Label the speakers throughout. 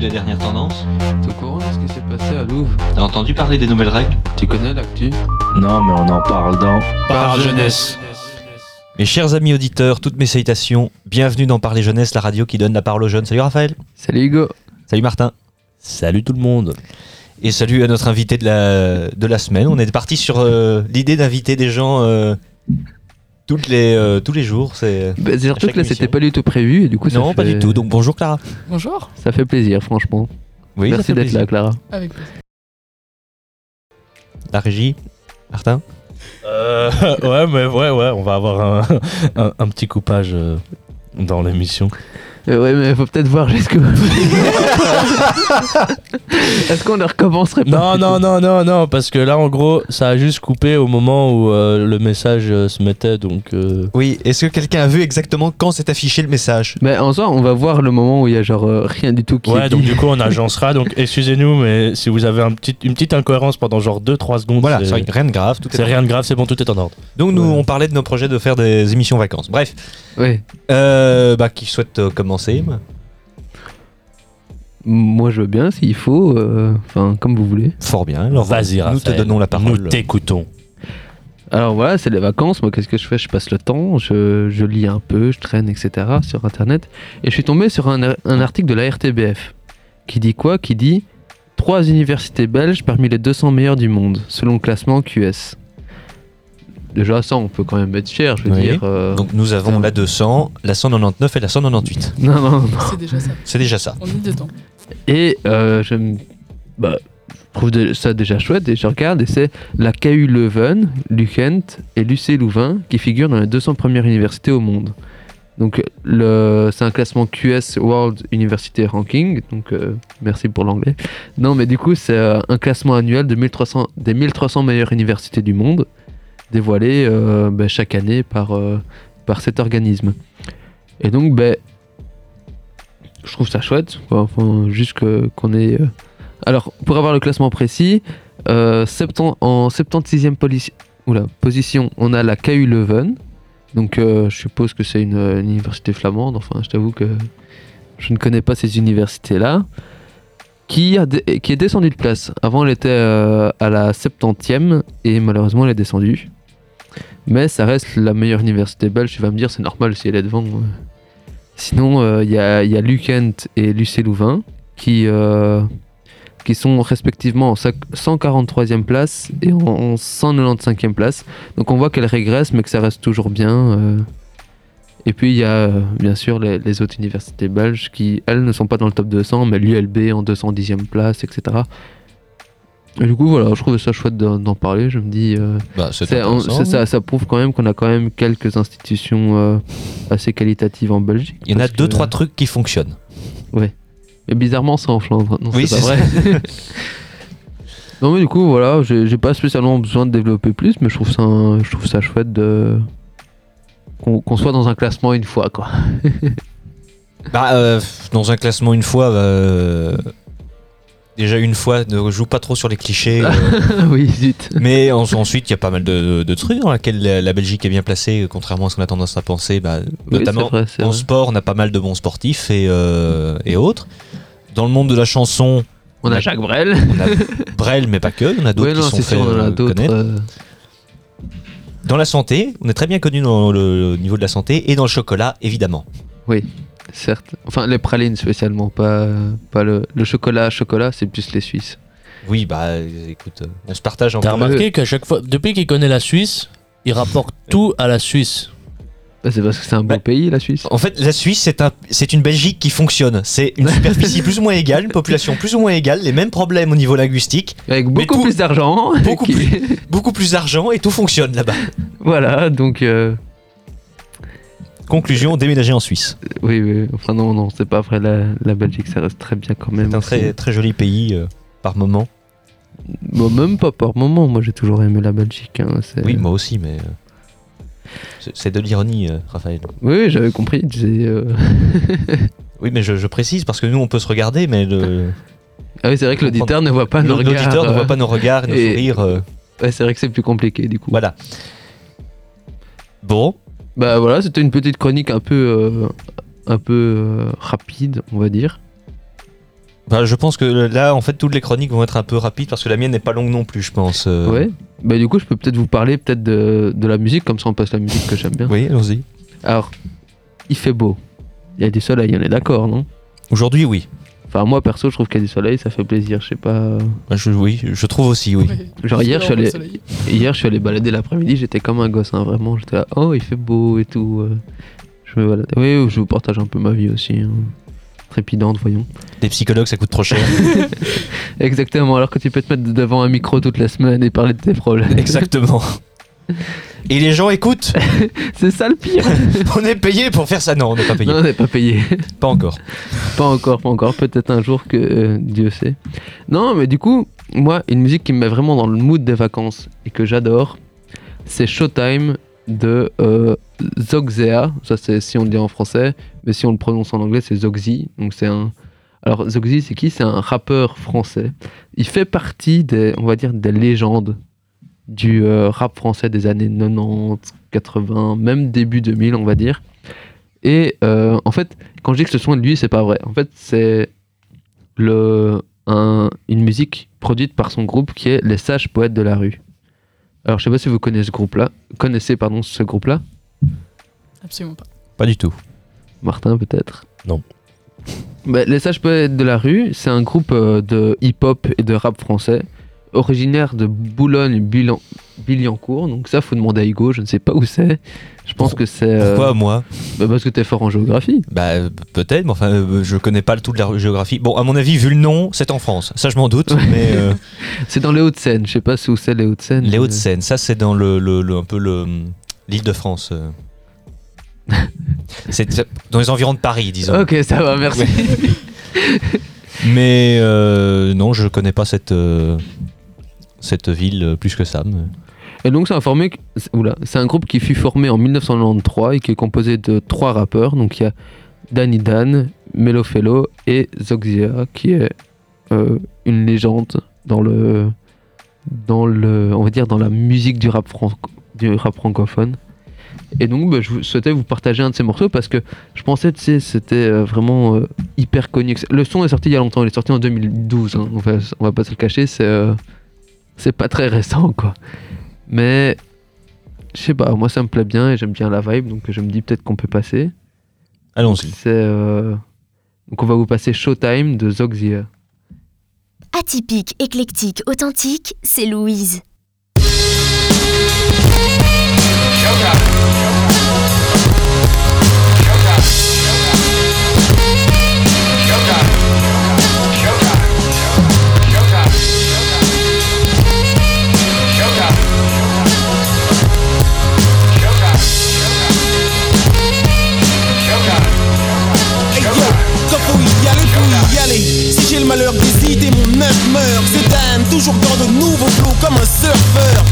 Speaker 1: la dernière tendance
Speaker 2: T'es au courant de ce qui s'est passé à Louvres
Speaker 1: T'as entendu parler des nouvelles règles
Speaker 2: Tu connais l'actu
Speaker 3: Non, mais on en parle dans.
Speaker 4: Par jeunesse.
Speaker 5: Mes chers amis auditeurs, toutes mes salutations. Bienvenue dans Parler Jeunesse, la radio qui donne la parole aux jeunes. Salut Raphaël.
Speaker 2: Salut Hugo
Speaker 5: Salut Martin.
Speaker 3: Salut tout le monde.
Speaker 5: Et salut à notre invité de la, de la semaine. On est parti sur euh, l'idée d'inviter des gens euh, toutes les, euh, tous les jours. C'est
Speaker 2: bah, C'est surtout
Speaker 5: chaque
Speaker 2: que là
Speaker 5: émission.
Speaker 2: c'était pas du tout prévu et du coup ça
Speaker 5: Non, pas
Speaker 2: fait-
Speaker 5: du tout. Donc bonjour Clara.
Speaker 6: Bonjour.
Speaker 2: Ça fait plaisir franchement.
Speaker 5: Oui, ça
Speaker 2: Merci
Speaker 5: fait
Speaker 2: d'être
Speaker 5: plaisir.
Speaker 2: là Clara.
Speaker 6: Avec plaisir.
Speaker 5: La régie. Martin.
Speaker 4: Euh,
Speaker 7: ouais, mais ouais, ouais, on va avoir un, un- un petit coupage euh, dans l'émission.
Speaker 2: Euh, ouais mais faut peut-être voir jusqu'où. Est-ce qu'on ne recommencerait pas
Speaker 7: Non,
Speaker 2: plutôt
Speaker 7: non, non, non, non, parce que là, en gros, ça a juste coupé au moment où euh, le message euh, se mettait, donc. euh,
Speaker 5: Oui, est-ce que quelqu'un a vu exactement quand s'est affiché le message
Speaker 2: Bah, en soi on va voir le moment où il y a genre euh, rien du tout qui est
Speaker 7: Ouais, donc
Speaker 2: dit.
Speaker 7: du coup, on agencera. Donc, excusez-nous, mais si vous avez un petit, une petite incohérence pendant genre 2-3 secondes,
Speaker 5: Voilà,
Speaker 7: c'est-
Speaker 5: c'est rien de grave. Tout est-
Speaker 7: c'est rien de grave, c'est bon, tout est en ordre.
Speaker 5: Donc nous,
Speaker 7: Ouais.
Speaker 5: on parlait de nos projets de faire des émissions vacances. Bref,
Speaker 2: Ouais.
Speaker 5: euh, bah, qui souhaite euh, commencer moi
Speaker 2: Moi je veux bien s'il faut, euh, enfin comme vous voulez.
Speaker 5: Fort bien. Alors,
Speaker 7: Vas-y,
Speaker 5: nous te
Speaker 7: Raphaël,
Speaker 5: donnons la parole.
Speaker 7: Nous t'écoutons.
Speaker 2: Alors voilà, c'est les vacances. Moi, qu'est-ce que je fais Je passe le temps, je, je lis un peu, je traîne, etc. sur Internet. Et je suis tombé sur un, ar- un article de la RTBF qui dit quoi Qui dit trois universités belges parmi les 200 meilleures du monde, selon le classement QS. Déjà, ça, on peut quand même être cher, je veux
Speaker 5: Oui.
Speaker 2: dire. euh,
Speaker 5: Donc nous avons la 200, la 199 et la 198.
Speaker 2: Non, non, non.
Speaker 6: C'est déjà ça.
Speaker 5: C'est déjà ça.
Speaker 6: On est dedans.
Speaker 2: Et euh, je, me- bah, je trouve de- ça déjà chouette et je regarde et c'est la KU Leuven, Lucent et l'UC Louvain qui figurent dans les 200 premières universités au monde. Donc le- c'est un classement QS World University Ranking, donc euh, merci pour l'anglais. Non mais du coup c'est euh, un classement annuel de 1300, des 1300 meilleures universités du monde, dévoilé euh, bah, chaque année par, euh, par cet organisme. Et donc ben je trouve ça chouette. quoi. Enfin, juste que- qu'on est. Alors, pour avoir le classement précis, euh, septen- en 76e polici- oula, position, on a la KU Leuven. Donc, euh, je suppose que c'est une, une université flamande. Enfin, je t'avoue que je ne connais pas ces universités-là. Qui, a dé- qui est descendue de place. Avant, elle était euh, à la 70e et malheureusement, elle est descendue. Mais ça reste la meilleure université belge. Tu vas me dire, c'est normal si elle est devant. ouais. Sinon, euh, il y a, il y a Lucent et Lucé Louvain qui, euh, qui sont respectivement en sac- 143e place et en, en 195e place. Donc on voit qu'elles régressent, mais que ça reste toujours bien. euh. Et puis il y a euh, bien sûr les, les autres universités belges qui, elles, ne sont pas dans le top 200, mais l'ULB en 210e place, etc. Et du coup, voilà, je trouvais ça chouette d'en d'en parler. Je me dis. euh,
Speaker 5: Bah, c'est
Speaker 2: c'est- on-
Speaker 5: intéressant,
Speaker 2: c'est- ça, ça prouve quand même qu'on a quand même quelques institutions euh, assez qualitatives en Belgique.
Speaker 5: Il y en a
Speaker 2: parce que-
Speaker 5: deux, trois trucs qui fonctionnent.
Speaker 2: Mais bizarrement, c'est en Flandre. Non,
Speaker 5: Oui,
Speaker 2: c'est pas
Speaker 5: c'est
Speaker 2: vrai. non, mais du coup, voilà, j'ai j'ai pas spécialement besoin de développer plus, mais je trouve ça, un- je trouve ça chouette de. Qu'on qu'on soit dans un classement une fois, quoi.
Speaker 5: Bah, euh, dans un classement, une fois. euh, Déjà une fois, ne joue pas trop sur les clichés. euh,
Speaker 2: oui, zut.
Speaker 5: mais en- ensuite, il y a pas mal de, de- de trucs dans lesquels la, la Belgique est bien placée, euh, contrairement à ce qu'on a tendance à penser. Bah,
Speaker 2: Oui,
Speaker 5: notamment
Speaker 2: c'est vrai, c'est
Speaker 5: en
Speaker 2: vrai.
Speaker 5: sport, on a pas mal de bons sportifs et, euh, et autres. Dans le monde de la chanson,
Speaker 2: On a Jacques Brel.
Speaker 5: on a Brel, mais pas que. On a d'autres
Speaker 2: Oui,
Speaker 5: qui
Speaker 2: non,
Speaker 5: sont
Speaker 2: c'est
Speaker 5: fait
Speaker 2: sûr, on en a
Speaker 5: euh,
Speaker 2: d'autres.
Speaker 5: connaître.
Speaker 2: euh,
Speaker 5: Dans la santé, on est très bien connu dans le, le niveau de la santé et dans le chocolat, évidemment.
Speaker 2: certes. Enfin, les pralines spécialement, pas, pas le, le chocolat. Chocolat, c'est plus les Suisses.
Speaker 5: Oui, bah euh, écoute, euh, on se partage en
Speaker 7: T'as
Speaker 5: peu.
Speaker 7: remarqué qu'à chaque fois, depuis qu'il connaît la Suisse, il rapporte
Speaker 5: euh,
Speaker 7: tout à la Suisse.
Speaker 2: Bah, c'est parce que c'est un beau
Speaker 5: Bah,
Speaker 2: pays, la Suisse.
Speaker 5: En fait, la Suisse, c'est un, c'est une Belgique qui fonctionne. C'est une superficie plus ou moins égale, une population plus ou moins égale, les mêmes problèmes au niveau linguistique,
Speaker 2: Avec beaucoup
Speaker 5: tout-
Speaker 2: plus d'argent.
Speaker 5: beaucoup
Speaker 2: qui-
Speaker 5: plus. beaucoup plus d'argent et tout fonctionne là-bas.
Speaker 2: voilà, donc. euh,
Speaker 5: Conclusion, déménager en Suisse.
Speaker 2: Oui, oui. Enfin, non, non, c'est pas vrai. La, la Belgique, ça reste très bien quand même.
Speaker 5: C'est un très, très joli pays euh, par moment.
Speaker 2: Bon, même pas par moment. Moi, j'ai toujours aimé la Belgique. hein, c'est-
Speaker 5: Oui, moi aussi, mais. euh, c'est- C'est de l'ironie, euh, Raphaël.
Speaker 2: oui, oui, j'avais compris. c'est, euh,
Speaker 5: Oui, mais je, je précise parce que nous, on peut se regarder, mais le-
Speaker 2: Ah oui, c'est vrai que l'auditeur ne voit pas nos regards.
Speaker 5: l'auditeur ne
Speaker 2: euh,
Speaker 5: voit pas Ah, nos regards et nos
Speaker 2: et-
Speaker 5: sourires. euh,
Speaker 2: ouais, c'est vrai que c'est plus compliqué du coup.
Speaker 5: Voilà. Bon,
Speaker 2: Bah voilà, c'était une petite chronique un peu, euh, un peu euh, rapide, on va dire.
Speaker 5: Bah, je pense que là, en fait, toutes les chroniques vont être un peu rapides parce que la mienne n'est pas longue non plus, je pense. euh.
Speaker 2: Ouais. Bah, du coup, je peux peut-être vous parler peut-être de, de la musique, comme ça on passe la musique que j'aime bien.
Speaker 5: Oui, allons-y.
Speaker 2: Alors, il fait beau. Il y a du soleil, on est d'accord, non
Speaker 5: Aujourd'hui, oui.
Speaker 2: Enfin, moi perso, je trouve qu'il y a du soleil, ça fait plaisir. Je sais pas.
Speaker 5: Bah, je, oui, je trouve aussi, oui.
Speaker 2: Genre, hier, je suis allé, hier, je suis allé balader l'après-midi, j'étais comme un gosse, hein, vraiment. J'étais là, oh, il fait beau et tout. euh, Je me baladais. Oui, je vous partage un peu ma vie aussi. hein. Trépidante, voyons.
Speaker 5: Des psychologues, ça coûte trop cher.
Speaker 2: Exactement, alors que tu peux te mettre devant un micro toute la semaine et parler de tes problèmes.
Speaker 5: Exactement. Et les gens écoutent.
Speaker 2: C'est ça le pire.
Speaker 5: On est payé pour faire ça. Non, on n'est pas payé.
Speaker 2: Non, on n'est pas payé.
Speaker 5: Pas encore.
Speaker 2: Pas encore, pas encore. Peut-être un jour que euh, Dieu sait. Non, mais du coup, moi, une musique qui me met vraiment dans le mood des vacances et que j'adore, c'est Showtime de euh, Zogzea. Ça, c'est si on le dit en français, mais si on le prononce en anglais, c'est Zogzi. Donc, c'est un. Alors, Zogzi, c'est qui C'est un rappeur français. Il fait partie des, on va dire, des légendes du euh, rap français des années 90, 80, même début 2000, on va dire. Et euh, en fait, quand je dis que ce son est de lui, c'est pas vrai. En fait, c'est le, un- une musique produite par son groupe qui est Les Sages Poètes de la Rue. Alors, je sais pas si vous connaissez ce groupe-là. Connaissez, pardon, ce groupe-là
Speaker 6: Absolument pas.
Speaker 5: Pas du tout.
Speaker 2: Martin, peut-être
Speaker 3: Non.
Speaker 2: Bah, les Sages Poètes de la Rue, c'est un groupe euh, de hip-hop et de rap français, originaire de Boulogne-Billancourt. Donc, ça, faut demander à Hugo, je ne sais pas où c'est. Je pense que c'est. euh,
Speaker 5: Pourquoi moi
Speaker 2: bah, Parce que t'es fort en géographie.
Speaker 5: Bah euh, peut-être, mais enfin euh, je connais pas le tout de la géographie. Bon, à mon avis, vu le nom, c'est en France. Ça, je m'en doute. mais euh,
Speaker 2: C'est dans les Hauts-de-Seine, je sais pas si où c'est les Hauts-de-Seine. euh,
Speaker 5: les
Speaker 2: mais-
Speaker 5: Hauts-de-Seine, ça, c'est dans le, le- le- un peu le l'Île-de-France. euh. c'est c'est dans les environs de Paris, disons.
Speaker 2: Ok, ça va, merci.
Speaker 5: Mais euh, non, je connais pas cette euh, cette ville euh, plus que ça. mais-
Speaker 2: Et donc, c'est informé que- c'est- oula, c'est un groupe qui fut formé en 1993 et qui est composé de trois rappeurs. Donc, il y a Danny Dan, Melofello et Zoxia, qui est euh, une légende dans le, dans le, on va dire dans la musique du rap, franco- du rap francophone. Et donc, bah, je vous- souhaitais vous partager un de ces morceaux parce que je pensais, tu sais, c'était euh, vraiment euh, hyper connu. Le son est sorti il y a longtemps, il est sorti en 2012. hein. on, va, on va pas se le cacher, c'est, euh, c'est pas très récent, quoi. Mais je sais pas, moi ça me plaît bien et j'aime bien la vibe, donc je me dis peut-être qu'on peut passer.
Speaker 5: Allons-y.
Speaker 2: C'est euh, donc on va vous passer Showtime de Zogzia.
Speaker 8: Atypique, éclectique, authentique, c'est Louise.
Speaker 9: Hey, yo, quand faut y aller, faut y aller. Si j'ai le malheur des idées, mon œuf meurt. C'est Dan, toujours dans de nouveaux flots comme un surfeur.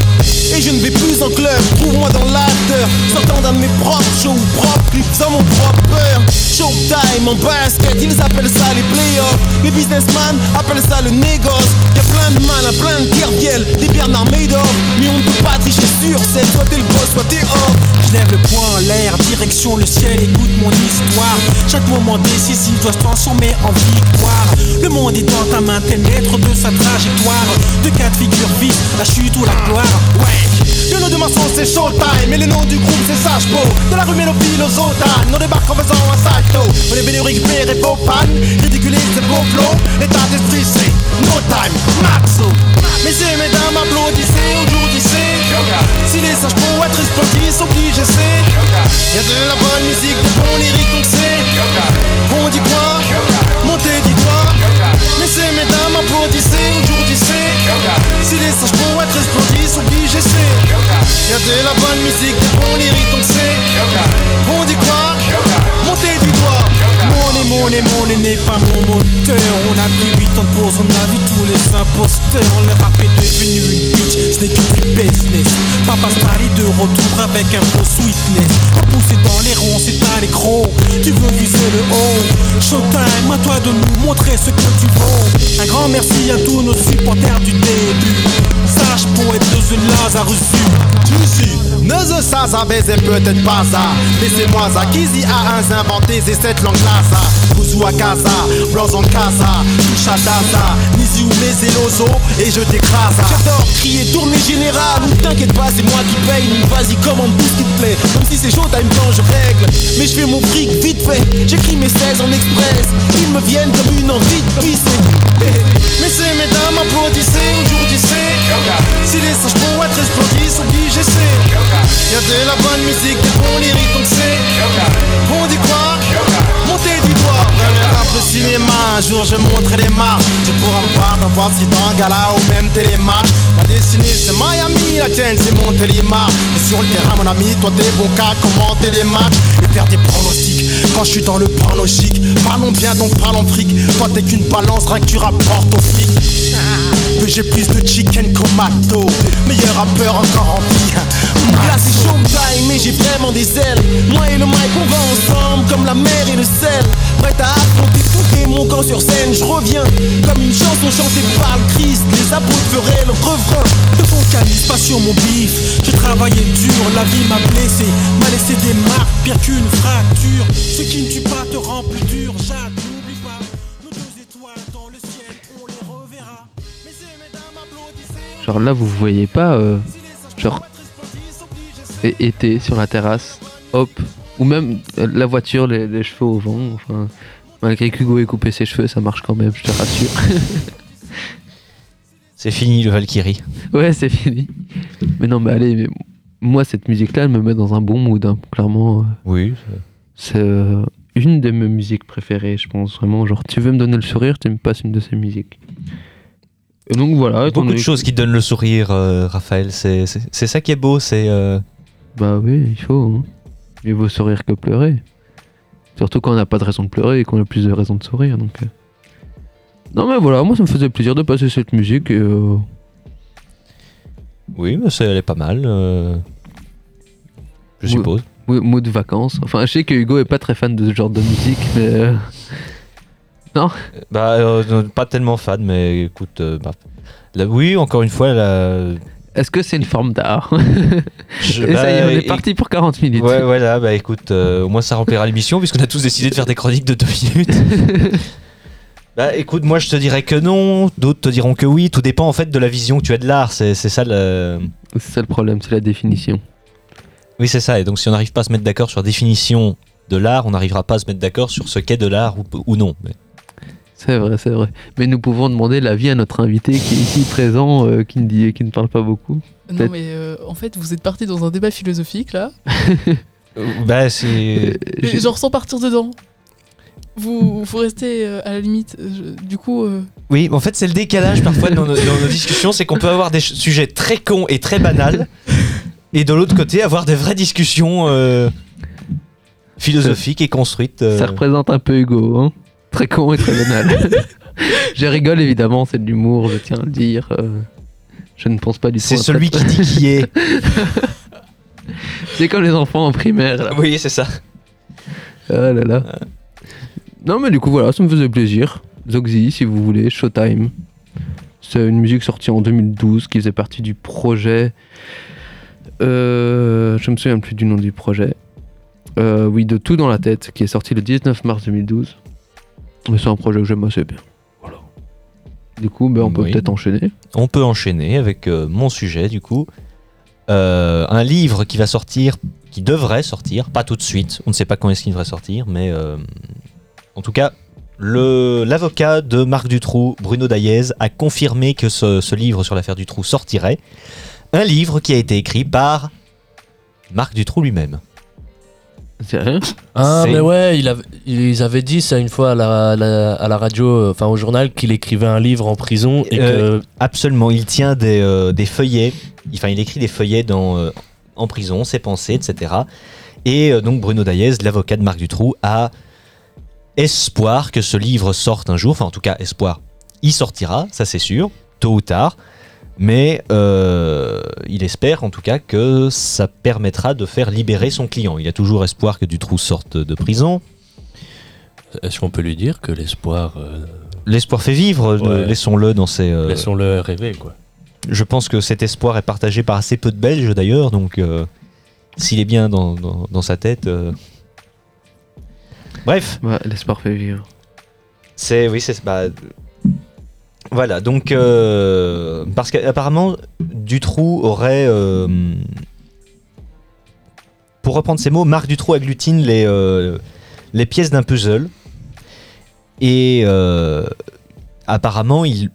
Speaker 9: Et je ne vais plus en club, trouve-moi dans l'acteur. Sortant d'un de mes propres shows, propres clips, sans mon propre peur. Showtime en basket, ils appellent ça les playoffs. Les businessmen appellent ça le négoce. Y'a plein de malins, plein de Kerviel, des Bernard Madoff. Mais on ne peut pas tricher sur scène, soit t'es le boss, soit t'es off. Je lève le poing en l'air, direction le ciel, écoute mon histoire. Chaque moment décisif doit se transformer en victoire. Le monde est dans ta main, t'es maître de sa trajectoire. De quatre figures vives, la chute ou la gloire. Ouais, le nom de ma chanson c'est Showtime, et le nom du groupe c'est Sachpo. Dans la rue Mélopie, nos otanes, on débarque en faisant un salto. On est bénéfique, et beau pan, ridiculé, c'est beau flow. L'état d'esprit c'est No Time, Maxo. Messieurs, mesdames, applaudissez, aujourd'hui c'est. Si les sages poètes resplendissent, sont qui je sais. Y'a de la bonne musique, des bons lyriques, donc c'est. On dit quoi Montez, dis-toi. Messieurs, mesdames, applaudissez, aujourd'hui c'est. Si les sages poètes resplendissent, sont qui je sais. Y'a de la bonne musique, des bons lyriques, donc c'est. On dit quoi Montez, dis-toi. Money, money, money n'est pas mon moteur. On a pris 8 ans de pause, on a vu tous les imposteurs. Le rap est devenu une bitch, ce n'est que du business. Papa Starry de retour avec un faux sweetness. T'as poussé dans les ronds, c'est un l'écran. Tu veux viser le haut. Showtime, à toi de nous montrer ce que tu vaux. Un grand merci à tous nos supporters du début. Sage poète de The Lazarus Sud. Ne se sasa, baiser peut-être pas ça. Laissez-moi ça, Kizzy a un inventé, c'est cette langue là ça. Bouzou à casa, blancs en casa, touche à Daza, Nizi ou mes Elozo, et je t'écrase. J'adore crier, tourner général, ou t'inquiète pas, c'est moi qui paye, nous vas-y, commande tout ce qui te plaît. Même si c'est chaud, t'as une planche, je règle, mais je fais mon fric vite fait. J'écris mes 16 en express, ils me viennent comme une envie de pisser. Mais c'est mesdames, applaudissez, aujourd'hui c'est. Si les singes pour être explodis, sont obligés, c'est. Y'a de la bonne musique, des bons lyriques, donc c'est. On dit quoi Montez du doigt, premier rap, le cinéma. Un jour je montrerai les marques. Tu pourras me voir dans voir si dans un gala ou même télémarche. Ma destinée c'est Miami, la tienne c'est Montélimar. Et sur le terrain, mon ami, toi t'es bon cas, commenter les matchs et faire des pronostics. Quand je suis dans le pornochic, parlons bien donc parlons fric. Toi t'es qu'une balance, rien que tu rapportes au fric. Que j'ai plus de chicken qu'au McDo. Meilleur rappeur encore en vie. Là c'est showtime, mais j'ai vraiment des ailes. Moi et le mic, on va ensemble comme la mer et le sel. Prête à affronter tout démon quand sur scène je reviens. Comme une chanson chantée par le Christ, les apôtres feraient le refrain. De mon calice, pas sur mon bif. J'ai travaillé dur, la vie m'a blessé. M'a laissé des marques, pire qu'une fracture. Ce qui ne tue pas te rend plus dur, Jacques. n'oublie pas nos deux étoiles dans le ciel, on les reverra. Messieurs, mesdames, applaudissez.
Speaker 2: Genre là, vous voyez pas euh,
Speaker 9: Si les singes
Speaker 2: genre-
Speaker 9: doivent être explosifs, obligés, c'est-
Speaker 2: é- été sur la terrasse, hop, ou même euh, la voiture, les, les cheveux au vent. Enfin, malgré qu'Hugo ait coupé ses cheveux, ça marche quand même, je te rassure.
Speaker 5: C'est fini le Valkyrie.
Speaker 2: ouais, c'est fini. Mais non, mais allez, mais moi, cette musique-là, elle me met dans un bon mood, hein, clairement. euh,
Speaker 5: Oui.
Speaker 2: C'est euh, une de mes musiques préférées, je pense vraiment. Genre, tu veux me donner le sourire, tu me passes une de ces musiques. Et donc
Speaker 6: Ah,
Speaker 2: voilà. étant
Speaker 5: Beaucoup de
Speaker 2: donné-
Speaker 5: choses qui te donnent le sourire, euh, Raphaël. C'est c'est- c'est ça qui est beau. C'est euh,
Speaker 2: Bah oui, il faut. hein. Mieux vaut sourire que pleurer. Surtout quand on n'a pas de raison de pleurer et qu'on a plus de raisons de sourire. Donc. euh. Non mais voilà, moi ça me faisait plaisir de passer cette musique. et, euh,
Speaker 5: oui, mais c'est- elle est pas mal. euh, Je
Speaker 2: Oui.
Speaker 5: suppose.
Speaker 2: oui, mot de vacances. Enfin, je sais que Hugo est pas très fan de ce genre de musique, mais euh,
Speaker 5: Bah, euh, non, pas tellement fan, mais écoute, euh, bah, là, oui, encore une fois, là,
Speaker 2: est-ce que c'est une forme d'art
Speaker 5: je-
Speaker 2: Et ça y est,
Speaker 5: bah,
Speaker 2: on est
Speaker 5: et-
Speaker 2: parti pour 40 minutes.
Speaker 5: Ouais, voilà, bah écoute, euh, au moins ça remplira l'émission, puisqu'on a tous décidé de faire des chroniques de deux minutes. bah écoute, moi je te dirais que non, d'autres te diront que oui, tout dépend en fait de la vision que tu as de l'art, c'est c'est ça le.
Speaker 2: C'est ça le problème, c'est la définition.
Speaker 5: Oui, c'est ça. Et donc, si on n'arrive pas à se mettre d'accord sur la définition de l'art, on n'arrivera pas à se mettre d'accord sur ce qu'est de l'art ou, ou non. Mais-
Speaker 2: C'est vrai, c'est vrai. Mais nous pouvons demander l'avis à notre invité qui est ici présent, euh, qui, ne dit, qui ne parle pas beaucoup.
Speaker 6: Non,
Speaker 2: Peut-être.
Speaker 6: mais euh, en fait, vous êtes parti dans un débat philosophique, là.
Speaker 5: Euh, Bah, c'est.
Speaker 6: Mais
Speaker 2: J'ai-
Speaker 6: genre sans partir dedans. Vous, vous restez euh, à la limite. euh, je- du coup, euh,
Speaker 5: Oui, en fait, c'est le décalage parfois dans nos, dans nos discussions, c'est qu'on peut avoir des ch- sujets très cons et très banals, et de l'autre côté, avoir des vraies discussions euh, philosophiques et construites. euh.
Speaker 2: Ça représente un peu Hugo, hein Très con et très banal. je rigole évidemment, c'est de l'humour, je tiens à le dire. euh, je ne pense pas du tout.
Speaker 5: C'est
Speaker 2: à ça.
Speaker 5: celui qui dit qui est.
Speaker 2: C'est comme les enfants en primaire. Là.
Speaker 5: Oui, c'est ça.
Speaker 2: Oh là là. Non mais du coup voilà, ça me faisait plaisir. Zoxy, si vous voulez, Showtime. C'est une musique sortie en 2012 qui faisait partie du projet. Euh, je me souviens plus du nom du projet. Euh, oui, de tout dans la tête, qui est sorti le 19 mars 2012. Mais c'est un projet que j'aime assez bien. Voilà. Du coup, ben, on peut
Speaker 5: Oui.
Speaker 2: peut-être enchaîner.
Speaker 5: On peut enchaîner avec euh, mon sujet, du coup. Euh, un livre qui va sortir, qui devrait sortir, pas tout de suite. On ne sait pas quand est-ce qu'il devrait sortir, mais euh, en tout cas, le- l'avocat de Marc Dutroux, Bruno Daillez, a confirmé que ce, ce livre sur l'affaire Dutroux sortirait. Un livre qui a été écrit par Marc Dutroux lui-même.
Speaker 2: C'est rien.
Speaker 7: Ah,
Speaker 5: C'est-
Speaker 7: mais ouais, il av- ils avaient dit ça une fois à la, à la- à la radio, euh, enfin au journal, qu'il écrivait un livre en prison et
Speaker 5: Euh,
Speaker 7: que.
Speaker 5: Absolument, il tient des, euh, des feuillets, enfin il écrit des feuillets dans, euh, en prison, ses pensées, etc. Et euh, donc Bruno Daillez, l'avocat de Marc Dutroux, a espoir que ce livre sorte un jour, enfin en tout cas espoir, il sortira, ça c'est sûr, tôt ou tard, mais euh, il espère en tout cas que ça permettra de faire libérer son client. Il a toujours espoir que Dutroux sorte de prison.
Speaker 7: Est-ce qu'on peut lui dire que l'espoir. euh,
Speaker 5: L'espoir fait vivre,
Speaker 7: Ouais.
Speaker 5: euh, laissons-le dans ses... euh,
Speaker 7: Laissons-le rêver, quoi.
Speaker 5: Je pense que cet espoir est partagé par assez peu de Belges d'ailleurs, donc euh, S'il est bien dans, dans- dans sa tête. euh. Bref,
Speaker 2: Ouais, l'espoir fait vivre.
Speaker 5: c'est. Oui, c'est. bah, euh, voilà, donc. euh, parce qu'apparemment, Dutroux aurait. euh, pour reprendre ses mots, Marc Dutroux agglutine les, euh, les pièces d'un puzzle. Et euh, apparemment, il,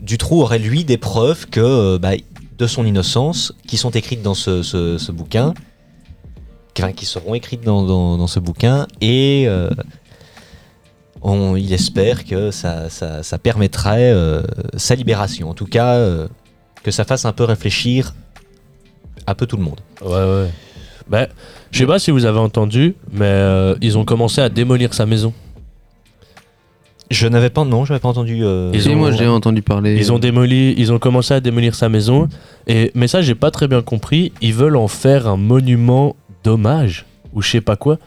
Speaker 5: Dutroux aurait lui des preuves que, euh, bah, de son innocence qui sont écrites dans ce, ce- ce bouquin. Qui, enfin, qui seront écrites dans, dans- dans ce bouquin. Et. euh, on- il espère que ça, ça- ça permettrait euh, sa libération. En tout cas, euh, que ça fasse un peu réfléchir un peu tout le monde.
Speaker 7: Ouais, ouais. Ben, je sais pas si vous avez entendu, mais euh, ils ont commencé à démolir sa maison.
Speaker 5: Je n'avais pas, non, je n'avais pas entendu. euh,
Speaker 7: Ils
Speaker 2: Et
Speaker 7: ont-
Speaker 2: moi j'ai entendu parler.
Speaker 7: Ils ont démoli, ils ont commencé à démolir sa maison. Et mais ça, j'ai pas très bien compris. Ils veulent en faire un monument d'hommage ou je sais pas quoi.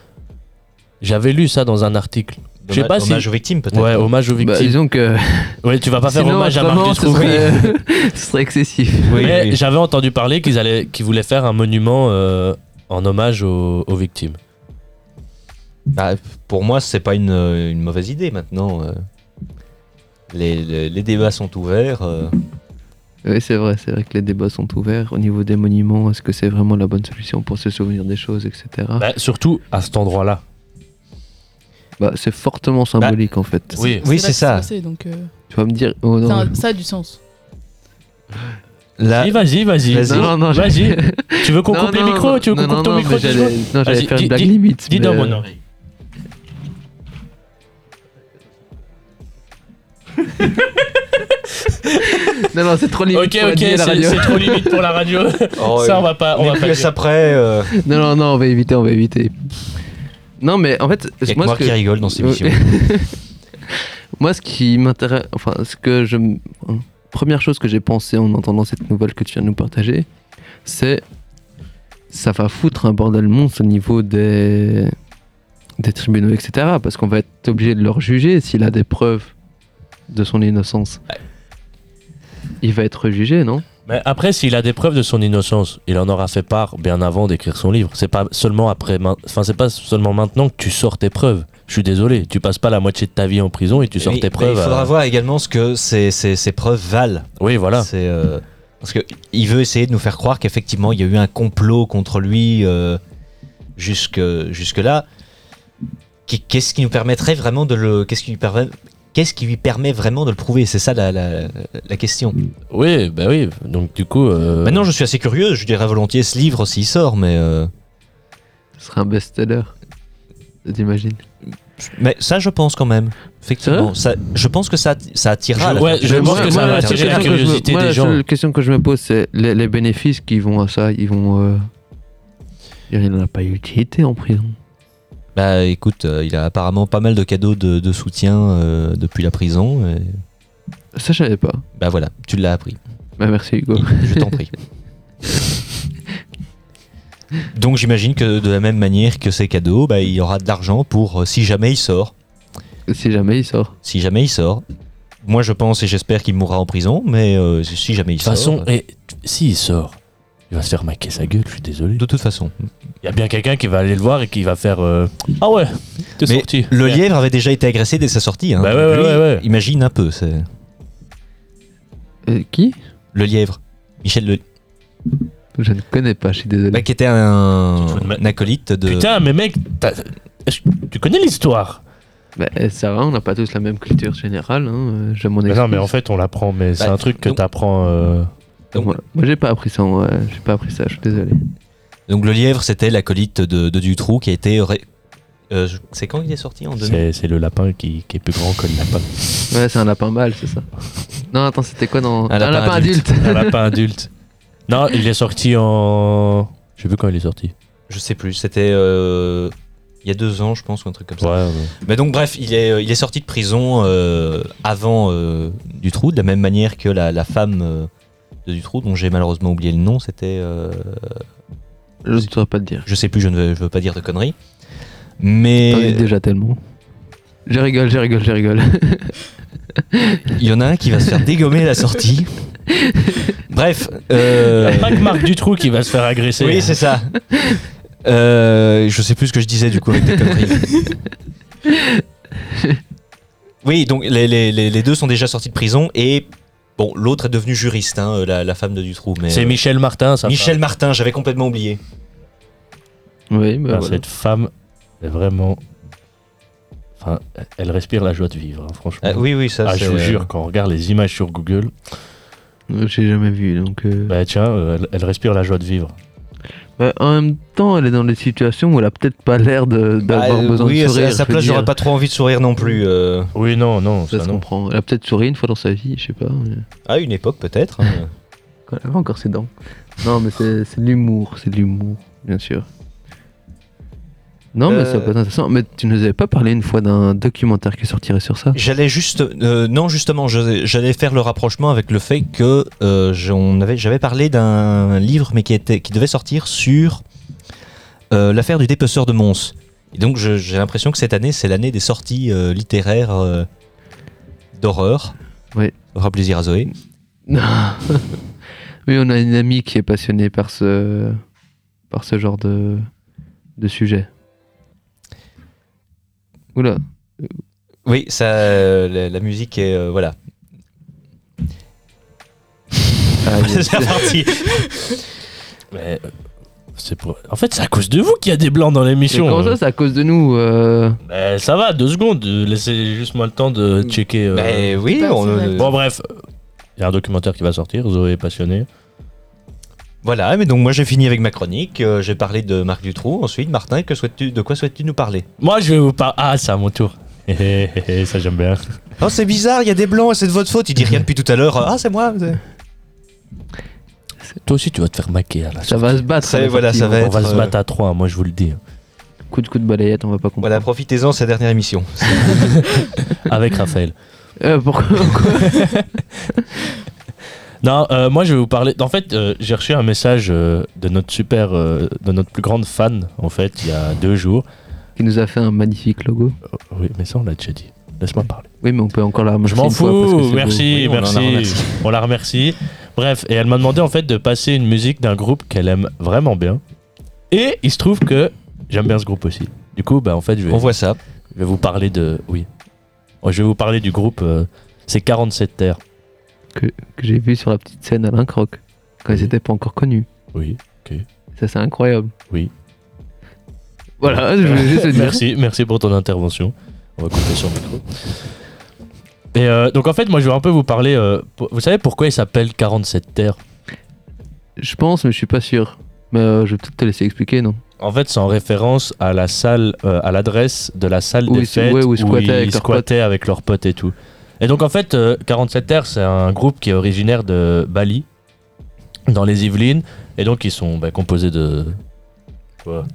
Speaker 7: J'avais lu ça dans un article. Je sais
Speaker 5: homma-
Speaker 7: pas si.
Speaker 5: hommage aux victimes peut-être.
Speaker 7: Ouais, hommage aux
Speaker 2: Bah,
Speaker 7: victimes.
Speaker 2: disons que.
Speaker 7: Ouais, tu vas pas faire
Speaker 2: Sinon,
Speaker 7: hommage à
Speaker 2: autrement,
Speaker 7: Marc
Speaker 2: ce
Speaker 7: Dutroux.
Speaker 2: serait, ce serait excessif.
Speaker 7: Mais j'avais entendu parler qu'ils allaient, qu'ils voulaient faire un monument euh, en hommage aux, aux victimes.
Speaker 5: Bah, pour moi, c'est pas une, euh, une mauvaise idée maintenant. euh. Les, les- les débats sont ouverts. euh.
Speaker 2: Oui, c'est vrai, c'est vrai que les débats sont ouverts. Au niveau des monuments, est-ce que c'est vraiment la bonne solution pour se souvenir des choses, etc. Bah,
Speaker 7: Bah, surtout à cet endroit-là.
Speaker 2: Bah, c'est fortement
Speaker 7: Bah.
Speaker 2: symbolique en fait.
Speaker 7: Oui.
Speaker 5: Oui,
Speaker 6: là
Speaker 5: c'est
Speaker 6: que
Speaker 5: ça.
Speaker 6: passé, donc, euh,
Speaker 2: Tu vas me dire. Oh non.
Speaker 6: ça, a- ça a du sens.
Speaker 5: Là,
Speaker 7: Vas-y, vas-y, Ah. vas-y.
Speaker 5: Vas-y.
Speaker 2: Non, non, non, j'ai-
Speaker 7: Vas-y. tu veux qu'on
Speaker 2: Non,
Speaker 7: coupe les
Speaker 2: non,
Speaker 7: micros
Speaker 2: non,
Speaker 7: Tu veux qu'on
Speaker 2: non,
Speaker 7: coupe ton
Speaker 2: non,
Speaker 7: micro
Speaker 2: mais
Speaker 7: tu
Speaker 2: j'allais-
Speaker 7: veux
Speaker 2: Non, j'allais
Speaker 7: Vas-y,
Speaker 2: faire une
Speaker 7: dis-
Speaker 2: blague
Speaker 7: dis-
Speaker 2: limite.
Speaker 7: dis dans
Speaker 2: mais,
Speaker 7: mon
Speaker 2: euh,
Speaker 7: oreille.
Speaker 2: Non, non, c'est trop limite.
Speaker 7: Ok,
Speaker 2: pour
Speaker 7: ok,
Speaker 2: nier
Speaker 7: c'est
Speaker 2: la radio.
Speaker 7: c'est trop limite pour la radio.
Speaker 5: oh,
Speaker 7: ça, on
Speaker 5: euh,
Speaker 7: va pas. On
Speaker 5: les
Speaker 7: va pas
Speaker 5: pièces
Speaker 7: dire.
Speaker 5: après. euh,
Speaker 2: Non, non, non, on va éviter, on va éviter. Non, mais en fait,
Speaker 5: y a que
Speaker 2: moi,
Speaker 5: moi
Speaker 2: ce
Speaker 5: qui
Speaker 2: que-
Speaker 5: rigole dans cette
Speaker 7: Euh,
Speaker 2: Ouais.
Speaker 5: émission.
Speaker 2: Moi, ce qui m'intéresse, enfin, ce que je. m- hein, Première chose que j'ai pensé en entendant cette nouvelle que tu viens de nous partager, c'est. Ça va foutre un bordel monstre au niveau des. des tribunaux, etc. Parce qu'on va être obligé de leur juger s'il a des preuves de son innocence. Il va être jugé, non
Speaker 7: Mais après, s'il a des preuves de son innocence, il en aura fait part bien avant d'écrire son livre. C'est pas seulement après, main- enfin, c'est pas seulement maintenant que tu sors tes preuves. Je suis désolé, tu passes pas la moitié de ta vie en prison et tu sors
Speaker 5: Oui,
Speaker 7: tes
Speaker 5: mais
Speaker 7: preuves.
Speaker 5: Il faudra
Speaker 7: euh,
Speaker 5: voir également ce que ces, ces- ces preuves valent.
Speaker 7: Oui, voilà.
Speaker 5: C'est euh, parce que il veut essayer de nous faire croire qu'effectivement il y a eu un complot contre lui euh, jusque jusque là. Qu'est-ce qui nous permettrait vraiment de le qu'est-ce qui lui permet qu'est-ce qui lui permet vraiment de le prouver C'est ça la, la- la question.
Speaker 7: Oui, bah oui. Donc du coup, euh,
Speaker 5: Maintenant, je suis assez curieux. Je dirais volontiers ce livre s'il sort, mais euh,
Speaker 2: Ce serait un best-seller. T'imagines
Speaker 5: mais ça, je pense quand même. Effectivement, ça, je pense que ça atti- ça attirera.
Speaker 7: Je-
Speaker 5: la-
Speaker 7: ouais, je
Speaker 2: Mais
Speaker 7: pense
Speaker 2: moi-
Speaker 7: que
Speaker 2: moi,
Speaker 7: ça va
Speaker 2: la
Speaker 7: attirer
Speaker 2: seule
Speaker 7: la
Speaker 2: question que je me-
Speaker 7: curiosité
Speaker 2: moi,
Speaker 7: des
Speaker 2: la
Speaker 7: gens.
Speaker 2: seule question que je me pose, c'est les, les bénéfices qui vont à ça, ils vont. euh, Il n'en a pas eu utilité en prison.
Speaker 5: Bah, écoute, euh, il a apparemment pas mal de cadeaux de, de soutien euh, depuis la prison. et-
Speaker 2: Ça, je savais pas.
Speaker 5: Bah voilà, tu l'as appris.
Speaker 2: Bah, merci Hugo.
Speaker 5: Je t'en prie. Donc j'imagine que de la même manière que ces cadeaux, bah, il y aura de l'argent pour euh, si jamais il sort.
Speaker 2: si jamais il sort.
Speaker 5: Si jamais il sort. Moi je pense et j'espère qu'il mourra en prison, mais euh, si jamais il
Speaker 7: De toute
Speaker 5: sort.
Speaker 7: façon,
Speaker 5: euh,
Speaker 7: et s'il sort, il va se faire maquer sa gueule. Je suis désolé.
Speaker 5: de toute façon.
Speaker 7: Il y a bien quelqu'un qui va aller le voir et qui va faire. euh, Ah ouais, t'es
Speaker 5: Mais
Speaker 7: sorti.
Speaker 5: Le lièvre avait déjà été agressé dès sa sortie. hein.
Speaker 7: Bah ouais, ouais,
Speaker 5: Lui,
Speaker 7: ouais, ouais.
Speaker 5: Imagine un peu. c'est-
Speaker 2: Euh, qui
Speaker 5: Le lièvre. Michel Le...
Speaker 2: Je ne connais pas, je suis
Speaker 5: Bah,
Speaker 2: désolé.
Speaker 5: qui était un,
Speaker 7: Tu te fous de ma-
Speaker 5: un acolyte de...
Speaker 7: Putain, mais mec, t'as- est-ce- tu connais l'histoire
Speaker 2: Bah, eh, ça va, on n'a pas tous la même culture générale. Hein. euh, Je m'en
Speaker 7: Mais
Speaker 2: excuse.
Speaker 7: Bah Non, mais en fait, on l'apprend. Mais c'est
Speaker 5: Bah,
Speaker 7: un truc que
Speaker 5: donc-
Speaker 7: t'apprends. euh,
Speaker 5: Donc,
Speaker 2: Moi, moi, j'ai pas appris ça. en- ouais, j'ai pas appris ça, je suis désolé.
Speaker 5: donc, le lièvre c'était l'acolyte de, de Dutroux qui a été... ré- euh, je- c'est quand il est sorti en 2000
Speaker 7: C'est c'est le lapin qui, qui est plus grand que le lapin.
Speaker 2: Ouais, c'est un lapin mâle, c'est ça. Non, attends, c'était quoi dans.
Speaker 5: Un lapin adulte.
Speaker 7: Un lapin adulte. Non, il est sorti en. Je sais plus quand il est sorti.
Speaker 5: Je sais plus, c'était euh, il y a deux ans, je pense, ou un truc comme
Speaker 7: Ouais,
Speaker 5: ça. Mais donc, bref, il est, euh, il est sorti de prison euh, avant euh, Dutroux, de la même manière que la, la femme euh, de Dutroux, dont j'ai malheureusement oublié le nom, c'était. euh,
Speaker 2: Je ne saurais pas te dire.
Speaker 5: je sais plus, je ne veux, je veux pas dire de conneries.
Speaker 2: T'en dis
Speaker 5: Mais
Speaker 2: déjà tellement. Je rigole, je rigole, je rigole.
Speaker 5: il y en a un qui va se faire dégommer à la sortie. bref. euh,
Speaker 7: Euh, Il y a pas que Marc Dutroux qui va se faire agresser.
Speaker 5: Oui, c'est ça. Euh, je sais plus ce que je disais du coup avec tes conneries. oui, donc les, les- les- les deux sont déjà sortis de prison et bon, l'autre est devenue juriste, hein, euh, la, la femme de Dutroux. Mais,
Speaker 7: C'est
Speaker 5: euh,
Speaker 7: Michel Martin, ça.
Speaker 5: Michel Martin, j'avais complètement oublié.
Speaker 2: Oui, bah,
Speaker 7: Enfin,
Speaker 2: voilà.
Speaker 7: Cette femme, est vraiment. Enfin, elle respire la joie de vivre, hein, franchement.
Speaker 5: Ah, oui, oui, ça.
Speaker 7: Ah,
Speaker 5: c'est-
Speaker 7: je vous jure, quand on regarde les images sur Google,
Speaker 2: Euh, J'ai jamais vu, donc... euh,
Speaker 7: bah tiens, euh, elle, elle respire la joie de vivre.
Speaker 2: bah, en même temps, elle est dans des situations où elle a peut-être pas l'air de-
Speaker 5: Bah,
Speaker 2: d'avoir
Speaker 5: euh,
Speaker 2: besoin
Speaker 5: oui,
Speaker 2: de
Speaker 5: à sa-
Speaker 2: sourire.
Speaker 5: à sa
Speaker 2: je veux
Speaker 5: place,
Speaker 2: dire.
Speaker 5: j'aurais pas trop envie de sourire non plus. euh.
Speaker 7: Oui, non, non,
Speaker 2: Ça
Speaker 7: ça,
Speaker 2: se
Speaker 7: non.
Speaker 2: comprend. Elle a peut-être souri une fois dans sa vie, je sais pas. mais-
Speaker 5: À une époque, peut-être. hein.
Speaker 2: Quand elle avait encore ses dents. Non, mais c'est c'est de l'humour, c'est de l'humour, bien sûr. Non, mais ça
Speaker 5: Euh.
Speaker 2: peut être intéressant. Mais tu nous avais pas parlé une fois d'un documentaire qui sortirait sur ça
Speaker 5: J'allais juste, euh, non justement, je- j'allais faire le rapprochement avec le fait que euh, j'en avais- j'avais parlé d'un livre, mais qui était, qui devait sortir sur euh, l'affaire du dépeceur de Mons. Et donc je- j'ai l'impression que cette année, c'est l'année des sorties euh, littéraires euh, d'horreur.
Speaker 2: Oui.
Speaker 5: Aura plaisir à Zoé.
Speaker 2: Non. oui, on a une amie qui est passionnée par ce, par ce genre de, de sujet. Oula.
Speaker 5: Oui, ça, euh, la, la musique est, euh, voilà.
Speaker 2: Ah, il y a-
Speaker 5: c'est parti.
Speaker 7: Mais, euh, c'est pour- En fait, c'est à cause de vous qu'il y a des blancs dans l'émission.
Speaker 2: Mais comment ça, c'est à cause de nous euh,
Speaker 7: Euh, ça va, deux secondes. euh, Laissez juste moi le temps de checker. euh.
Speaker 5: Ben oui,
Speaker 6: Bah,
Speaker 5: on-
Speaker 6: c'est vrai.
Speaker 5: euh,
Speaker 7: Bon, bref. Il y a un documentaire qui va sortir, Zoé est passionnée.
Speaker 5: voilà. Mais donc moi j'ai fini avec ma chronique. euh, j'ai parlé de Marc Dutroux. Ensuite, Martin, que souhaites-tu, de quoi souhaites-tu nous parler
Speaker 7: Moi, je vais vous parler. Ah, c'est à mon tour. Hé, hé, hé, hé, ça, j'aime bien.
Speaker 5: Oh, c'est bizarre, il y a des blancs, c'est de votre faute. Il dit rien depuis tout à l'heure. Ah, c'est moi.
Speaker 7: Toi aussi, tu vas te faire maquer à la
Speaker 2: Ça va se battre.
Speaker 5: Ça,
Speaker 2: là,
Speaker 5: voilà, ça
Speaker 2: effectivement.
Speaker 7: On va
Speaker 5: être,
Speaker 7: se
Speaker 5: euh,
Speaker 7: battre à trois, moi, je vous le dis. hein.
Speaker 2: Coup de coup de balayette, on va pas comprendre.
Speaker 5: Voilà, profitez-en, c'est la dernière émission.
Speaker 7: Avec Raphaël.
Speaker 2: Euh, pourquoi
Speaker 7: Non, euh, moi je vais vous parler. En fait, euh, j'ai reçu un message euh, de notre super, euh, de notre plus grande fan, en fait, il y a deux jours.
Speaker 2: Qui nous a fait un magnifique logo.
Speaker 7: Oh, oui, mais ça on l'a déjà dit. Laisse-moi parler.
Speaker 2: Oui, mais on peut encore la
Speaker 7: Je
Speaker 2: remercier
Speaker 7: m'en
Speaker 2: une fois parce que c'est
Speaker 7: fous.
Speaker 2: beau.
Speaker 7: Merci,
Speaker 5: Oui, on la
Speaker 7: merci.
Speaker 5: remercie.
Speaker 7: on la remercie. Bref, et elle m'a demandé en fait de passer une musique d'un groupe qu'elle aime vraiment bien. Et il se trouve que j'aime bien ce groupe aussi. Du coup, bah en fait, je vais,
Speaker 5: On voit ça.
Speaker 7: je vais vous parler de, oui, Oh, je vais vous parler du groupe. euh, c'est 47 Terres.
Speaker 2: Que j'ai vu sur la petite scène Alain Croc. Quand ils étaient pas encore connus.
Speaker 7: Oui.
Speaker 2: Ça, c'est incroyable.
Speaker 7: Oui.
Speaker 2: Voilà, je voulais juste le dire.
Speaker 7: Merci, merci pour ton intervention. On va couper sur le micro. Et euh, donc en fait, moi je vais un peu vous parler. euh, pour- vous savez pourquoi il s'appelle 47 Terres
Speaker 2: Je pense, mais je suis pas sûr. Mais euh, je vais peut-être te laisser expliquer, non
Speaker 7: En fait, c'est en référence à la salle, euh, à l'adresse de la salle
Speaker 2: Où
Speaker 7: des
Speaker 2: ils-
Speaker 7: fêtes
Speaker 2: ouais, où ils squattaient avec
Speaker 7: ils
Speaker 2: leurs
Speaker 7: squattaient avec leurs potes et tout. Et donc en fait, euh, 47 Terres, c'est un groupe qui est originaire de Bali, dans les Yvelines. Et donc ils sont bah, composés de.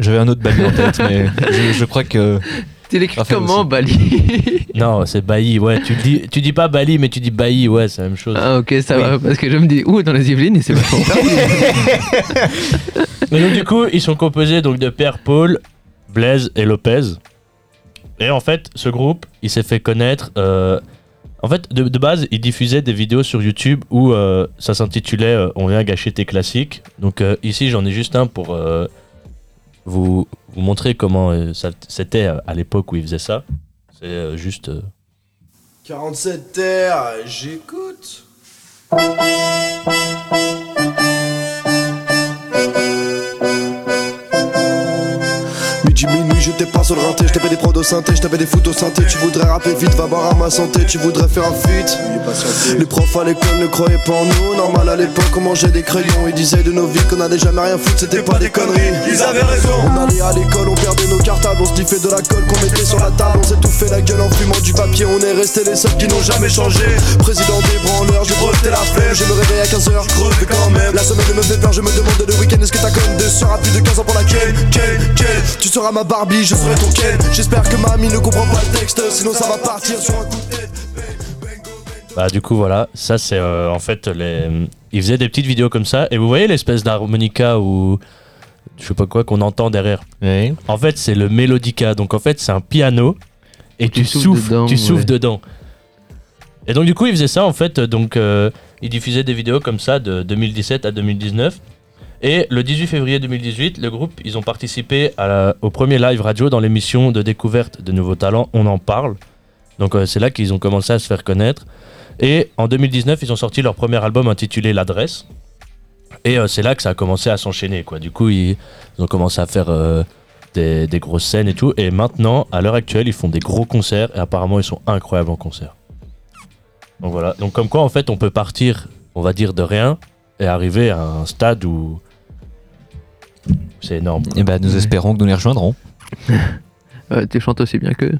Speaker 5: J'avais un autre balut en tête, mais je, je crois que.
Speaker 2: Tu l'écris
Speaker 5: Raphaël
Speaker 2: comment,
Speaker 5: aussi.
Speaker 2: Bali
Speaker 7: Non, c'est Bali, ouais. Tu dis, tu dis pas Bali, mais tu dis Bali, ouais, c'est la même chose.
Speaker 2: Ah, ok, ça va, parce que je me dis, ouh, dans les Yvelines, et c'est vachement
Speaker 6: Ah
Speaker 2: tard.
Speaker 7: Mais donc du coup, ils sont composés donc de Pierre Paul, Blaise et Lopez. Et en fait, ce groupe, il s'est fait connaître. euh, en fait, de, de base, il diffusait des vidéos sur YouTube où euh, ça s'intitulait euh, On vient gâcher tes classiques. Donc euh, ici, j'en ai juste un pour euh, vous, vous montrer comment euh, ça- c'était euh, à l'époque où ils faisaient ça. C'est euh, juste. euh,
Speaker 9: 47 terres, j'écoute.
Speaker 10: Midi, minuit, je t'ai pas sur le rinté, je t'ai fait des prods au synthé, je t'avais des foot au synthé, tu voudrais rapper vite, va boire à ma santé, tu voudrais faire un feat. Les profs à l'école ne croyaient pas en nous, normal à l'époque on mangeait des crayons, ils disaient de nos vies qu'on allait jamais rien foutre, c'était pas des conneries.
Speaker 9: Ils avaient raison.
Speaker 10: On allait à l'école, on perdait nos cartables, on se diffait de la colle qu'on mettait sur la table, on s'étouffait la gueule en fumant du papier, on est restés les seuls qui n'ont jamais changé. Président des branleurs, je brevetais la flemme, je me réveille à 15h, je crevais quand même. La semaine me fait peur, je me demandais le week-end, est-ce que t'as connu deux sœurs à plus de 15 ans pour laquelle, quelle, quelle Tu seras ma Barbie, je serai ton Ken. J'espère que mamie ne comprend pas le texte, sinon ça va partir sur un coup de tête.
Speaker 7: Bah du coup voilà, ça c'est euh, en fait les... Ils faisaient des petites vidéos comme ça et vous voyez l'espèce d'harmonica ou je sais pas quoi qu'on entend derrière. En fait c'est le mélodica, donc en fait c'est un piano et tu, souffles,
Speaker 2: dedans,
Speaker 7: tu souffles
Speaker 2: ouais.
Speaker 7: dedans. Et donc du coup ils faisaient ça en fait, euh, donc euh, ils diffusaient des vidéos comme ça de 2017 à 2019. Et le 18 février 2018, le groupe, ils ont participé à la- au premier live radio dans l'émission de découverte de nouveaux talents On en parle. Donc euh, c'est là qu'ils ont commencé à se faire connaître. Et en 2019, ils ont sorti leur premier album intitulé L'adresse. Et euh, c'est là que ça a commencé à s'enchaîner. quoi. Du coup, ils, ils ont commencé à faire euh, des, des grosses scènes et tout. Et maintenant, à l'heure actuelle, ils font des gros concerts. Et apparemment, ils sont incroyables en concert. Donc voilà. Donc comme quoi, en fait, on peut partir, on va dire, de rien et arriver à un stade où c'est énorme.
Speaker 5: Et ben, nous espérons que nous les rejoindrons.
Speaker 2: Ouais, tu chantes aussi bien qu'eux.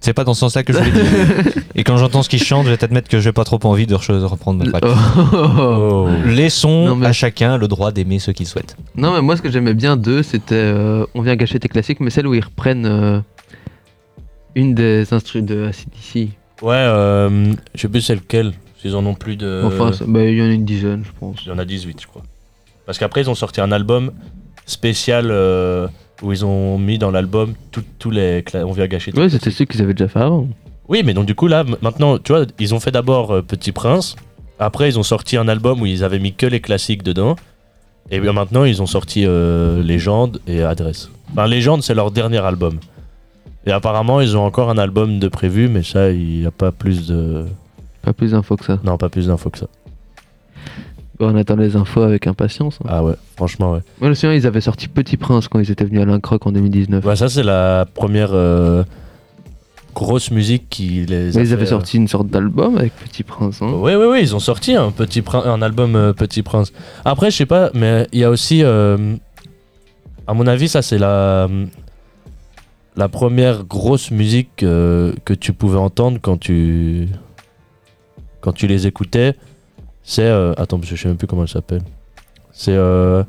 Speaker 5: C'est pas dans ce sens-là que je voulais dire. Et quand j'entends ce qu'ils chantent, je vais t'admettre que j'ai pas trop envie de, re- de reprendre mon patch.
Speaker 2: Oh.
Speaker 5: Laissons
Speaker 2: Non, mais-
Speaker 5: à chacun le droit d'aimer ce qu'il souhaite.
Speaker 2: Non, mais moi, ce que j'aimais bien d'eux, c'était euh, On vient gâcher tes classiques, mais celle où ils reprennent euh, une des instrus de ACDC.
Speaker 7: Ouais, euh, je sais plus c'est lequel. Ils en ont plus de.
Speaker 2: Enfin, ça- bah, il y en a une dizaine, je pense.
Speaker 7: Il y en a 18, je crois. Parce qu'après, ils ont sorti un album spécial euh, où ils ont mis dans l'album tout- tous les. cla- On vient gâcher. tout.
Speaker 2: Ouais, c'était ceux qu'ils avaient déjà fait avant.
Speaker 7: Oui, mais donc du coup, là, m- maintenant, tu vois, ils ont fait d'abord euh, Petit Prince. Après, ils ont sorti un album où ils avaient mis que les classiques dedans. Et bien maintenant, ils ont sorti euh, Légende et Adresse. Enfin, Légende, c'est leur dernier album. Et apparemment, ils ont encore un album de prévu, mais ça, il n'y a pas plus de.
Speaker 2: Pas plus d'infos que ça.
Speaker 7: Non, pas plus d'infos que ça.
Speaker 2: Bon, on attend les infos avec impatience. hein.
Speaker 7: Ah ouais, franchement, ouais.
Speaker 2: Moi, je me souviens, ils avaient sorti Petit Prince quand ils étaient venus à l'Incroc en 2019.
Speaker 7: Ouais, ça, c'est la première euh, grosse musique qui les.
Speaker 2: Mais ils
Speaker 7: a
Speaker 2: avaient
Speaker 7: fait, euh,
Speaker 2: sorti une sorte d'album avec Petit Prince. hein.
Speaker 7: Oui, oui, oui, ils ont sorti un, petit Prin- un album euh, Petit Prince. Après, je sais pas, mais il y a aussi, euh, à mon avis, ça c'est la, euh, la première grosse musique euh, que tu pouvais entendre quand tu, quand tu les écoutais. C'est, euh, attends, parce que je sais même plus comment elle s'appelle. C'est, euh,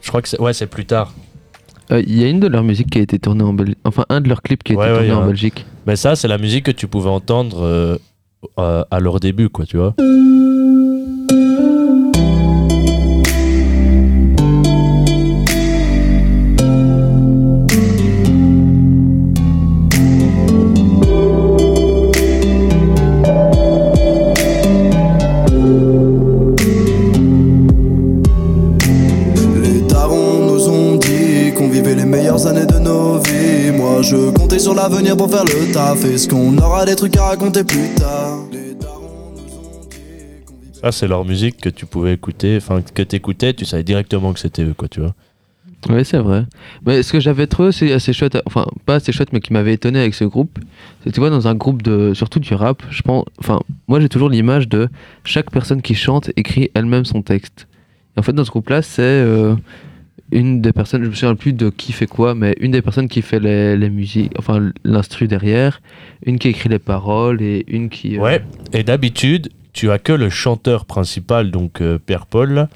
Speaker 7: je crois que c'est, ouais, c'est plus tard.
Speaker 2: Euh, Il y a une de leurs musiques qui a été tournée en Belgique. Enfin, un de leurs clips qui a
Speaker 7: Ouais,
Speaker 2: été
Speaker 7: ouais,
Speaker 2: tourné
Speaker 7: y a
Speaker 2: en
Speaker 7: un-
Speaker 2: Belgique.
Speaker 7: Mais ça, c'est la musique que tu pouvais entendre euh, euh, à leur début, quoi, tu vois.
Speaker 10: Les darons nous ont dit qu'on vivait les meilleures années de nos vies. Moi je comptais sur l'avenir pour faire le taf. Est-ce qu'on aura des trucs à raconter plus tard
Speaker 7: Ça, c'est leur musique que tu pouvais écouter, enfin, que t'écoutais, tu savais directement que c'était eux, quoi, tu vois.
Speaker 2: Oui, c'est vrai. Mais ce que j'avais trouvé aussi assez chouette, enfin, pas assez chouette, mais qui m'avait étonné avec ce groupe, c'est que tu vois, dans un groupe de. surtout du rap, je pense. Enfin, moi j'ai toujours l'image de chaque personne qui chante écrit elle-même son texte. Et en fait, dans ce groupe-là, c'est. euh, une des personnes, je me souviens plus de qui fait quoi, mais une des personnes qui fait les, les musiques, enfin l'instru derrière, une qui écrit les paroles et une qui. euh,
Speaker 7: Ouais, et d'habitude, tu as que le chanteur principal, donc euh, Pierre Paul, là,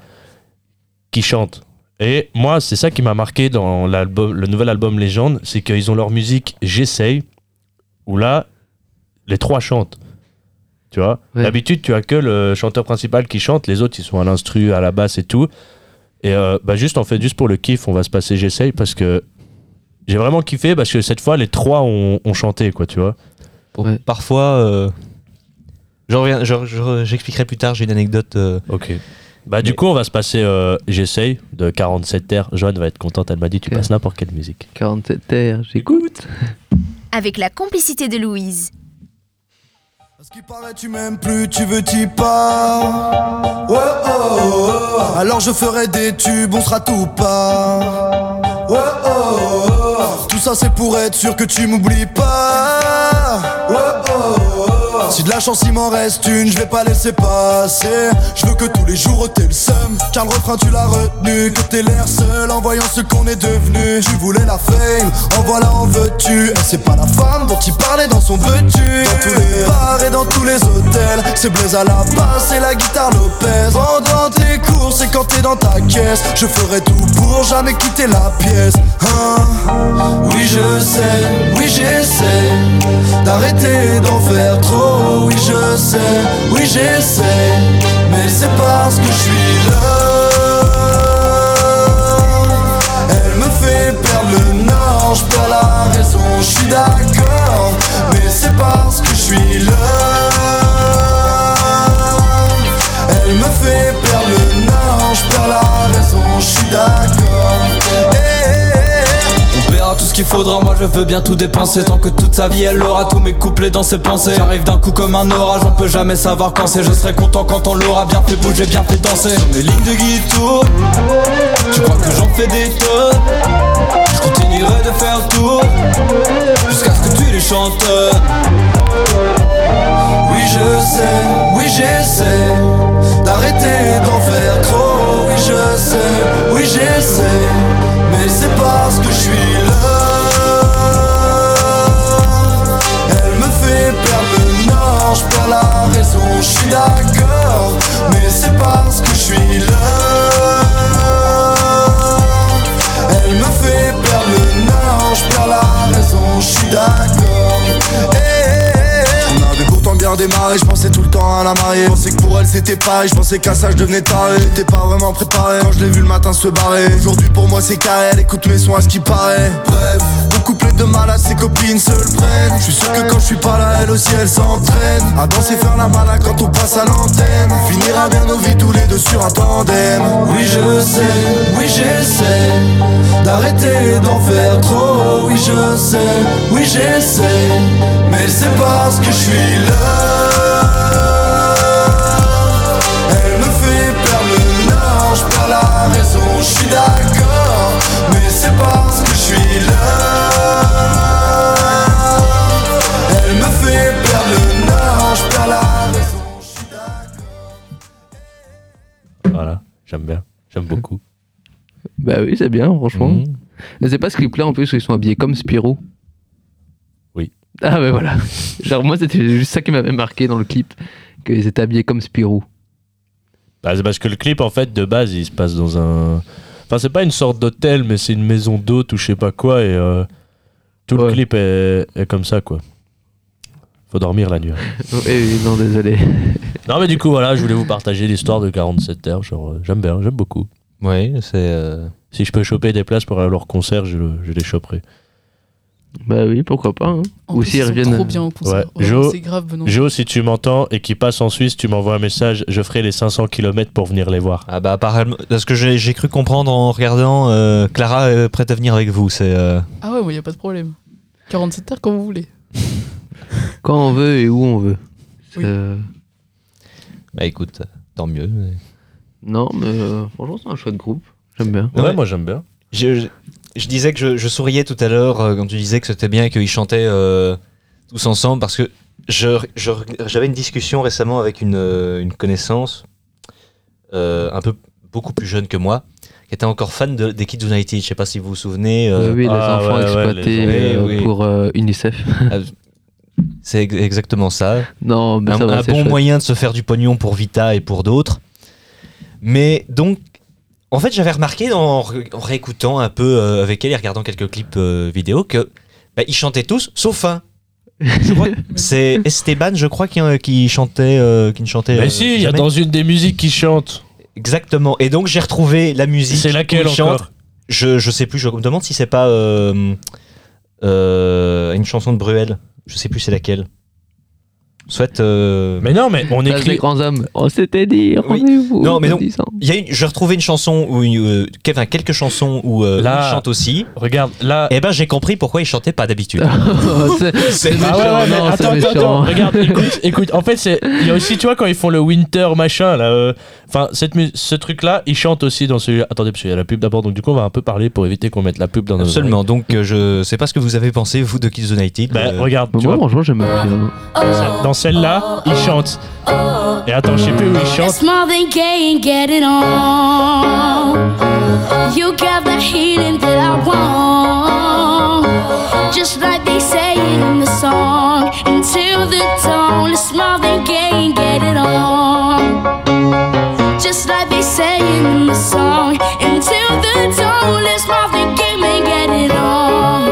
Speaker 7: qui chante. Et moi, c'est ça qui m'a marqué dans l'album, le nouvel album Légende, c'est qu'ils ont leur musique J'essaye, où là, les trois chantent. Tu vois
Speaker 2: Ouais.
Speaker 7: D'habitude, tu as que le chanteur principal qui chante, les autres, ils sont à l'instru, à la basse et tout. Et euh, bah juste, en fait, juste pour le kiff, on va se passer J'essaye parce que j'ai vraiment kiffé parce que cette fois, les trois ont, ont chanté, quoi, tu vois.
Speaker 5: Pour-
Speaker 2: Ouais.
Speaker 5: Parfois, euh, j'en reviens- je- je- j'expliquerai plus tard, j'ai une anecdote. euh,
Speaker 7: Ok. Bah, du
Speaker 5: Mais-
Speaker 7: coup, on va se passer euh, J'essaye de 47 terres. Joanne va être contente, elle m'a dit tu
Speaker 2: Ok.
Speaker 7: passes n'importe quelle musique.
Speaker 2: 47 terres, j'écoute.
Speaker 8: Avec la complicité de Louise.
Speaker 10: Ce qui paraît, tu m'aimes plus, tu veux t'y pas. Ouais, oh, oh, oh. Alors je ferai des tubes, on sera tout pas. Ouais, oh, oh, oh. Tout ça c'est pour être sûr que tu m'oublies pas. Ouais, oh, oh, oh. Si de la chance il m'en reste une, je vais pas laisser passer. Je veux que tous les jours oh, t'es le seum. Car le refrain tu l'as retenu, que t'es l'air seul en voyant ce qu'on est devenu. Tu voulais la fame, en voilà en veux-tu. Et c'est pas la femme dont il parlait dans son veux-tu. Dans tous les bars et dans tous les hôtels, c'est Blaise à la basse et la guitare Lopez. Pendant tes courses et quand t'es dans ta caisse, je ferai tout pour jamais quitter la pièce. Hein oui je sais, oui j'essaie d'arrêter d'en faire trop. Oui je sais, oui j'essaie, mais c'est parce que je suis là. Elle me fait perdre le nord, je perds la raison, je suis d'accord, mais c'est parce que je suis là. Elle me fait perdre le nord,
Speaker 11: qu'il faudra, moi je veux bien tout dépenser Tant que toute sa vie elle aura tous mes couplets dans ses pensées J'arrive d'un coup comme un orage, on peut jamais savoir quand c'est Je serai content quand on l'aura bien fait bouger, bien fait danser Sur mes lignes de guitour, tu crois que j'en fais des tonnes Je continuerai de faire le tour, jusqu'à ce que tu les chantes
Speaker 10: Oui je sais, oui j'essaie D'arrêter d'en faire trop Oui je sais, oui j'essaie Mais c'est parce que je suis là Elle me fait perdre le nord Je perds la raison, je suis d'accord Mais c'est parce que je suis là Elle me fait perdre le nord Je perds la raison, je suis d'accord Eh, on avait pourtant bien démarré, je pensais tout le temps à la mariée. Je pensais que pour elle c'était pareil, je pensais qu'à ça je devenais taré. J'étais pas vraiment préparé quand je l'ai vu le matin se barrer. Aujourd'hui pour moi c'est carré, elle écoute mes sons à ce qui paraît. Bref, beaucoup couple de mal à ses copines se le prennent. Je suis sûr que quand je suis pas là, elle aussi elle s'entraîne. À danser, faire la malade quand on passe à l'antenne. On finira bien nos vies tous les deux sur un tandem. Oui, je sais, oui, j'essaie d'arrêter d'en faire trop. Oui, je sais, oui, j'essaie, mais c'est parce que je suis là. Elle me fait perdre le nord, je perds la raison, je suis d'accord, mais c'est parce que je suis là. Elle me fait perdre le nord, je perds la raison.
Speaker 7: Voilà, j'aime bien. J'aime beaucoup.
Speaker 2: Bah oui, c'est bien, franchement.
Speaker 5: Mmh.
Speaker 2: Mais c'est pas ce clip-là en plus où ils sont habillés comme Spirou
Speaker 7: Oui.
Speaker 2: Ah bah voilà. Genre, moi, c'était juste ça qui m'avait marqué dans le clip, qu'ils étaient habillés comme Spirou.
Speaker 7: Bah, c'est parce que le clip, en fait, de base, il se passe dans un. Enfin, c'est pas une sorte d'hôtel, mais c'est une maison d'hôte ou je sais pas quoi. Et euh, tout le clip est, est comme ça, quoi. Faut dormir la nuit.
Speaker 2: Oui, oui, non, désolé.
Speaker 7: non, mais du coup, voilà, je voulais vous partager l'histoire de 47 heures. Genre, euh, j'aime bien, j'aime beaucoup.
Speaker 5: Oui, c'est. euh,
Speaker 7: Si je peux choper des places pour aller à leur concert, je, le- je les choperai.
Speaker 2: Bah oui, pourquoi pas. hein. Ou s'ils reviennent.
Speaker 6: trop bien au concert.
Speaker 7: Ouais.
Speaker 6: Vraiment,
Speaker 7: Jo,
Speaker 6: c'est grave, Benoît.
Speaker 7: Jo, si tu m'entends et qui passe en Suisse, tu m'envoies un message. Je ferai les 500 km pour venir les voir.
Speaker 5: Ah bah apparemment, ce que j'ai j'ai cru comprendre en regardant euh, Clara est prête à venir avec vous, c'est euh,
Speaker 6: Ah ouais, il n'y a pas de problème. 47 heures quand vous voulez.
Speaker 2: Quand on veut et où on veut.
Speaker 6: Oui.
Speaker 2: Euh,
Speaker 5: bah écoute, tant mieux.
Speaker 2: Non, mais euh, franchement, c'est un choix de groupe. J'aime bien.
Speaker 7: Ouais, moi j'aime bien.
Speaker 5: Je, je- je disais que je, je souriais tout à l'heure euh, quand tu disais que c'était bien qu'ils chantaient euh, tous ensemble parce que je- je- j'avais une discussion récemment avec une, euh, une connaissance euh, un peu beaucoup plus jeune que moi qui était encore fan de- des Kids United. Je sais pas si vous vous souvenez. euh,
Speaker 2: oui, les
Speaker 7: ah,
Speaker 2: enfants
Speaker 7: ouais, ouais,
Speaker 2: exploités
Speaker 5: les enfants.
Speaker 2: euh,
Speaker 5: Oui, oui.
Speaker 2: pour euh, UNICEF.
Speaker 5: Ah, C'est ex- exactement ça.
Speaker 2: Non, mais
Speaker 5: un,
Speaker 2: ça va,
Speaker 5: un
Speaker 2: c'est
Speaker 5: bon
Speaker 2: chouette.
Speaker 5: moyen de se faire du pognon pour Vita et pour d'autres. Mais donc, en fait, j'avais remarqué en, re- en réécoutant un peu euh, avec elle et regardant quelques clips euh, vidéo que bah, ils chantaient tous, sauf un. Je crois que c'est Esteban, je crois, qui, euh, qui chantait, euh, qui ne chantait.
Speaker 7: Mais
Speaker 5: euh,
Speaker 7: Bah si, il y a
Speaker 5: jamais.
Speaker 7: dans une des musiques qui chante.
Speaker 5: Exactement. Et donc j'ai retrouvé la musique.
Speaker 7: C'est laquelle
Speaker 5: où il chante.
Speaker 7: encore
Speaker 5: je, je sais plus. Je me demande si c'est pas euh, euh, une chanson de Bruel. Je sais plus c'est laquelle. Soit. euh,
Speaker 7: Mais non, mais on
Speaker 2: Place des
Speaker 7: écrit.
Speaker 2: grands hommes. On s'était dit, rendez-vous.
Speaker 5: Non, mais
Speaker 2: dans
Speaker 5: non.
Speaker 2: 10 ans.
Speaker 5: Il y a une, j'ai retrouvé une chanson où il- euh, Kevin, quelques chansons où euh,
Speaker 7: Là.
Speaker 5: il chante aussi.
Speaker 7: Regarde, là.
Speaker 5: Et ben j'ai compris pourquoi il chantait pas d'habitude.
Speaker 2: Oh, c'est- c'est
Speaker 7: Ah ouais,
Speaker 2: méchant,
Speaker 7: ouais, mais
Speaker 2: non, c'est
Speaker 7: attends, attends, attends,
Speaker 2: méchant.
Speaker 7: regarde, écoute, écoute. En fait, c'est, il y a aussi, tu vois, quand ils font le winter machin, là, euh, enfin, cette mu- ce truc-là, ils chantent aussi dans celui-là. Attendez, parce qu'il y a la pub d'abord, donc du coup, on va un peu parler pour éviter qu'on mette la pub dans nos.
Speaker 5: Seulement, donc euh, je sais pas ce que vous avez pensé vous de Kids United.
Speaker 7: Bah,
Speaker 5: Euh,
Speaker 7: regarde, tu
Speaker 2: Moi,
Speaker 7: vois,
Speaker 2: franchement, j'aime bien.
Speaker 7: dans celle-là, ils chantent. Et attends, je sais plus où ils chantent.
Speaker 12: It's more than gay and get it on. You got the healing that I want. Just like they say it in the song. Until the tone, it's more than gay and get it on. Just like they say it in the song. Until the tone, it's more than gay and get it on.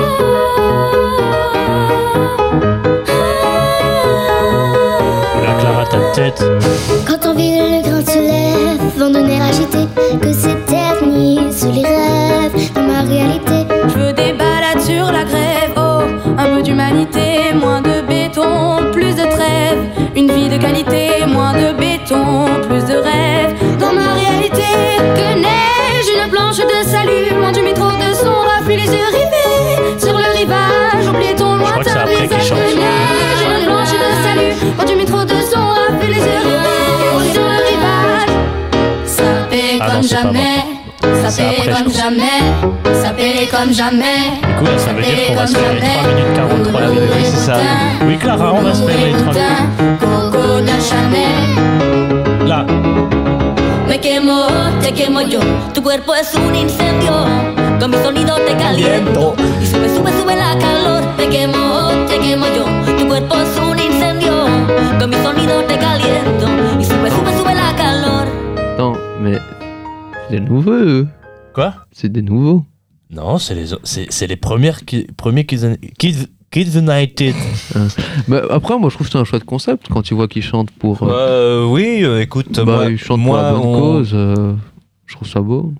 Speaker 7: Oula, Clara, ta tête.
Speaker 13: Quand en ville le grain se lève, vent de nerfs agité, que s'éternise les rêves dans ma réalité.
Speaker 12: Je veux des balades sur la grève, oh, un peu d'humanité, moins de béton, plus de trêve, une vie de qualité, moins de béton, plus de rêve, dans ma réalité, que neige, une planche de salut, loin du métro, de son rafle, les yeux rivés sur le Quand du métro de son a fait les yeux rouges sur le rivage. Ça paie
Speaker 7: Ah non,
Speaker 12: comme
Speaker 7: c'est pas moi.
Speaker 12: jamais. Ça
Speaker 7: C'est
Speaker 12: paie
Speaker 7: après, je
Speaker 12: comme
Speaker 7: crois.
Speaker 12: jamais. Ça paie comme jamais.
Speaker 7: Du coup, ça veut dire qu'on va se faire les 3 minutes 43 là.
Speaker 12: Oui,
Speaker 7: c'est ça. Oui, Clara, Ah, on va se faire les 3 minutes.
Speaker 12: Coco de Chanel.
Speaker 7: Là.
Speaker 12: Me quemo, te quemo yo. Tu cuerpo es un incendio. Con mi sonido te caliento. Y sube, sube, sube la calor. Te quemo, te quemo yo. Tu cuerpo es un incendio. Con mi sonido te caliento. Y sube, sube, sube la calor.
Speaker 2: Attends, mais. C'est des nouveaux, eux.
Speaker 7: Quoi
Speaker 2: C'est des nouveaux.
Speaker 7: Non, c'est les, c'est, c'est les premières qui, premiers Kids, Kids, Kids United.
Speaker 2: Hein. Mais après, moi, je trouve que c'est un choix de concept quand tu vois qu'ils chantent pour. euh,
Speaker 5: oui, euh, écoute,
Speaker 2: bah,
Speaker 5: moi,
Speaker 2: ils chantent
Speaker 5: moi,
Speaker 2: pour la bonne
Speaker 5: on-
Speaker 2: cause. euh, je trouve ça beau.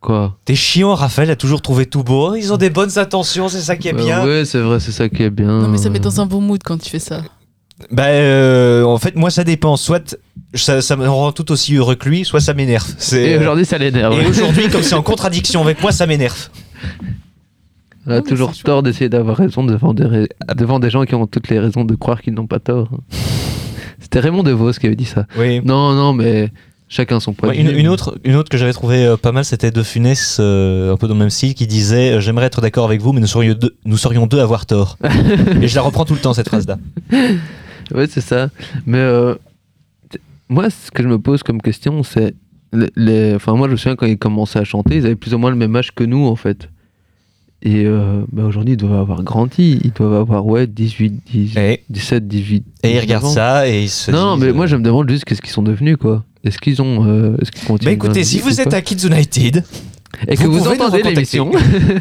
Speaker 2: Quoi
Speaker 5: T'es chiant, Raphaël a toujours trouvé tout beau. Ils ont des bonnes intentions, c'est ça qui est
Speaker 2: Bah
Speaker 5: bien.
Speaker 2: Ouais, c'est vrai, c'est ça qui est bien.
Speaker 6: Non, mais ça met dans un bon mood quand tu fais ça.
Speaker 5: Bah, euh, en fait, moi, ça dépend. Soit ça, ça me rend tout aussi heureux que lui, soit ça m'énerve. C'est,
Speaker 2: Et
Speaker 5: euh,
Speaker 2: aujourd'hui, ah ça l'énerve.
Speaker 5: Et aujourd'hui, comme c'est en contradiction avec moi, ça m'énerve.
Speaker 6: Ah,
Speaker 2: On a toujours tort d'essayer d'avoir raison devant des, rais- devant des gens qui ont toutes les raisons de croire qu'ils n'ont pas tort. C'était Raymond DeVos qui avait dit ça.
Speaker 5: Oui.
Speaker 2: Non, non, mais chacun son point
Speaker 5: Ouais,
Speaker 2: de
Speaker 5: une,
Speaker 2: vue.
Speaker 5: une autre, une autre que j'avais trouvé euh, pas mal, c'était De Funès, euh, un peu dans le même style, qui disait euh, J'aimerais être d'accord avec vous, mais nous serions deux, nous serions deux à avoir tort. Et je la reprends tout le temps, cette phrase-là.
Speaker 2: Ouais, c'est ça. Mais euh, t- moi, ce que je me pose comme question, c'est. le- Les... Enfin, moi, je me souviens quand ils commençaient à chanter, ils avaient plus ou moins le même âge que nous, en fait. Et euh, bah, aujourd'hui, ils doivent avoir grandi. Ils doivent avoir, ouais, 18, 18 17, 18.
Speaker 5: Et ils
Speaker 2: 19
Speaker 5: regardent
Speaker 2: ans.
Speaker 5: ça et ils se
Speaker 2: Non,
Speaker 5: disent,
Speaker 2: mais
Speaker 5: euh,
Speaker 2: moi, je me demande juste qu'est-ce qu'ils sont devenus, quoi. Est-ce qu'ils ont. euh, Est-ce qu'ils continuent
Speaker 5: Bah écoutez,
Speaker 2: dans
Speaker 5: si
Speaker 2: la musique
Speaker 5: vous
Speaker 2: ou
Speaker 5: êtes
Speaker 2: pas
Speaker 5: à Kids United
Speaker 2: Et que vous
Speaker 5: pouvez nous
Speaker 2: entendez
Speaker 5: recontacter.
Speaker 2: l'émission.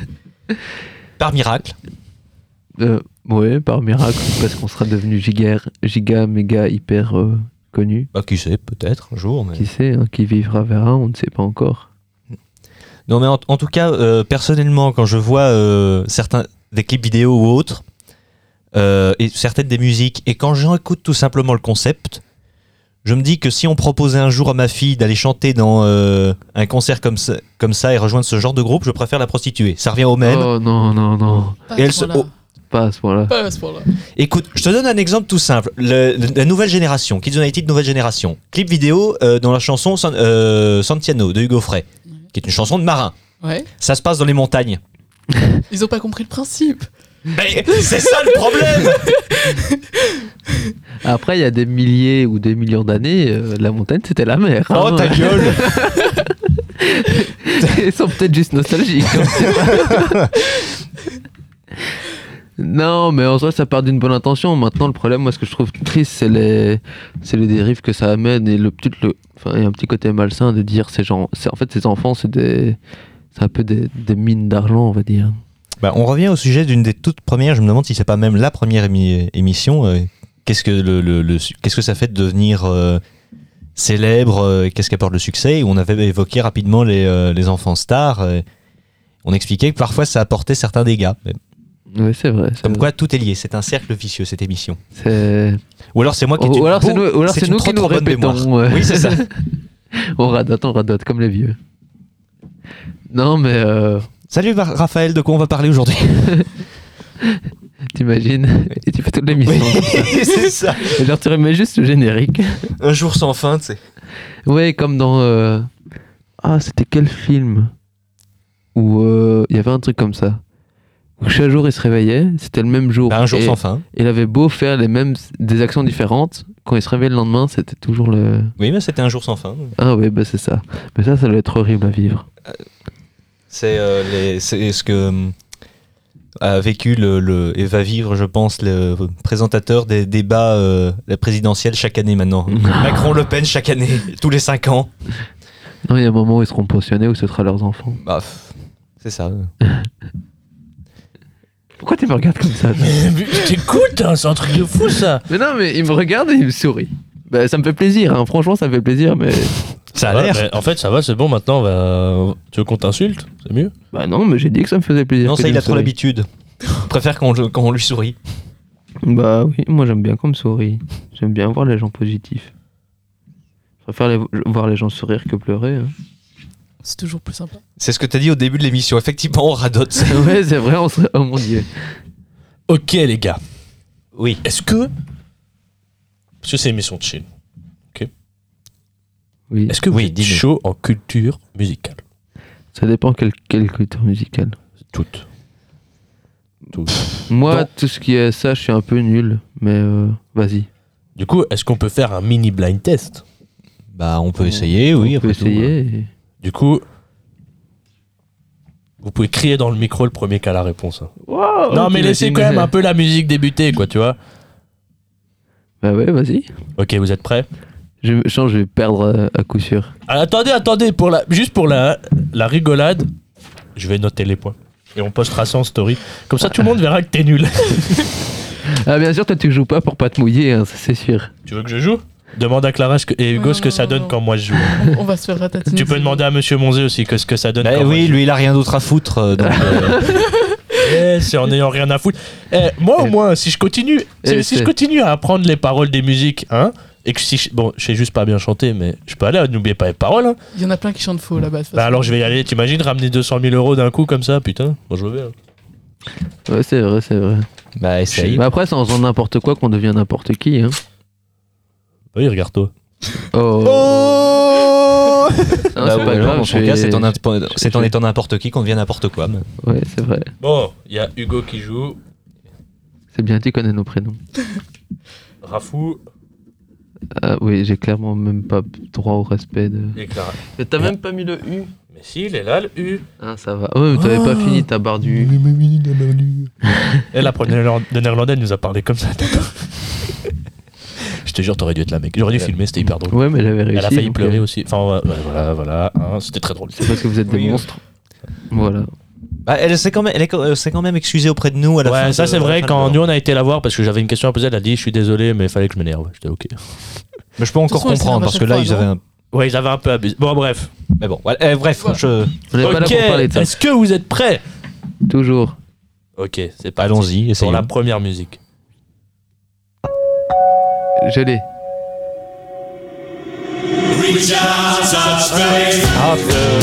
Speaker 5: Par miracle.
Speaker 2: Euh, ouais, par miracle, parce qu'on sera devenu giga, giga, méga, hyper euh, connu.
Speaker 5: Bah, qui sait, peut-être, un jour. mais-
Speaker 2: Qui sait, hein, qui vivra verra, on ne sait pas encore.
Speaker 5: Non, mais en, en tout cas, euh, personnellement, quand je vois euh, certains des clips vidéo ou autres, euh, et certaines des musiques, et quand j'en écoute tout simplement le concept, je me dis que si on proposait un jour à ma fille d'aller chanter dans euh, un concert comme ça, comme ça et rejoindre ce genre de groupe, je préfère la prostituer. Ça revient au même.
Speaker 2: Oh non, non, non.
Speaker 6: Pas à
Speaker 5: Et elle
Speaker 6: ce
Speaker 5: se.
Speaker 6: point-là.
Speaker 5: oh.
Speaker 2: Pas à ce point-là.
Speaker 6: Pas à ce point-là.
Speaker 5: Écoute, je te donne un exemple tout simple. Le- le- la nouvelle génération, Kids United nouvelle génération. Clip vidéo euh, dans la chanson San- euh, Santiano de Hugo Frey, qui est une chanson de marin.
Speaker 6: Ouais.
Speaker 5: Ça se passe dans les montagnes.
Speaker 6: Ils ont pas compris le principe.
Speaker 5: Mais Ben, c'est ça le problème
Speaker 2: Après, il y a des milliers ou des millions d'années, euh, la montagne, c'était la mer. hein.
Speaker 5: Oh, ta gueule
Speaker 2: Ils sont peut-être juste nostalgiques. hein. non, mais en soi, ça part d'une bonne intention. Maintenant, le problème, moi, ce que je trouve triste, c'est les, c'est les dérives que ça amène et le petit, le, enfin, et un petit côté malsain de dire ces gens, c'est, en fait, ces enfants, c'est des, c'est un peu des, des mines d'argent, on va dire.
Speaker 5: Bah, on revient au sujet d'une des toutes premières. Je me demande si c'est pas même la première émi- émission. euh, qu'est-ce que le, le- le su- qu'est-ce que ça fait de devenir euh, célèbre euh, et Qu'est-ce qu'apporte le succès Où on avait évoqué rapidement les, euh, les enfants stars. euh, on expliquait que parfois ça apportait certains dégâts. Mais
Speaker 2: Oui, c'est vrai. c'est
Speaker 5: Comme
Speaker 2: vrai.
Speaker 5: quoi tout est lié. C'est un cercle vicieux cette émission.
Speaker 2: C'est-
Speaker 5: Ou alors c'est moi qui. ai
Speaker 2: Ou-
Speaker 5: une
Speaker 2: ou alors c'est
Speaker 5: beau-
Speaker 2: nous, ou alors c'est
Speaker 5: une
Speaker 2: nous
Speaker 5: trop,
Speaker 2: qui nous
Speaker 5: trop bonne mémoire.
Speaker 2: répétons. ouais.
Speaker 5: Oui c'est ça.
Speaker 2: on radote, on radote comme les vieux. Non mais euh,
Speaker 5: Salut Ra- Raphaël, de quoi on va parler aujourd'hui
Speaker 2: t'imagines et tu fais toute l'émission.
Speaker 5: C'est ça.
Speaker 2: Et genre tu remets juste le générique.
Speaker 5: Un jour sans fin, tu sais.
Speaker 2: Ouais, comme dans euh, ah c'était quel film où euh, il y avait un truc comme ça. Où chaque jour il se réveillait, c'était le même jour.
Speaker 5: Bah, un jour
Speaker 2: Et
Speaker 5: sans fin.
Speaker 2: Il avait beau faire les mêmes des actions différentes, quand il se réveillait le lendemain, c'était toujours le
Speaker 5: Oui mais c'était un jour sans fin.
Speaker 2: ah ouais bah c'est ça. Mais ça ça doit être horrible à vivre.
Speaker 5: C'est euh, les- c'est ce que hum, a vécu le, le- et va vivre, je pense, le présentateur des débats euh, présidentiels chaque année maintenant. Macron-Le Pen chaque année, tous les 5 ans.
Speaker 2: Non, il y a un moment où ils seront pensionnés ou ce sera leurs enfants.
Speaker 5: Bah, pff, c'est ça.
Speaker 2: Pourquoi tu me regardes comme ça toi
Speaker 7: T'écoutes, hein, c'est un truc de fou ça.
Speaker 2: Mais non, mais il me regarde et il me sourit. Bah, ça me fait plaisir, hein. franchement, ça me fait plaisir, mais.
Speaker 5: Ça
Speaker 7: Ouais, mais en fait, ça va, c'est bon, maintenant, on va... tu veux qu'on t'insulte C'est mieux
Speaker 2: Bah non, mais j'ai dit que ça me faisait plaisir.
Speaker 5: Non,
Speaker 2: que
Speaker 5: ça,
Speaker 2: tu
Speaker 5: il
Speaker 2: me
Speaker 5: a trop
Speaker 2: souris.
Speaker 5: l'habitude. Il préfère quand on, quand on lui sourit.
Speaker 2: Bah oui, moi j'aime bien qu'on me sourit. J'aime bien voir les gens positifs. Je préfère les- voir les gens sourire que pleurer. hein.
Speaker 6: C'est toujours plus sympa.
Speaker 5: C'est ce que t'as dit au début de l'émission. Effectivement, on radote.
Speaker 2: ouais, c'est vrai, on serait. Oh mon dieu.
Speaker 7: Ok, les gars.
Speaker 5: Oui.
Speaker 7: Est-ce que Parce que c'est une émission de chill. Ok.
Speaker 2: Oui.
Speaker 7: Est-ce que vous êtes chaud en culture musicale
Speaker 2: Ça dépend quel, quel culture musicale.
Speaker 7: Toutes.
Speaker 2: Moi, tout ce qui est ça, je suis un peu nul, mais euh, vas-y.
Speaker 7: Du coup, est-ce qu'on peut faire un mini blind test
Speaker 5: Bah, on peut essayer, oui,
Speaker 2: On peut
Speaker 5: après tout, hein.
Speaker 2: essayer.
Speaker 7: Du coup, vous pouvez crier dans le micro le premier qui a la réponse. hein.
Speaker 2: Wow,
Speaker 7: non,
Speaker 2: Oh, ok,
Speaker 7: mais laissez
Speaker 2: vas-y,
Speaker 7: quand même
Speaker 2: mais-
Speaker 7: un peu la musique débuter, quoi, tu vois.
Speaker 2: Bah ouais, vas-y.
Speaker 7: Ok, vous êtes prêts
Speaker 2: Je je sens que je vais perdre euh, à coup sûr.
Speaker 7: Ah, Attendez, attendez, pour la, juste pour la, la rigolade, je vais noter les points. Et on postera ça en story. Comme ça, tout le monde verra que t'es nul.
Speaker 2: Ah bien sûr, toi tu joues pas pour pas te mouiller, hein, ça, c'est sûr.
Speaker 7: tu veux que je joue Demande à Clara ce que- et Hugo ce que ça donne quand moi je joue.
Speaker 6: On, on va se faire ratatiner.
Speaker 7: Tu peux demander à Monsieur Monzé aussi que ce que ça donne.
Speaker 5: Bah
Speaker 7: quand moi
Speaker 5: oui,
Speaker 7: je joue.
Speaker 5: lui, il a rien d'autre à foutre. euh, donc, euh,
Speaker 7: Eh, c'est en ayant rien à foutre. Eh, moi au moins, si je continue, si,
Speaker 5: Eh,
Speaker 7: si je
Speaker 5: c'est-
Speaker 7: continue à apprendre les paroles des musiques, hein, et que si je- bon, je sais juste pas bien chanter, mais je peux aller. hein, N'oubliez pas les paroles. hein.
Speaker 6: Il y en a plein qui chantent faux là-bas. de toute
Speaker 7: Bah
Speaker 6: façon.
Speaker 7: alors je vais y aller. T'imagines ramener 200 000 euros d'un coup comme ça, putain. Bon, je vais. hein.
Speaker 2: Ouais, c'est vrai, c'est vrai.
Speaker 5: Bah essaye.
Speaker 2: Mais après, c'est en faisant n'importe quoi qu'on devient n'importe qui. Hein.
Speaker 7: Oui, regarde-toi.
Speaker 2: Oh.
Speaker 5: Oh Bah
Speaker 2: Non, Ah, c'est
Speaker 5: ouais,
Speaker 2: pas
Speaker 5: non,
Speaker 2: grave,
Speaker 5: dans
Speaker 2: je
Speaker 5: son
Speaker 2: vais-
Speaker 5: cas, c'est en, impo-
Speaker 2: je-
Speaker 5: c'est en étant n'importe qui qu'on devient n'importe quoi. mais-
Speaker 2: Ouais, c'est vrai.
Speaker 7: Bon, il y a Hugo qui joue,
Speaker 2: C'est bien, tu connais nos prénoms.
Speaker 7: Rafou
Speaker 2: Ah oui, j'ai clairement même pas droit au respect de.
Speaker 7: et Clara.
Speaker 2: Mais t'as même pas mis le U.
Speaker 7: Mais si, il est là le U.
Speaker 2: Ah, ça va. Ouais, mais t'avais pas fini ta barre du.
Speaker 7: Et Eh, la première de néerlandais nous a parlé comme ça. d'accord. Je te jure, t'aurais dû être là, mec. J'aurais dû filmer, c'était hyper drôle.
Speaker 2: Ouais, mais j'avais
Speaker 7: Elle a
Speaker 2: réussi,
Speaker 7: failli
Speaker 2: donc,
Speaker 7: pleurer
Speaker 2: euh,
Speaker 7: aussi. Enfin, ouais, ouais, voilà, voilà. hein, c'était très drôle.
Speaker 2: C'est parce que vous êtes des monstres. Voilà.
Speaker 5: Bah, elle s'est quand même, elle est- euh, s'est quand même excusée auprès de nous à la fin.
Speaker 7: Ouais, ça
Speaker 5: de-
Speaker 7: c'est
Speaker 5: à la
Speaker 7: vrai.
Speaker 5: fin de
Speaker 7: Quand
Speaker 5: leur-
Speaker 7: nous on a été la voir parce que j'avais une question à poser, elle a dit Je suis désolé, mais il fallait que je m'énerve. J'étais ok.
Speaker 5: Mais je peux encore
Speaker 6: façon, elle s'énerve
Speaker 5: comprendre
Speaker 6: à
Speaker 5: parce que
Speaker 6: chaque
Speaker 5: là
Speaker 6: fois,
Speaker 5: ils avaient. un-
Speaker 2: hein.
Speaker 7: Ouais, ils avaient un peu abusé. Bon, bref.
Speaker 5: Mais bon, ouais, eh, bref, je.
Speaker 2: On est pas là
Speaker 7: Ok,
Speaker 2: pour parler de ça.
Speaker 7: est-ce que vous êtes prêts
Speaker 2: Toujours.
Speaker 7: Ok, c'est pas
Speaker 5: Allons-y,
Speaker 7: Pour
Speaker 5: essayons.
Speaker 7: la première musique.
Speaker 2: Je l'ai.
Speaker 5: Ah, euh,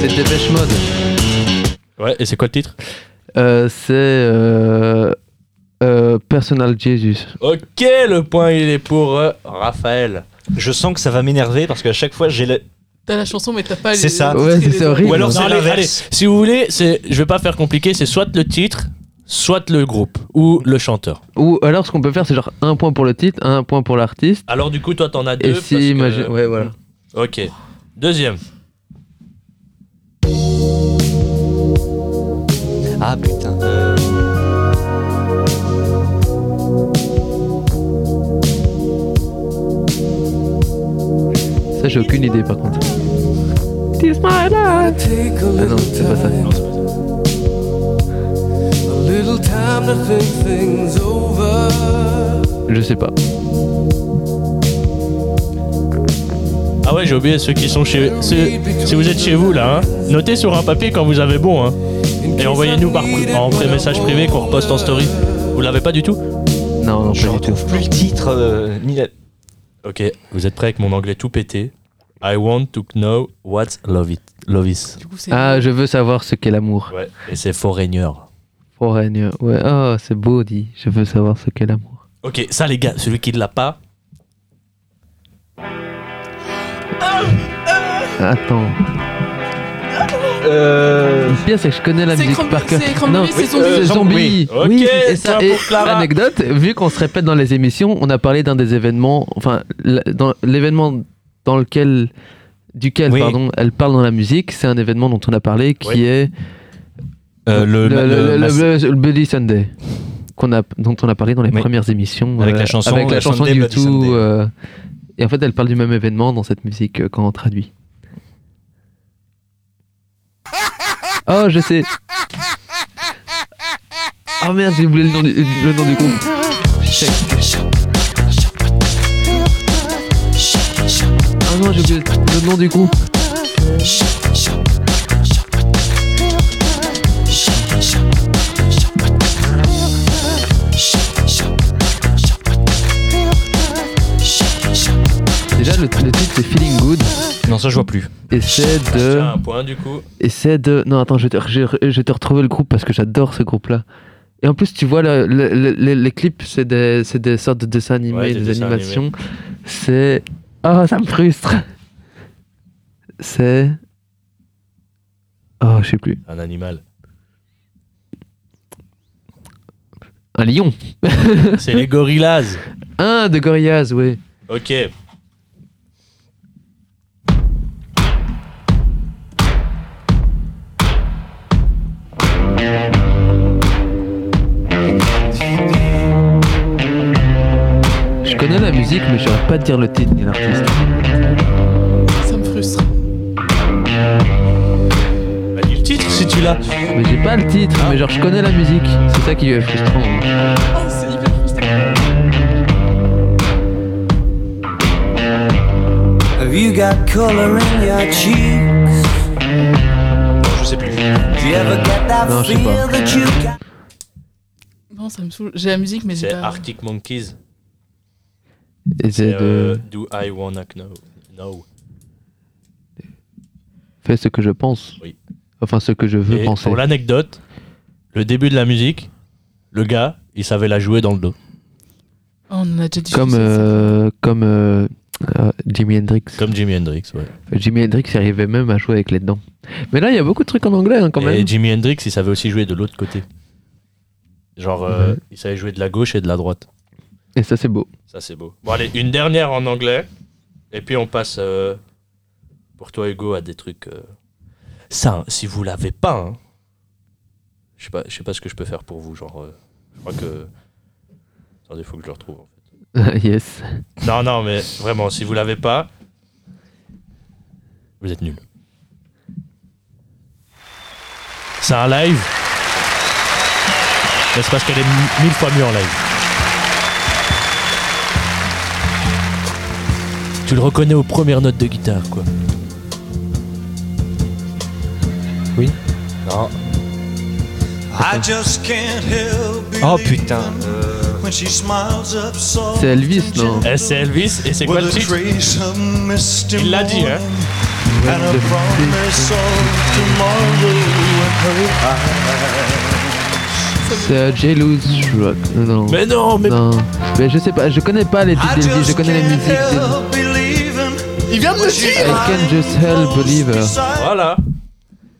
Speaker 2: C'est Dépêche Mode.
Speaker 7: Ouais, et c'est quoi le titre
Speaker 2: Euh, c'est. Euh, euh, Personal Jesus.
Speaker 7: Ok, le point il est pour euh, Raphaël.
Speaker 5: je sens que ça va m'énerver parce qu'à chaque fois j'ai le.
Speaker 6: T'as la chanson, mais t'as pas les.
Speaker 5: C'est ça.
Speaker 2: Ouais, c'est-
Speaker 6: les-
Speaker 2: c'est horrible.
Speaker 5: Ou alors
Speaker 7: Non,
Speaker 5: c'est
Speaker 7: allez,
Speaker 5: l'inverse.
Speaker 7: allez, Si vous voulez, c'est, je vais pas faire compliqué, c'est soit le titre, soit le groupe ou le chanteur.
Speaker 2: Ou alors, ce qu'on peut faire, c'est genre un point pour le titre, un point pour l'artiste.
Speaker 7: Alors du coup, toi t'en as deux.
Speaker 2: Et
Speaker 7: parce
Speaker 2: si.
Speaker 7: que-
Speaker 2: imagine- Ouais, voilà.
Speaker 7: Ok. Deuxième.
Speaker 5: Ah putain. euh,
Speaker 2: Ça, j'ai aucune idée par contre. Ah non, c'est pas ça. Je sais pas.
Speaker 7: Ah ouais, j'ai oublié ceux qui sont chez ceux- si vous êtes chez vous là, hein, notez sur un papier quand vous avez bon hein. Et envoyez-nous par pri- en pré- message privé qu'on reposte en story. Vous l'avez pas du tout
Speaker 2: Non, non,
Speaker 5: Je
Speaker 2: pas du tout.
Speaker 5: retrouve plus le titre euh, ni la.
Speaker 7: OK, vous êtes prêts avec mon anglais tout pété I want to know what love it love is.
Speaker 6: Du coup, c'est-
Speaker 2: Ah, je veux savoir ce qu'est l'amour.
Speaker 7: Ouais, et c'est Foreigner.
Speaker 2: Foreigner. Ouais, oh, c'est beau dit. Je veux savoir ce qu'est l'amour.
Speaker 7: OK, ça les gars, celui qui ne l'a pas,
Speaker 2: Attends. Le pire, c'est que je connais la
Speaker 6: C'est
Speaker 2: musique
Speaker 6: Cranberry-
Speaker 2: par cœur.
Speaker 6: c'est Cranberry, c'est
Speaker 2: oui,
Speaker 6: Zombie.
Speaker 2: euh,
Speaker 6: Zombie.
Speaker 2: Zombie.
Speaker 7: Ok,
Speaker 2: Oui, et ça,
Speaker 7: point
Speaker 2: et
Speaker 7: pour Clara.
Speaker 2: anecdote, vu qu'on se répète dans les émissions, on a parlé d'un des événements, enfin, l- dans l'événement dans lequel, duquel,
Speaker 5: Oui.
Speaker 2: pardon, elle parle dans la musique, c'est un événement dont on a parlé qui
Speaker 7: Oui.
Speaker 2: est
Speaker 5: Euh, le,
Speaker 2: le,
Speaker 5: le-
Speaker 2: le- le-
Speaker 5: ma-
Speaker 2: le- le Bloody Sunday qu'on a, dont on a parlé dans les
Speaker 5: Oui.
Speaker 2: premières émissions
Speaker 5: Avec la chanson,
Speaker 2: avec la
Speaker 5: euh,
Speaker 2: chanson
Speaker 5: Sunday,
Speaker 2: du
Speaker 5: Bloody
Speaker 2: tout
Speaker 5: Sunday.
Speaker 2: euh, et en fait elle parle du même événement dans cette musique euh, quand on traduit oh je sais oh merde j'ai oublié le nom du, le nom du groupe oh non j'ai oublié le le nom du groupe déjà le, le titre c'est Feeling Good
Speaker 5: Non, ça je vois plus.
Speaker 2: et c'est de
Speaker 7: Tiens, un point du coup.
Speaker 2: Et c'est de. Non, attends, je vais te, je, je vais te retrouver le groupe parce que j'adore ce groupe-là. Et en plus, tu vois, le- le- le- les- les clips, c'est des, c'est des sortes de dessins animés,
Speaker 7: Ouais, des
Speaker 2: des,
Speaker 7: dessins
Speaker 2: animations.
Speaker 7: animés.
Speaker 2: C'est. Oh, ça me frustre C'est. Oh, je sais plus.
Speaker 7: Un animal.
Speaker 2: Un lion
Speaker 7: C'est les Gorillaz
Speaker 2: Un de Gorillaz, oui.
Speaker 7: Ok.
Speaker 2: Je connais la musique, mais je saurais pas te dire le titre de l'artiste.
Speaker 6: Ça me frustre.
Speaker 7: Bah, dis le titre si tu l'as.
Speaker 2: Mais j'ai pas le titre, mais genre je connais la musique. C'est ça qui est frustrant.
Speaker 6: Ah, c'est hyper frustrant.
Speaker 14: Have you got color in your cheeks?
Speaker 7: Je sais plus.
Speaker 14: Do you ever get that
Speaker 2: Non, je sais
Speaker 14: feel
Speaker 2: pas.
Speaker 14: that you got?
Speaker 6: Non, ça me saoule. J'ai la musique, mais j'ai
Speaker 7: C'est
Speaker 6: pas.
Speaker 7: Arctic Monkeys.
Speaker 2: Et c'est
Speaker 7: C'est, euh,
Speaker 2: de.
Speaker 7: Do I Wanna Know? No.
Speaker 2: Fais ce que je pense.
Speaker 7: Oui.
Speaker 2: Enfin, ce que je veux
Speaker 7: Et
Speaker 2: penser.
Speaker 7: pour l'anecdote, le début de la musique, le gars, il savait la jouer dans le dos.
Speaker 6: Oh, on en a déjà dit.
Speaker 2: Comme, euh, comme euh, euh, Jimi Hendrix.
Speaker 7: Comme Jimi Hendrix, ouais.
Speaker 2: Jimi Hendrix il arrivait même à jouer avec les dents. Mais là, il y a beaucoup de trucs en anglais hein, quand
Speaker 7: Et
Speaker 2: même.
Speaker 7: Jimi Hendrix, il savait aussi jouer de l'autre côté. Genre, euh, il savait jouer de la gauche et de la droite.
Speaker 2: Et ça, c'est beau.
Speaker 7: Ça, c'est beau. Bon, allez, une dernière en anglais. Et puis on passe, euh, pour toi, Hugo, à des trucs. euh, Ça, hein, si vous l'avez pas, hein, je sais pas, je sais pas ce que je peux faire pour vous. Genre, euh, je crois que. Attendez, faut que je le retrouve. en fait.
Speaker 2: yes.
Speaker 7: Non, non, mais vraiment, si vous l'avez pas, vous êtes nul. C'est un live. Mais c'est parce qu'elle est mi- mille fois mieux en live. Tu le reconnais aux premières notes de guitare, quoi.
Speaker 5: Oui.
Speaker 7: Non.
Speaker 15: I just can't help
Speaker 5: Oh putain.
Speaker 15: when she smiles up soft.
Speaker 2: C'est Elvis, non
Speaker 7: Eh, c'est Elvis, et c'est quoi le
Speaker 15: With a
Speaker 7: titre
Speaker 15: trace of misty
Speaker 7: Il l'a dit, hein.
Speaker 15: morning And a promise of tomorrow in her eyes.
Speaker 2: C'est euh, Jealous Rock. Non.
Speaker 15: Mais non, mais-
Speaker 2: Non. Mais je sais pas, je connais pas les titres
Speaker 15: I
Speaker 2: d'Elvis, je
Speaker 15: just
Speaker 2: connais la
Speaker 15: can't
Speaker 2: musique d'Elvis.
Speaker 15: help believing
Speaker 6: Il vient de le
Speaker 15: when she
Speaker 2: I can just help believer.
Speaker 7: Voilà.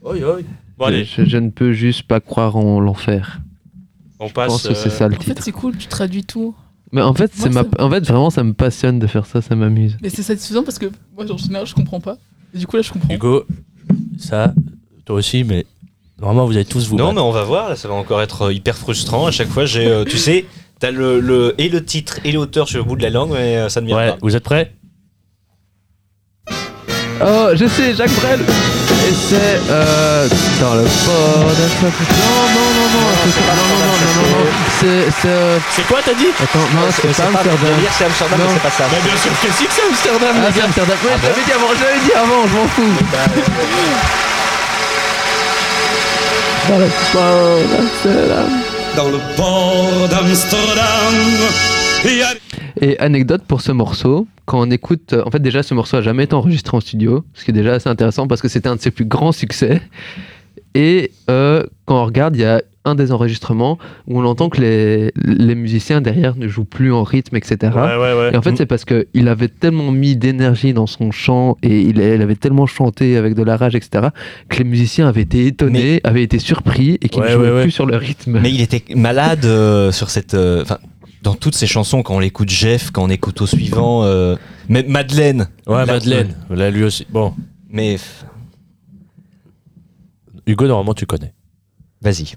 Speaker 7: Oi, oi. Bon, allez,
Speaker 2: Je, je ne peux juste pas croire en l'enfer.
Speaker 7: on
Speaker 2: Je
Speaker 7: passe.
Speaker 2: pense que c'est
Speaker 7: euh,
Speaker 2: ça le
Speaker 6: En fait,
Speaker 2: titre.
Speaker 6: c'est cool, tu traduis tout.
Speaker 2: Mais en fait, c'est
Speaker 6: Moi,
Speaker 2: ma... en fait, vraiment, ça me passionne de faire ça, ça m'amuse.
Speaker 6: Mais c'est satisfaisant parce que moi, genre, en général, je comprends pas. Et du coup, là, je comprends.
Speaker 7: Hugo, ça, toi aussi, mais normalement, vous allez tous vous
Speaker 5: Non,
Speaker 7: battre.
Speaker 5: mais on va voir, là, ça va encore être euh, hyper frustrant. À chaque fois, j'ai, euh, tu sais, t'as le, le, et le titre et l'auteur sur le bout de la langue, mais euh, ça ne vient
Speaker 7: Ouais,
Speaker 5: pas.
Speaker 7: vous êtes prêts
Speaker 2: Oh, je sais, Jacques Brel Et c'est... Euh, dans le fort de sa- Non, non, non, non, c'est ça, non, non, non, non, non, non, c'est... C'est euh,
Speaker 7: C'est quoi, t'as dit
Speaker 2: Attends, non, c'est pas Amsterdam.
Speaker 5: délire, c'est Amsterdam,
Speaker 2: Non.
Speaker 5: mais c'est pas ça.
Speaker 7: Mais bien sûr que si que c'est Amsterdam,
Speaker 2: Ah,
Speaker 7: les
Speaker 2: c'est
Speaker 7: gars.
Speaker 2: Amsterdam. Ouais, je l'avais dit avant, je l'avais dit avant, je m'en fous. Dans le fort d'Amsterdam.
Speaker 15: Dans le port d'Amsterdam, il y a
Speaker 2: Et anecdote pour ce morceau, quand on écoute, euh, en fait déjà ce morceau a jamais été enregistré en studio, ce qui est déjà assez intéressant parce que c'était un de ses plus grands succès. Et euh, quand on regarde, il y a un des enregistrements où on entend que les, les musiciens derrière ne jouent plus en rythme, etc.
Speaker 7: Ouais, ouais, ouais.
Speaker 2: Et en fait, c'est parce qu'il avait tellement mis d'énergie dans son chant et il, il avait tellement chanté avec de la rage, etc., que les musiciens avaient été étonnés, avaient été surpris et qu'ils
Speaker 7: Ouais,
Speaker 2: ne jouaient
Speaker 7: ouais, ouais.
Speaker 2: plus sur le rythme.
Speaker 5: Mais il était malade euh, sur cette. euh, Enfin, dans toutes ces chansons, quand on l'écoute Jeff, quand on écoute au suivant. euh, mais Madeleine.
Speaker 7: Ouais,
Speaker 5: La-
Speaker 7: Madeleine. Là, lui aussi. Bon,
Speaker 5: Mais
Speaker 7: Hugo, normalement, tu connais.
Speaker 5: vas-y.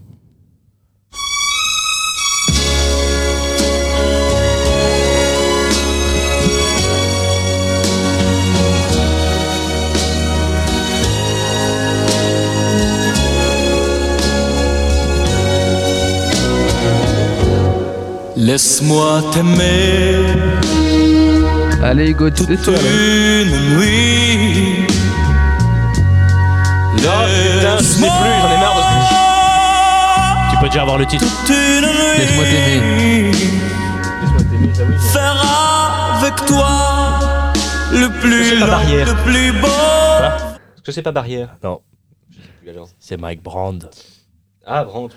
Speaker 15: Laisse-moi t'aimer
Speaker 2: Allez, Hugo, tu t'es
Speaker 15: une nuit. Euh,
Speaker 7: putain, je sais plus, j'en ai marre de Tu peux déjà avoir le titre.
Speaker 2: Laisse-moi t'aimer.
Speaker 15: Faire avec toi le plus
Speaker 5: C'est pas
Speaker 15: long,
Speaker 5: barrière.
Speaker 15: le plus beau.
Speaker 5: Est-ce que c'est pas Barrière
Speaker 7: Non,
Speaker 5: Je sais plus, alors.
Speaker 7: c'est Mike Brand.
Speaker 5: Ah, Brandt.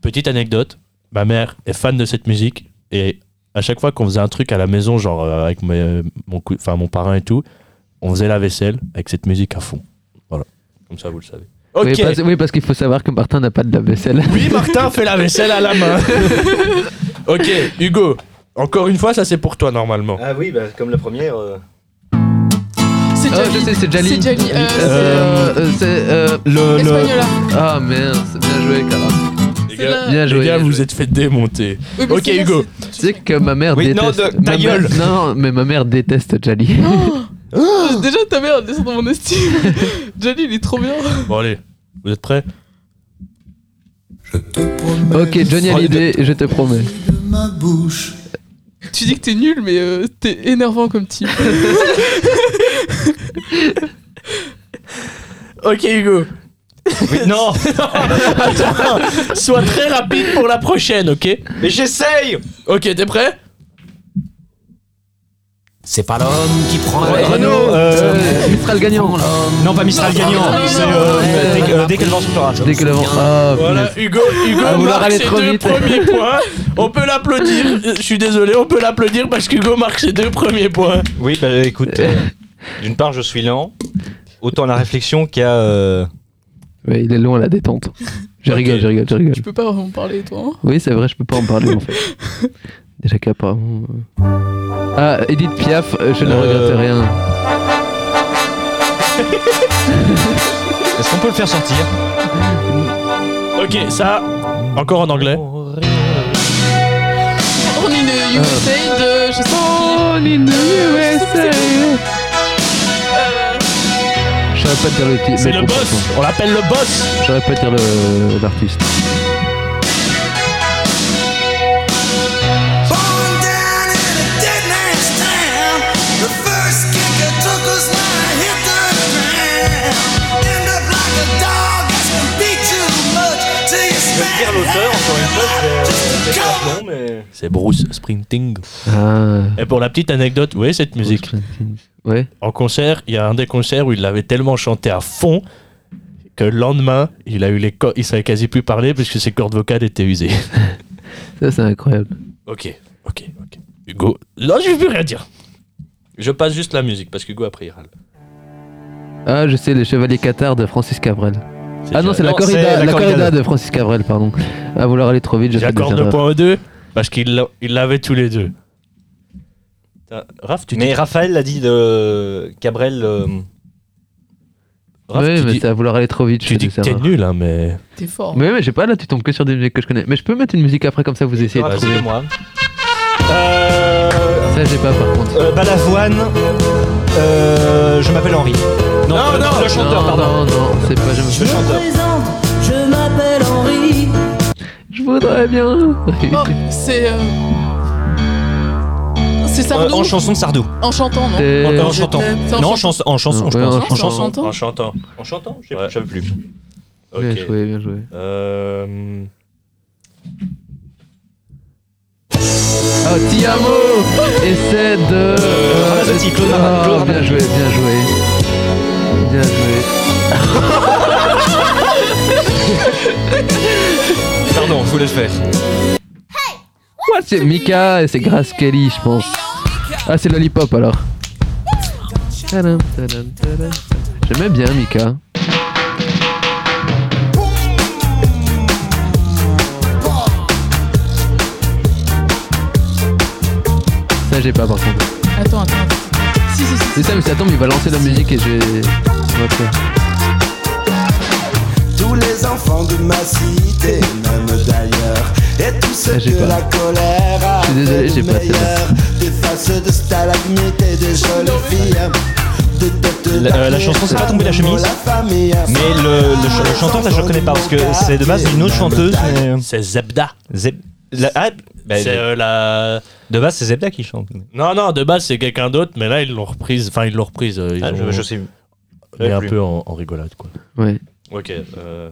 Speaker 7: Petite anecdote, ma mère est fan de cette musique et à chaque fois qu'on faisait un truc à la maison, genre euh, avec mes- mon, cou- enfin, mon parrain et tout, on faisait la vaisselle avec cette musique à fond. Voilà, comme ça vous le savez. Ok.
Speaker 2: Oui, parce, oui, parce qu'il faut savoir que Martin n'a pas de lave-vaisselle.
Speaker 7: Oui, Martin fait la vaisselle à la main. ok, Hugo, encore une fois, ça c'est pour toi normalement.
Speaker 5: Ah oui, bah, comme la première.
Speaker 6: C'est
Speaker 2: Ah, je sais, c'est Jali.
Speaker 6: C'est Jali, euh, c'est,
Speaker 2: Euh, euh, c'est. Euh,
Speaker 7: le-
Speaker 6: Espagnola.
Speaker 2: Ah merde, c'est bien joué, Cara.
Speaker 7: Les gars,
Speaker 2: Bien joué.
Speaker 7: les gars, vous êtes fait démonter.
Speaker 6: Oui, mais
Speaker 7: ok,
Speaker 6: c'est-
Speaker 7: Hugo.
Speaker 2: Tu sais que ma mère
Speaker 7: Oui, non,
Speaker 2: déteste.
Speaker 7: de- ta
Speaker 2: ma
Speaker 7: gueule.
Speaker 2: mère- Non, non, mais ma mère déteste Jali.
Speaker 6: Oh, Déjà, ta mère descend dans mon estime. Jali, il est trop bien.
Speaker 7: Bon, allez, vous êtes prêts
Speaker 2: ok, Johnny
Speaker 7: Oh,
Speaker 2: Hallyday, je te promets.
Speaker 6: Ma bouche. Tu dis que t'es nul, mais euh, t'es énervant comme type.
Speaker 7: Ok, Hugo. non Attends, sois très rapide pour la prochaine, ok Mais j'essaye Ok, t'es prêt
Speaker 11: C'est pas l'homme qui prend
Speaker 7: Ouais, Oh, Renaud, euh,
Speaker 2: Mistral gagnant, là.
Speaker 5: Non, pas Mistral gagnant, c'est euh, dès que- euh, dès que le vent soufflera.
Speaker 2: Dès que le vent- Ah,
Speaker 7: Voilà,
Speaker 2: punaise.
Speaker 7: Hugo, Hugo
Speaker 2: À vouloir
Speaker 7: marque
Speaker 2: aller
Speaker 7: ses
Speaker 2: trop
Speaker 7: deux
Speaker 2: vite.
Speaker 7: premiers points. On peut l'applaudir. Je suis désolé, on peut l'applaudir parce qu'Hugo marque ses deux premiers points.
Speaker 5: Oui, bah écoute, euh, d'une part, je suis lent, autant la réflexion qu'à. euh,
Speaker 2: Ouais, il est long à la détente. Je rigole, je rigole, je rigole.
Speaker 6: Tu peux pas en parler, toi. hein
Speaker 2: Oui, c'est vrai, je peux pas en parler en fait. Déjà qu'apparemment. euh. Ah, Edith Piaf, euh, je ne
Speaker 5: Euh.
Speaker 2: regrette rien.
Speaker 5: Est-ce qu'on peut le faire sortir
Speaker 7: Ok, ça, encore en anglais.
Speaker 6: On est le USA de. Je sais pas. On est le USA.
Speaker 2: Je saurais pas dire le titre.
Speaker 7: C'est
Speaker 2: mais
Speaker 7: le
Speaker 2: bon,
Speaker 7: boss.
Speaker 2: franchement,
Speaker 7: On l'appelle le boss.
Speaker 2: Je saurais pas dire le- l'artiste.
Speaker 5: Dire l'auteur, encore une fois, c'est- c'est pas euh, bon, mais.
Speaker 7: C'est Bruce Sprinting.
Speaker 2: Ah,
Speaker 7: Et pour la petite anecdote, vous voyez cette musique
Speaker 2: ouais.
Speaker 7: En concert, il y a un des concerts où il l'avait tellement chanté à fond que le lendemain, il a eu les co- il savait quasi plus parler parce que ses cordes vocales étaient usées.
Speaker 2: Ça, c'est incroyable.
Speaker 7: ok, ok, ok. Hugo, non, je vais plus rien dire. Je passe juste la musique parce qu'Hugo après il râle.
Speaker 2: Ah, je sais, les Chevaliers Cathares de Francis Cabrel.
Speaker 7: C'est
Speaker 2: Ah non,
Speaker 7: ça.
Speaker 2: c'est la
Speaker 7: Non,
Speaker 2: corrida,
Speaker 7: c'est
Speaker 2: la, corrida de Francis Cabrel, pardon. À vouloir aller trop vite, je fais des
Speaker 7: J'accorde le
Speaker 2: erreurs.
Speaker 7: point aux deux parce qu'il l'a- il l'avait tous les deux. Putain, Raph, tu
Speaker 5: Mais
Speaker 7: dis-
Speaker 5: Raphaël l'a dit de Cabrel. euh,
Speaker 7: Raph,
Speaker 2: oui,
Speaker 7: tu
Speaker 2: mais
Speaker 7: dis-
Speaker 2: c'est à vouloir aller trop vite, je
Speaker 7: tu
Speaker 2: fais
Speaker 7: dis
Speaker 2: des
Speaker 7: que t'es
Speaker 2: erreurs.
Speaker 7: nul, hein, mais.
Speaker 6: T'es fort.
Speaker 2: Mais oui, mais j'ai pas là, tu tombes que sur des musiques que je connais. Mais je peux mettre une musique après, comme ça vous essayez de
Speaker 5: Raphaël
Speaker 2: trouver.
Speaker 5: et moi.
Speaker 2: Ça, j'ai pas par contre.
Speaker 5: Euh, Balavoine. euh, je m'appelle Henri. Non, le, le chanteur,
Speaker 2: non,
Speaker 5: pardon.
Speaker 2: non, non, c'est pas. Je
Speaker 5: Le chanteur.
Speaker 14: Je m'appelle Henri.
Speaker 2: Je voudrais bien.
Speaker 6: Oh, c'est. euh, C'est
Speaker 5: Euh,
Speaker 6: Sardou.
Speaker 5: en chanson de Sardou.
Speaker 6: En chantant, non
Speaker 2: Euh,
Speaker 5: En- en
Speaker 6: je
Speaker 5: chantant.
Speaker 6: t'aime. C'est en
Speaker 5: Non, en chanson. En chanson, je
Speaker 2: Ouais,
Speaker 5: pense.
Speaker 2: en
Speaker 6: chanson. En chantant.
Speaker 7: En chantant.
Speaker 5: En chantant Je sais
Speaker 7: Ouais.
Speaker 5: plus, je savais plus.
Speaker 7: Ok.
Speaker 2: Bien joué, bien joué.
Speaker 7: Euh,
Speaker 2: Oh, Tiamo Et c'est de. euh,
Speaker 5: Ramazzotti, Claude
Speaker 2: oh,
Speaker 5: Ramaz- Claude
Speaker 2: bien
Speaker 5: Ramazzotti.
Speaker 2: joué, bien joué. Bien joué.
Speaker 5: Pardon, je vous laisse faire.
Speaker 2: What, c'est Mika et c'est Grace Kelly, je pense. Ah, c'est Lollipop alors. Tadam, tadam, tadam. J'aimais bien Mika. Ça, j'ai pas par contre.
Speaker 6: Attends, attends, attends. Si, si, si.
Speaker 2: C'est ça, mais c'est- attends, mais il va lancer la musique et j'ai. Ok.
Speaker 15: Tous les enfants de ma cité, même d'ailleurs, et tous ceux
Speaker 2: Ah, j'ai
Speaker 15: de
Speaker 2: pas.
Speaker 15: la colère.
Speaker 2: Je suis désolé, j'ai pas
Speaker 15: meilleur, Des faces de stalagmites et des jolies filles. de têtes
Speaker 5: La, euh, la
Speaker 15: d'araignée,
Speaker 5: chanson, c'est pas tombé la chemise.
Speaker 15: la famille.
Speaker 5: Mais le, le ch- le chanteur, là, je le connais pas parce que c'est de base une autre chanteuse. Mais... euh,
Speaker 7: C'est Zebda.
Speaker 5: Zeb- la- ah, bah,
Speaker 7: c'est euh, la.
Speaker 5: De base, c'est Zebda qui chante.
Speaker 7: Non, non, de base c'est quelqu'un d'autre, mais là ils l'ont reprise. Enfin, ils l'ont reprise. euh, ils
Speaker 5: Ah, je,
Speaker 7: ont-
Speaker 5: je sais.
Speaker 7: Mais un
Speaker 5: plus.
Speaker 7: peu en, en rigolade, quoi.
Speaker 2: Ouais.
Speaker 7: Ok. Euh...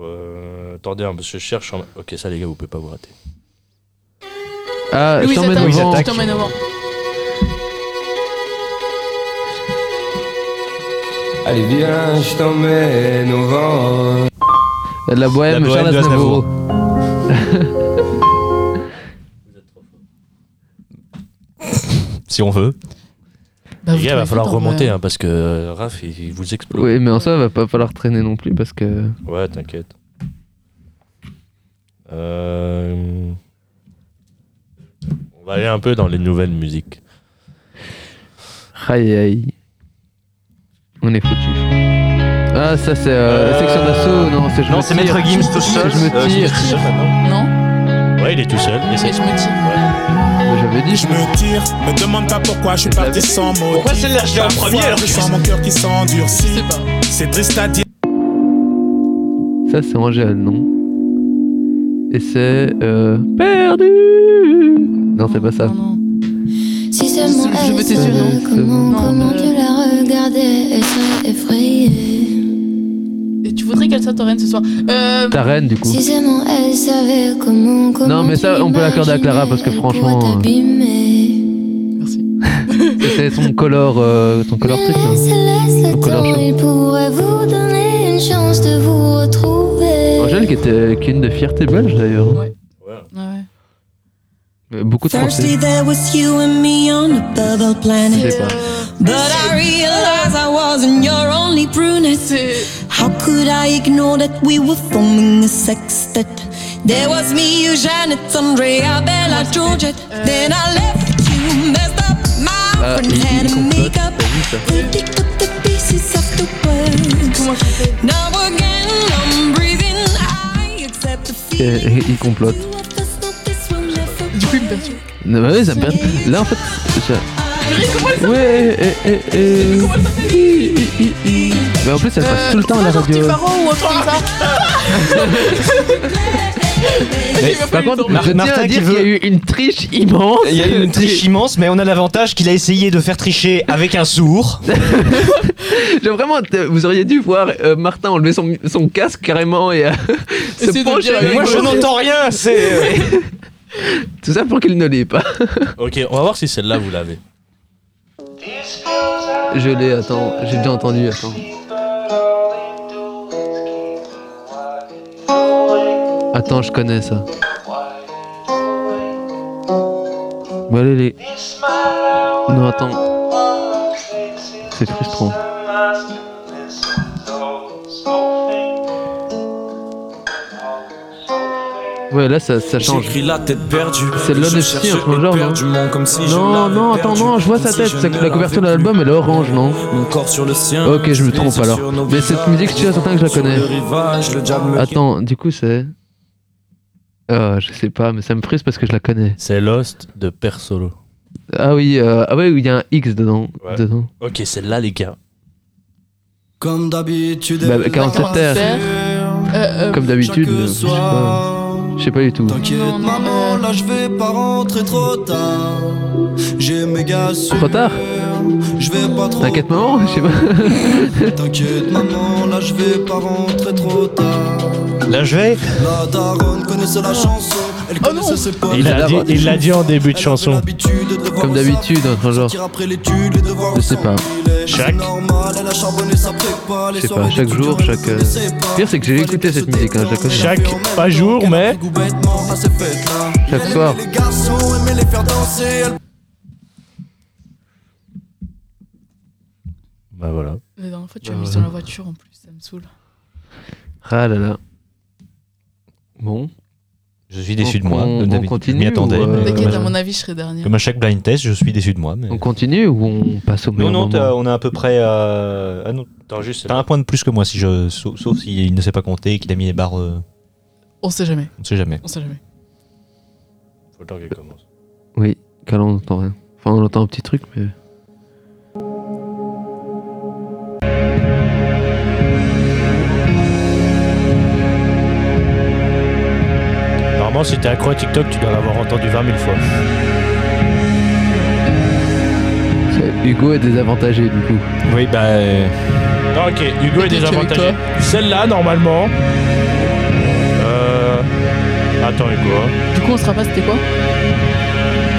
Speaker 7: euh, Attendez, hein, parce que je cherche. en- Ok, ça, les gars, vous pouvez pas vous rater.
Speaker 2: Ah, je
Speaker 6: Louise
Speaker 2: Euh, t'emmène
Speaker 6: attaque,
Speaker 2: avant.
Speaker 6: je t'emmène avant.
Speaker 2: La bohème,
Speaker 7: La bohème
Speaker 2: Charles
Speaker 7: de
Speaker 2: Aznavour.
Speaker 5: Si on veut.
Speaker 6: Bah,
Speaker 7: Les
Speaker 6: vous
Speaker 7: gars, va
Speaker 6: trouvez
Speaker 7: falloir
Speaker 6: tout, en
Speaker 7: remonter
Speaker 6: vrai.
Speaker 7: hein, parce que euh, Raph, il, il vous explose.
Speaker 2: oui, mais en ça, va pas falloir traîner non plus parce que.
Speaker 7: Ouais, t'inquiète. Euh, On va aller un peu dans les nouvelles musiques.
Speaker 2: Aïe aïe. On est foutu. Ah, ça c'est euh, section d'assaut, non, c'est je
Speaker 5: non,
Speaker 2: me
Speaker 5: c'est
Speaker 2: tire.
Speaker 5: Maître Gims tout seul.
Speaker 2: Je me
Speaker 5: Euh,
Speaker 2: tire.
Speaker 5: c'est tout seul maintenant.
Speaker 6: Non
Speaker 7: Ouais, il est tout seul. Et c'est...
Speaker 2: J'avais dit.
Speaker 15: Je me tire, me demande pas pourquoi je suis parti sans mot.
Speaker 5: Pourquoi celle-là, je l'ai en premier, alors que
Speaker 15: Je
Speaker 5: je-
Speaker 15: sens mon cœur qui s'endurcit. C'est triste à dire.
Speaker 2: Ça c'est Angèle, non Et c'est. Euh, perdu Non, c'est pas ça.
Speaker 13: Si seulement
Speaker 6: Je me
Speaker 13: elle
Speaker 6: tais
Speaker 13: savait
Speaker 6: sur non.
Speaker 13: comment, comment
Speaker 6: mais-
Speaker 13: tu la regardais, elle serait effrayée.
Speaker 6: Et tu voudrais qu'elle soit ta reine ce soir Euh,
Speaker 2: Ta reine, du coup.
Speaker 13: Si seulement elle savait comment, comment
Speaker 2: Non, mais ça, on peut l'accorder à Clara parce que franchement, euh,
Speaker 13: t'abîmer.
Speaker 2: c'était son color, euh, son color truc. hein.
Speaker 13: Laisse
Speaker 2: Son
Speaker 13: le
Speaker 2: color
Speaker 13: temps,
Speaker 2: show.
Speaker 13: il pourrait vous donner une chance de vous retrouver.
Speaker 2: Angèle qui était qui est une de fierté belge d'ailleurs. hein.
Speaker 6: Ouais.
Speaker 2: Euh, Beaucoup de
Speaker 16: Thursday
Speaker 2: français.
Speaker 16: there was you and me on a bubble planet. But I realized I wasn't your only brunette. How could I ignore that we were forming a sextet? There was me, you, Janet, Andrea, Bella, Georgette. Then I left you, messed up my
Speaker 2: Ah,
Speaker 16: friend,
Speaker 2: il- il
Speaker 16: had a
Speaker 2: complote,
Speaker 16: makeup.
Speaker 2: t'as vu ça
Speaker 16: We picked up the pieces of the world. Now again, I'm breathing. I accept the
Speaker 2: Et- et- et Il complote.
Speaker 6: Du coup, il me perturbe.
Speaker 2: Non, bah oui, ça me perd. Là en fait. j'ai- Ouais, et, et, et... Mais en plus, elle passe tout le temps
Speaker 6: Euh,
Speaker 2: à la radio.
Speaker 6: Faro ou autre comme ça
Speaker 2: Par contre,
Speaker 5: Mar-
Speaker 2: je tiens
Speaker 5: Martin
Speaker 2: à
Speaker 5: qui
Speaker 2: dire qu'il y a eu une triche immense.
Speaker 5: Il y a eu une triche immense, mais on a l'avantage qu'il a essayé de faire tricher avec un sourd.
Speaker 2: J'ai vraiment, euh, vous auriez dû voir euh, Martin enlever son, son casque carrément et euh, se
Speaker 6: Essayer de
Speaker 2: pencher.
Speaker 6: dire
Speaker 2: avec
Speaker 5: Moi, je
Speaker 2: le-
Speaker 5: n'entends rien, c'est.
Speaker 2: Tout ça pour qu'il ne l'ait pas.
Speaker 7: Ok, on va voir si celle-là vous l'avez.
Speaker 2: Je l'ai, attends, j'ai déjà entendu, attends. Attends, je connais ça. Bon, allez, les. Non, attends. C'est frustrant. Ouais, là, ça, ça change.
Speaker 14: J'écris la tête perdue.
Speaker 2: C'est l'un
Speaker 14: Je
Speaker 2: des
Speaker 14: cherche
Speaker 2: styles,
Speaker 14: une
Speaker 2: un genre,
Speaker 14: paire
Speaker 2: non
Speaker 14: du monde comme si je
Speaker 2: Non,
Speaker 14: l'avais
Speaker 2: non, attends,
Speaker 14: perdu,
Speaker 2: non, je vois
Speaker 14: comme
Speaker 2: sa
Speaker 14: si
Speaker 2: tête.
Speaker 14: je
Speaker 2: c'est
Speaker 14: ne
Speaker 2: que la couverture de
Speaker 14: l'avais
Speaker 2: l'album, elle est orange, non
Speaker 14: Mon corps sur le sien.
Speaker 2: Ok, je me trompe
Speaker 14: les yeux
Speaker 2: alors.
Speaker 14: sur nos
Speaker 2: Mais cette
Speaker 14: visages,
Speaker 2: musique, je suis certain que je la
Speaker 14: sur le
Speaker 2: connais.
Speaker 14: rivage, le diable me
Speaker 2: Attends, du coup, c'est. Ah, je sais pas, mais ça me frise parce que je la connais.
Speaker 7: C'est Lost de Per Solo.
Speaker 2: Ah oui, euh, ah ouais, il y a un X dedans.
Speaker 7: Ouais.
Speaker 2: dedans.
Speaker 7: Ok, celle-là, les gars.
Speaker 14: Comme d'habitude.
Speaker 2: Bah,
Speaker 14: elle
Speaker 2: 47
Speaker 14: me
Speaker 2: terres.
Speaker 6: Euh,
Speaker 15: euh,
Speaker 14: rassure.
Speaker 2: Comme d'habitude, euh,
Speaker 14: Chaque
Speaker 2: je sais pas. Je sais pas du tout.
Speaker 14: T'inquiète, maman, là je vais pas rentrer trop tard. J'ai méga su.
Speaker 2: Trop tard
Speaker 14: Je vais pas trop.
Speaker 2: T'inquiète, maman, je sais pas.
Speaker 14: T'inquiète, maman, là je vais pas rentrer trop tard.
Speaker 5: Là, je vais.
Speaker 14: La daronne connaissait la chanson. Elle connaissait ses potes.
Speaker 7: Oh Il l'a dit, il l'a dit en début de chanson.
Speaker 2: Comme d'habitude, un genre. Je sais pas.
Speaker 7: Chaque.
Speaker 2: Je sais pas, chaque jour, chaque. euh, Le Pire, c'est que j'ai écouté cette musique, hein, je la connais.
Speaker 7: Chaque, pas jour, mais.
Speaker 2: Chaque soir.
Speaker 14: Les garçons aimaient les faire danser. Elle
Speaker 7: Bah voilà.
Speaker 6: La dernière fois, tu
Speaker 2: Bah,
Speaker 6: l'as mis
Speaker 2: ouais.
Speaker 6: dans la voiture en plus, ça me saoule.
Speaker 2: Ah là là. Bon.
Speaker 5: Je suis déçu de moi.
Speaker 2: On-
Speaker 5: comme
Speaker 2: on
Speaker 5: d'habitude.
Speaker 2: continue
Speaker 5: Je m'y attendais.
Speaker 2: ou, euh,
Speaker 5: mais
Speaker 6: T'inquiète,
Speaker 5: comme,
Speaker 6: à
Speaker 5: à...
Speaker 6: mon avis, je serai dernière.
Speaker 5: comme à chaque blind test, je suis déçu de moi. Mais...
Speaker 2: On continue ou on passe au
Speaker 5: Non,
Speaker 2: meilleur
Speaker 5: non,
Speaker 2: moment
Speaker 5: t'as- on est à peu près. euh, Ah non,
Speaker 7: Attends, juste.
Speaker 5: t'as un point de plus que moi, si je... sauf, sauf s'il ne sait pas compter et qu'il a mis les barres. euh,
Speaker 6: On sait jamais,
Speaker 5: On ne sait jamais.
Speaker 6: on sait jamais.
Speaker 7: Faut le temps qu'elle commence.
Speaker 2: Oui, car là, on n'entend rien. Enfin, on entend un petit truc, mais.
Speaker 7: Normalement, si t'es accro à TikTok, tu dois l'avoir entendu 20 000 fois.
Speaker 2: Hugo est désavantagé, du coup.
Speaker 5: Oui, bah. euh,
Speaker 7: Non, ok, Hugo est
Speaker 6: Peut-être
Speaker 7: désavantagé.
Speaker 6: avec
Speaker 7: Celle-là, normalement. Euh. Attends, Hugo. hein.
Speaker 6: Du coup, on sera pas, c'était quoi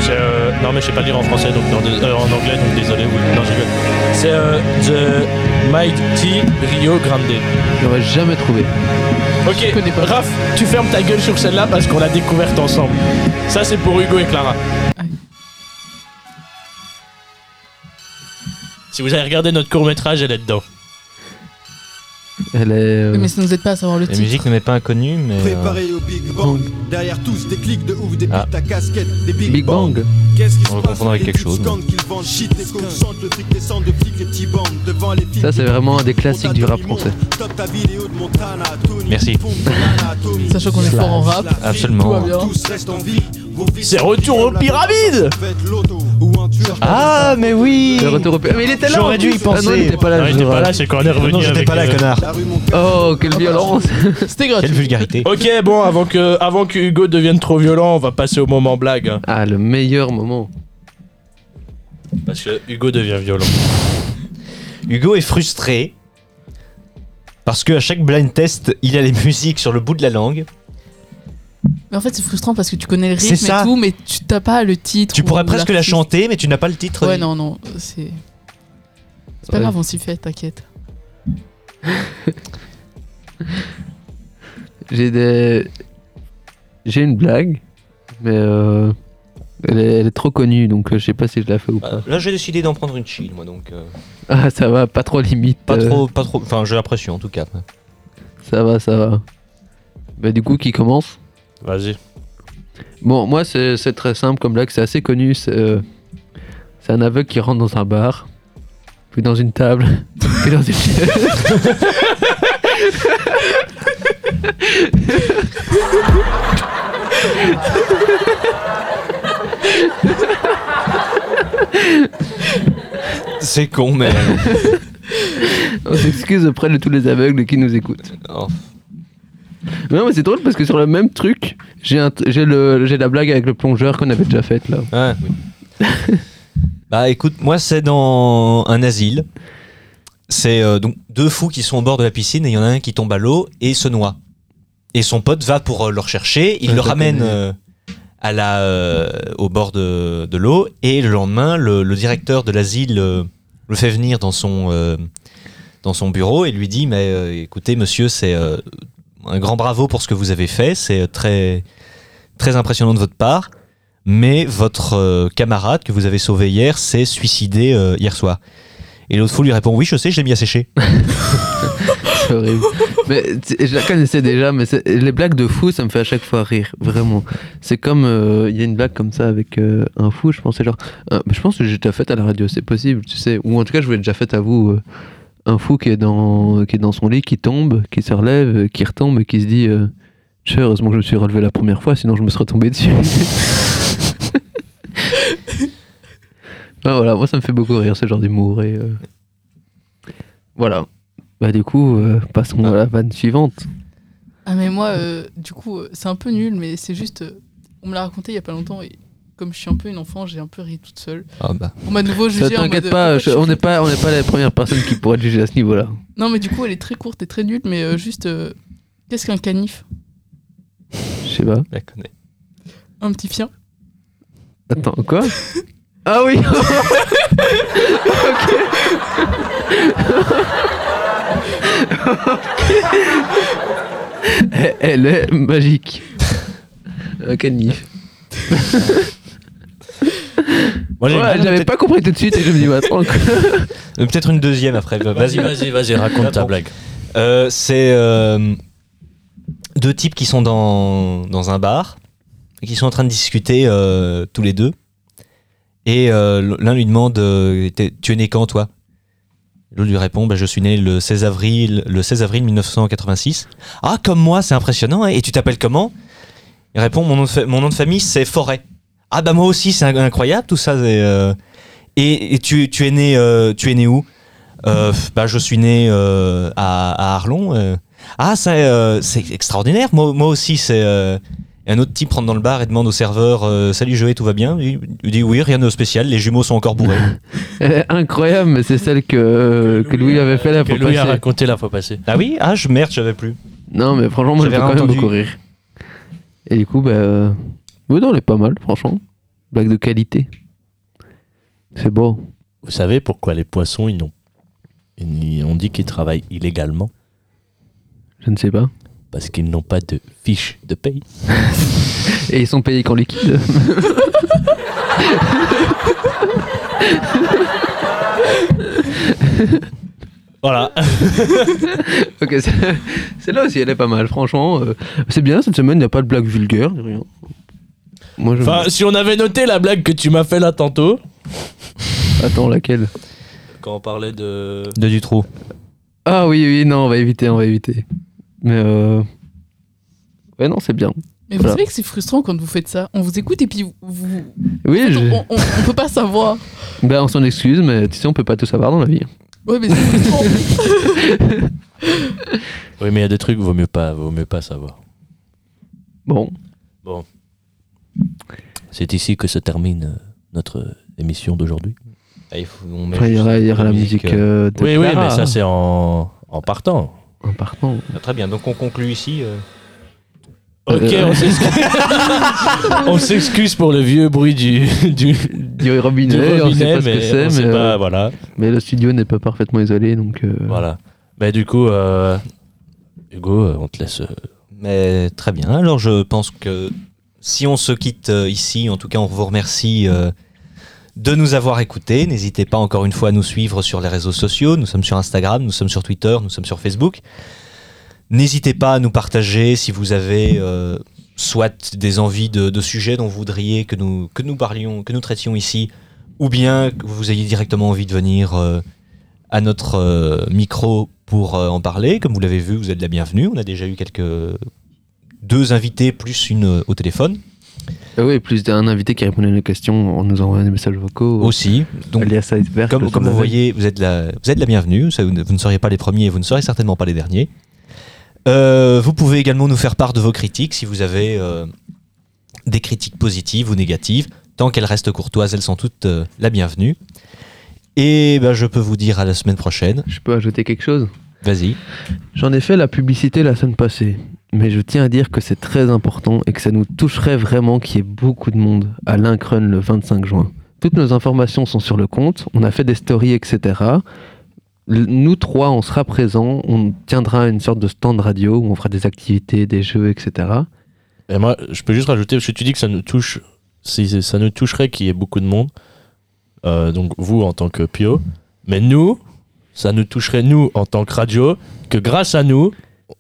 Speaker 7: C'est euh, Non, mais je sais pas lire en français, donc non, dés- euh, en anglais, donc désolé. Oui. Non, j'ai C'est euh, The Mighty Rio Grande.
Speaker 2: J'aurais jamais trouvé.
Speaker 7: Ok, Raph, tu fermes ta gueule sur celle-là parce qu'on l'a découverte ensemble. Ça, c'est pour Hugo et Clara. Si vous avez regardé notre court-métrage, elle est dedans.
Speaker 2: Elle est. euh,
Speaker 6: Oui, mais ça nous aide pas à savoir le
Speaker 5: La
Speaker 6: titre.
Speaker 5: musique ne m'est pas inconnue, mais. euh,
Speaker 9: Préparé au Big Bang. Derrière tous des clics de ouf, des
Speaker 5: Ah.
Speaker 9: putes à casquette, des Big,
Speaker 5: Big Bang.
Speaker 9: Qu'est-ce qui se
Speaker 5: On va
Speaker 9: passe
Speaker 5: confondre avec
Speaker 9: Les
Speaker 5: quelque
Speaker 9: petites
Speaker 5: chose, mais-
Speaker 9: gangs qu'ils vendent, shit, les cons sentent le fric, les centres de flics, les petits bandes devant les filles.
Speaker 2: Ça, c'est vraiment un des classiques du rap français.
Speaker 9: Top ta vidéo de Montana, Tony.
Speaker 5: Merci.
Speaker 6: Sachant qu'on est fort en rap.
Speaker 5: euh, Absolument.
Speaker 6: Tout va bien.
Speaker 9: Tous restent en vie. Vos vies
Speaker 7: C'est retour aux pyramides
Speaker 9: Faites l'auto ou un tueur.
Speaker 5: Ah, mais oui
Speaker 2: Le retour au pays. Mais il était là
Speaker 5: J'aurais
Speaker 2: en
Speaker 5: dû
Speaker 2: plus.
Speaker 5: y penser.
Speaker 2: Ah non, il était pas là.
Speaker 7: Non, il
Speaker 2: je
Speaker 7: était pas
Speaker 2: vois.
Speaker 7: là, c'est quand on est revenu.
Speaker 5: Non, j'étais
Speaker 7: avec,
Speaker 5: pas là,
Speaker 7: euh,
Speaker 5: connard.
Speaker 2: Oh, quelle violence
Speaker 6: C'était
Speaker 5: Quelle
Speaker 6: gratuit.
Speaker 5: vulgarité.
Speaker 7: Ok, bon, avant que, avant que Hugo devienne trop violent, on va passer au moment blague. hein.
Speaker 2: Ah, le meilleur moment.
Speaker 7: Parce que Hugo devient violent.
Speaker 5: Hugo est frustré parce qu'à chaque blind test, il a les musiques sur le bout de la langue.
Speaker 6: Mais en fait, c'est frustrant parce que tu connais le
Speaker 5: C'est
Speaker 6: rythme
Speaker 5: ça.
Speaker 6: et tout, mais tu t'as pas le titre.
Speaker 5: Tu
Speaker 6: ou
Speaker 5: pourrais presque la
Speaker 6: l'artiste.
Speaker 5: chanter, mais tu n'as pas le titre.
Speaker 6: Ouais, non, non, c'est. C'est pas
Speaker 2: Ouais.
Speaker 6: grave, on s'y fait, t'inquiète.
Speaker 2: J'ai des. J'ai une blague, mais euh, elle, est, elle est trop connue, donc euh, je sais pas si je la fais ou pas.
Speaker 5: Là, j'ai décidé d'en prendre une chill, moi donc. euh,
Speaker 2: Ah, ça va, pas trop limite.
Speaker 5: Pas
Speaker 2: euh,
Speaker 5: trop, pas trop. Enfin, j'ai l'impression en tout cas.
Speaker 2: Ça va, ça va. Bah, du coup, qui commence
Speaker 7: Vas-y.
Speaker 2: Bon, moi, c'est c'est très simple comme blague, c'est assez connu. C'est euh, c'est un aveugle qui rentre dans un bar, puis dans une table, puis dans une chaise.
Speaker 5: C'est con, mais.
Speaker 2: On s'excuse auprès de tous les aveugles qui nous écoutent.
Speaker 5: Non.
Speaker 2: Mais Non, mais c'est drôle parce que sur le même truc, j'ai un t- j'ai le- j'ai la blague avec le plongeur qu'on avait déjà faite là.
Speaker 5: Ouais, oui. bah écoute, moi c'est dans un asile. C'est euh, donc deux fous qui sont au bord de la piscine et il y en a un qui tombe à l'eau et se noie. Et son pote va pour euh, le rechercher, il
Speaker 2: Ouais,
Speaker 5: le
Speaker 2: je
Speaker 5: ramène
Speaker 2: connais.
Speaker 5: euh, à la, euh, au bord de, de l'eau et le lendemain, le, le directeur de l'asile euh, le fait venir dans son, euh, dans son bureau et lui dit Mais euh, écoutez, monsieur, c'est euh, un grand bravo pour ce que vous avez fait, c'est euh, très, très impressionnant de votre part mais votre euh, camarade que vous avez sauvé hier s'est suicidé euh, hier soir. Et l'autre fou lui répond Oui, je sais, je l'ai mis à sécher.
Speaker 2: C'est horrible. Mais tu- je la connaissais déjà, mais c'est- les blagues de fou, ça me fait à chaque fois rire, vraiment. C'est comme euh, il y a une blague comme ça avec euh, un fou. Je pensais genre, euh, je pense que j'ai déjà faite à la radio, c'est possible, tu sais, ou en tout cas je vous l'ai déjà faite à vous. euh, un fou qui est dans qui est dans son lit, qui tombe, qui se relève, euh, qui retombe et qui se dit. euh, Tiens, heureusement que je me suis relevé la première fois, sinon je me serais tombé dessus. Ah, voilà, moi ça me fait beaucoup rire ce genre d'humour. Et, euh, Voilà. Bah du coup, euh, passons à la vanne suivante.
Speaker 6: Ah, mais moi, euh, du coup, euh, c'est un peu nul, mais c'est juste. euh, on me l'a raconté il y a pas longtemps et comme je suis un peu une enfant, j'ai un peu ri toute seule.
Speaker 5: Ah bah.
Speaker 6: On m'a de nouveau
Speaker 2: Ça
Speaker 6: jugé en
Speaker 2: t'inquiète
Speaker 6: mode.
Speaker 7: euh,
Speaker 6: euh,
Speaker 2: pas, je- on n'est pas, on n'est pas les premières personnes qui pourraient te juger à ce niveau-là.
Speaker 6: Non, mais du coup, elle est très courte et très nulle, mais euh, juste. euh, Qu'est-ce qu'un canif
Speaker 2: Je sais pas.
Speaker 5: Je la connais.
Speaker 6: Un petit fian
Speaker 2: Attends, quoi Ah oui Elle- Elle est magique. Un canif.
Speaker 7: Moi, j'ai une
Speaker 2: Ouais,
Speaker 7: blague,
Speaker 2: J'avais pas compris tout de suite et je me dis, bah, attends, quoi.
Speaker 5: Euh, Peut-être une deuxième après. Vas-y,
Speaker 7: Vas-y, vas-y, vas-y, raconte ta blague.
Speaker 5: Euh, c'est euh, deux types qui sont dans, dans un bar et qui sont en train de discuter euh, tous les deux. Et euh, l'un lui demande euh, T'es- Tu es né quand, toi L'autre lui répond Bah, Je suis né le 16 avril, le 16 avril 1986. Ah, comme moi, c'est impressionnant. hein. Et tu t'appelles comment Il répond mon nom, de fa- mon nom de famille, c'est Forêt. Ah, bah, moi aussi, c'est incroyable tout ça. c'est, euh, Et, et tu, tu es né, euh, tu es né où Euh, bah, je suis né euh, à, à Arlon. euh. Ah, c'est, euh, c'est extraordinaire. Moi, moi aussi, c'est. euh, un autre type rentre dans le bar et demande au serveur euh, Salut Joey, tout va bien Il il dit Oui, rien de spécial, les jumeaux sont encore bourrés.
Speaker 2: Elle est incroyable, mais c'est celle que, euh, que Louis avait fait la
Speaker 7: Que
Speaker 2: fois
Speaker 7: Louis a
Speaker 2: passée.
Speaker 7: raconté la fois passée.
Speaker 5: ah oui Ah, je merde, j'avais plus.
Speaker 2: Non, mais franchement, moi, je
Speaker 5: J'avais
Speaker 2: vais quand même
Speaker 5: entendu.
Speaker 2: beaucoup rire. Et du coup, bah. euh, ouais, non, elle est pas mal, franchement. Blague de qualité. C'est beau.
Speaker 7: Vous savez pourquoi les poissons, ils n'ont- ils- on dit qu'ils travaillent illégalement
Speaker 2: Je ne sais pas.
Speaker 7: Parce qu'ils n'ont pas de fiche de paye.
Speaker 2: Et ils sont payés qu'en liquide.
Speaker 7: voilà.
Speaker 2: ok, c'est- celle-là aussi, elle est pas mal. Franchement, euh, c'est bien. Cette semaine, il n'y a pas de blague vulgaire, ni rien. Moi, je.
Speaker 7: Enfin, si on avait noté la blague que tu m'as fait là tantôt.
Speaker 2: Attends, laquelle
Speaker 7: Quand on parlait de.
Speaker 5: De du trou.
Speaker 2: Ah oui, oui, non, on va éviter, on va éviter. Mais euh... ouais, non, c'est bien.
Speaker 6: Mais vous
Speaker 2: Voilà.
Speaker 6: savez que c'est frustrant quand vous faites ça. On vous écoute et puis vous. vous-
Speaker 2: Oui, je-
Speaker 6: On, on- on peut pas savoir.
Speaker 2: ben, on s'en excuse, mais tu sais, on peut pas tout savoir dans la vie.
Speaker 6: Ouais, mais c'est frustrant.
Speaker 7: Oui, mais il y a des trucs, vaut mieux pas, vaut mieux pas savoir.
Speaker 2: Bon.
Speaker 7: Bon. C'est ici que se termine euh, notre euh, émission d'aujourd'hui.
Speaker 5: Ah,
Speaker 2: Enfin, il y aura, il y aura la musique. euh, de
Speaker 7: Oui, oui, mais
Speaker 2: Clara.
Speaker 7: ça c'est en, en partant.
Speaker 2: En partant.
Speaker 5: Ah, Très bien, donc on conclut ici. euh.
Speaker 7: Ok,
Speaker 2: Euh,
Speaker 7: on s'excuse. on s'excuse pour le vieux bruit du du,
Speaker 2: du robinet. on sait pas ce que
Speaker 7: mais
Speaker 2: c'est,
Speaker 7: on sait
Speaker 2: mais,
Speaker 7: pas,
Speaker 2: euh,
Speaker 7: voilà,
Speaker 2: Mais le studio n'est pas parfaitement isolé, donc. euh,
Speaker 7: voilà. Mais du coup, euh, Hugo, euh, on te laisse. euh,
Speaker 5: Mais très bien. Alors je pense que si on se quitte euh, ici, en tout cas, on vous remercie euh, de nous avoir écoutés. N'hésitez pas encore une fois à nous suivre sur les réseaux sociaux. Nous sommes sur Instagram, nous sommes sur Twitter, nous sommes sur Facebook. N'hésitez pas à nous partager si vous avez euh, soit des envies de, de sujets dont vous voudriez que nous, que nous parlions, que nous traitions ici, ou bien que vous ayez directement envie de venir euh, à notre euh, micro pour euh, en parler. Comme vous l'avez vu, vous êtes la bienvenue. On a déjà eu quelques deux invités plus une euh, au téléphone.
Speaker 2: Ah oui, plus d'un invité qui répondait à nos questions en nous envoyant des messages vocaux.
Speaker 5: Aussi. Donc,
Speaker 2: Alias Iceberg,
Speaker 5: comme,
Speaker 2: le
Speaker 5: comme vous
Speaker 2: Sauvage.
Speaker 5: voyez, vous êtes la, vous êtes la bienvenue. Ça, vous, ne, vous ne seriez pas les premiers et vous ne serez certainement pas les derniers. Euh, vous pouvez également nous faire part de vos critiques si vous avez euh, des critiques positives ou négatives. Tant qu'elles restent courtoises, elles sont toutes euh, la bienvenue. Et ben, je peux vous dire à la semaine prochaine.
Speaker 2: Je peux ajouter quelque chose
Speaker 5: Vas-y.
Speaker 2: J'en ai fait la publicité la semaine passée, mais je tiens à dire que c'est très important et que ça nous toucherait vraiment qu'il y ait beaucoup de monde à l'Incrun le 25 juin. Toutes nos informations sont sur le compte, on a fait des stories, etc. L- Nous trois, on sera présents, on tiendra une sorte de stand radio où on fera des activités, des jeux, etc.
Speaker 7: Et moi, je peux juste rajouter, parce que tu dis que ça nous touche, si si ça nous toucherait qu'il y ait beaucoup de monde, euh, donc vous en tant que Pio, mais nous, ça nous toucherait, nous, en tant que radio, que grâce à nous,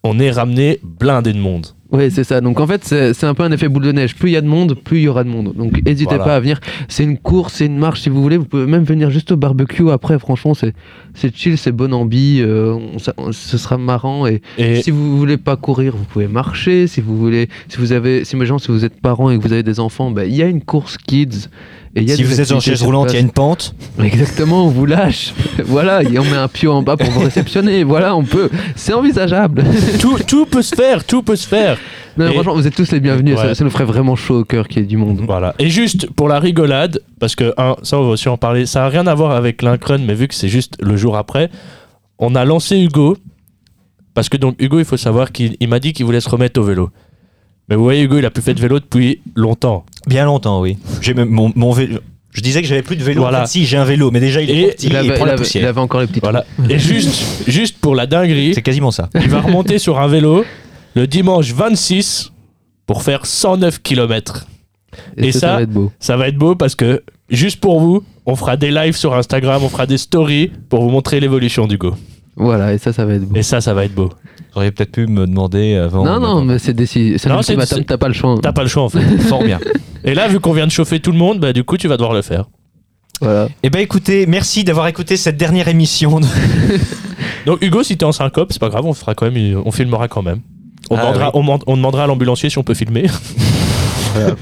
Speaker 7: on est ramené blindé de monde.
Speaker 2: Oui, c'est ça. Donc en fait, c'est c'est un peu un effet boule de neige. Plus il y a de monde, plus il y aura de monde. Donc n'hésitez
Speaker 7: Voilà.
Speaker 2: pas à venir. C'est une course, c'est une marche si vous voulez. Vous pouvez même venir juste au barbecue après. Franchement, c'est c'est chill, c'est bon ambi. euh, on- ça- on- ce sera marrant. Et,
Speaker 7: Et-
Speaker 2: si vous voulez pas courir, vous pouvez marcher. Si vous voulez, si vous avez, si mes gens, si vous êtes parents et que vous avez des enfants, bah, il y a une course kids. Et il y a
Speaker 5: Si
Speaker 2: des
Speaker 5: vous êtes en
Speaker 2: activités
Speaker 5: chaise
Speaker 2: sur
Speaker 5: roulante, il y a
Speaker 2: place.
Speaker 5: une pente.
Speaker 2: Exactement, on vous lâche. voilà, et on met un pieu en bas pour vous réceptionner. Voilà, on peut. C'est envisageable.
Speaker 7: tout, tout peut se faire, tout peut se faire.
Speaker 2: Non, mais
Speaker 7: Et-
Speaker 2: franchement, vous êtes tous les bienvenus.
Speaker 7: Ouais.
Speaker 2: Ça, ça nous ferait vraiment chaud au cœur qu'il y ait du monde.
Speaker 7: Mm. Voilà. Et juste pour la rigolade, parce que un, ça on va aussi en parler, ça n'a rien à voir avec l'Incrun, mais vu que c'est juste le jour après, on a lancé Hugo, parce que donc Hugo, il faut savoir qu'il il m'a dit qu'il voulait se remettre au vélo. Mais vous voyez, Hugo, il a plus fait de vélo depuis longtemps.
Speaker 5: Bien longtemps, oui. J'ai même mon, mon vélo. Je disais que j'avais plus de vélo.
Speaker 7: Voilà.
Speaker 5: En fait, si, j'ai un vélo, mais déjà, il est
Speaker 7: Et-
Speaker 5: trop petit.
Speaker 7: il
Speaker 5: Il,
Speaker 7: avait-
Speaker 5: prend
Speaker 7: il
Speaker 5: la
Speaker 7: avait-
Speaker 5: poussière.
Speaker 7: il
Speaker 2: avait encore les petites.
Speaker 7: Voilà. Et juste, juste pour la dinguerie,
Speaker 5: C'est quasiment ça.
Speaker 7: il va remonter sur un vélo le dimanche 26 pour faire 109 km.
Speaker 2: Et ça, ça va être beau.
Speaker 7: ça va être beau parce que juste pour vous, on fera des lives sur Instagram, on fera des stories pour vous montrer l'évolution d'Hugo.
Speaker 2: Voilà, et ça, ça va être beau.
Speaker 7: Et ça, ça va être beau.
Speaker 5: J'aurais peut-être pu me demander avant.
Speaker 2: non, non, mais c'est décidé. C'est
Speaker 7: Non, c'est-
Speaker 2: l'ultimatum,
Speaker 7: c'est-
Speaker 2: t'as pas le choix. hein.
Speaker 7: T'as pas le choix en fait.
Speaker 5: Fort bien.
Speaker 7: Et là, vu qu'on vient de chauffer tout le monde, bah du coup, tu vas devoir le faire.
Speaker 2: Voilà.
Speaker 5: Eh ben, écoutez, merci d'avoir écouté cette dernière émission. de-
Speaker 7: Donc Hugo, si t'es en syncope, c'est pas grave, on fera quand même, une- on filmera quand même. On,
Speaker 5: Ah,
Speaker 7: demandera,
Speaker 5: oui.
Speaker 7: on, man- on demandera à l'ambulancier si on peut filmer. Voilà.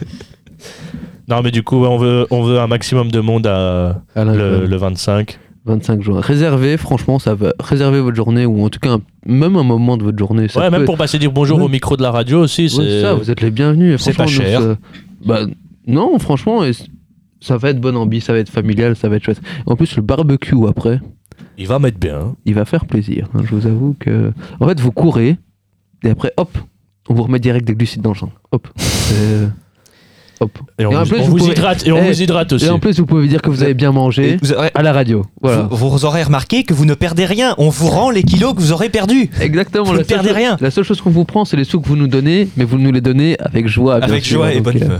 Speaker 7: Non, mais du coup, ouais, on veut, on veut un maximum de monde à,
Speaker 2: À la-
Speaker 7: le, le 25.
Speaker 2: 25 juin. euh, Réservez, franchement, ça va. Réservez votre journée, ou en tout cas, un- même un moment de votre journée. ça
Speaker 7: ouais,
Speaker 2: peut-
Speaker 7: même pour euh, passer dire bonjour
Speaker 2: Ouais.
Speaker 7: au micro de la radio aussi.
Speaker 2: Ouais,
Speaker 7: c'est-
Speaker 2: ça, vous êtes les bienvenus. Et
Speaker 5: C'est pas
Speaker 2: franchement,
Speaker 5: cher.
Speaker 2: nous, ça- Bah, non, franchement, et c- ça va être bonne ambi, ça va être familial, ça va être chouette. En plus, le barbecue après,
Speaker 7: Il va mettre bien. hein.
Speaker 2: il va faire plaisir. hein, je vous avoue que. En fait, vous courez, et après, Euh, hop, on vous remet direct des glucides dans le sang. Hop. C'est- Hop.
Speaker 7: Et on,
Speaker 2: en
Speaker 7: vous-
Speaker 2: plus,
Speaker 7: on vous
Speaker 2: pouvez-
Speaker 7: hydrate. Et on
Speaker 2: Eh,
Speaker 7: vous hydrate aussi.
Speaker 2: Et en plus, vous pouvez dire que vous avez bien mangé à la radio. Ah, Voilà.
Speaker 5: Vous, vous aurez remarqué que vous ne perdez rien. On vous rend les kilos que vous aurez perdus.
Speaker 2: Exactement.
Speaker 5: Vous
Speaker 2: la
Speaker 5: ne
Speaker 2: seule
Speaker 5: perdez
Speaker 2: chose-
Speaker 5: rien.
Speaker 2: La seule chose qu'on vous prend, c'est les sous que vous nous donnez, mais vous nous les donnez avec joie. bien
Speaker 5: Avec
Speaker 2: sûr,
Speaker 5: joie et
Speaker 2: donc,
Speaker 5: bonne
Speaker 2: euh,
Speaker 5: humeur.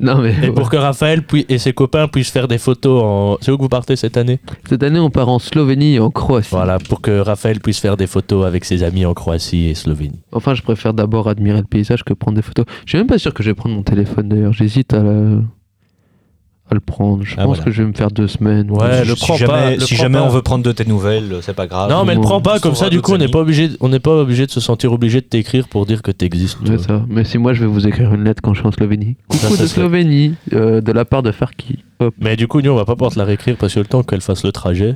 Speaker 2: Non mais.
Speaker 7: Et pour que Raphaël puis- et ses copains puissent faire des photos en. C'est où que vous partez cette année
Speaker 2: Cette année, on part en Slovénie et en Croatie.
Speaker 7: Voilà, pour que Raphaël puisse faire des photos avec ses amis en Croatie et Slovénie.
Speaker 2: Enfin, je préfère d'abord admirer le paysage que prendre des photos. Je suis même pas sûr que je vais prendre mon téléphone d'ailleurs. J'hésite à le... à le prendre. Je
Speaker 5: Ah,
Speaker 2: pense
Speaker 5: voilà.
Speaker 2: que je vais me faire deux semaines.
Speaker 5: si, si jamais, si jamais on veut prendre de tes nouvelles, c'est pas grave.
Speaker 7: non, mais le
Speaker 5: On
Speaker 7: prends pas,
Speaker 5: se
Speaker 7: comme ça,
Speaker 5: trouvera
Speaker 7: du
Speaker 5: d'autres
Speaker 7: coup, on n'est
Speaker 5: amis.
Speaker 7: pas obligé, on n'est pas obligé de se sentir obligé de t'écrire pour dire que t'existes.
Speaker 2: Ouais, ça. Mais si moi, je vais vous écrire une lettre quand je suis en Slovénie.
Speaker 7: Ça,
Speaker 2: Coucou
Speaker 7: ça
Speaker 2: de
Speaker 7: serait-
Speaker 2: Slovénie, euh, de la part de Farki.
Speaker 7: Mais du coup, nous, on va pas pouvoir te la réécrire parce que le temps qu'elle fasse le trajet,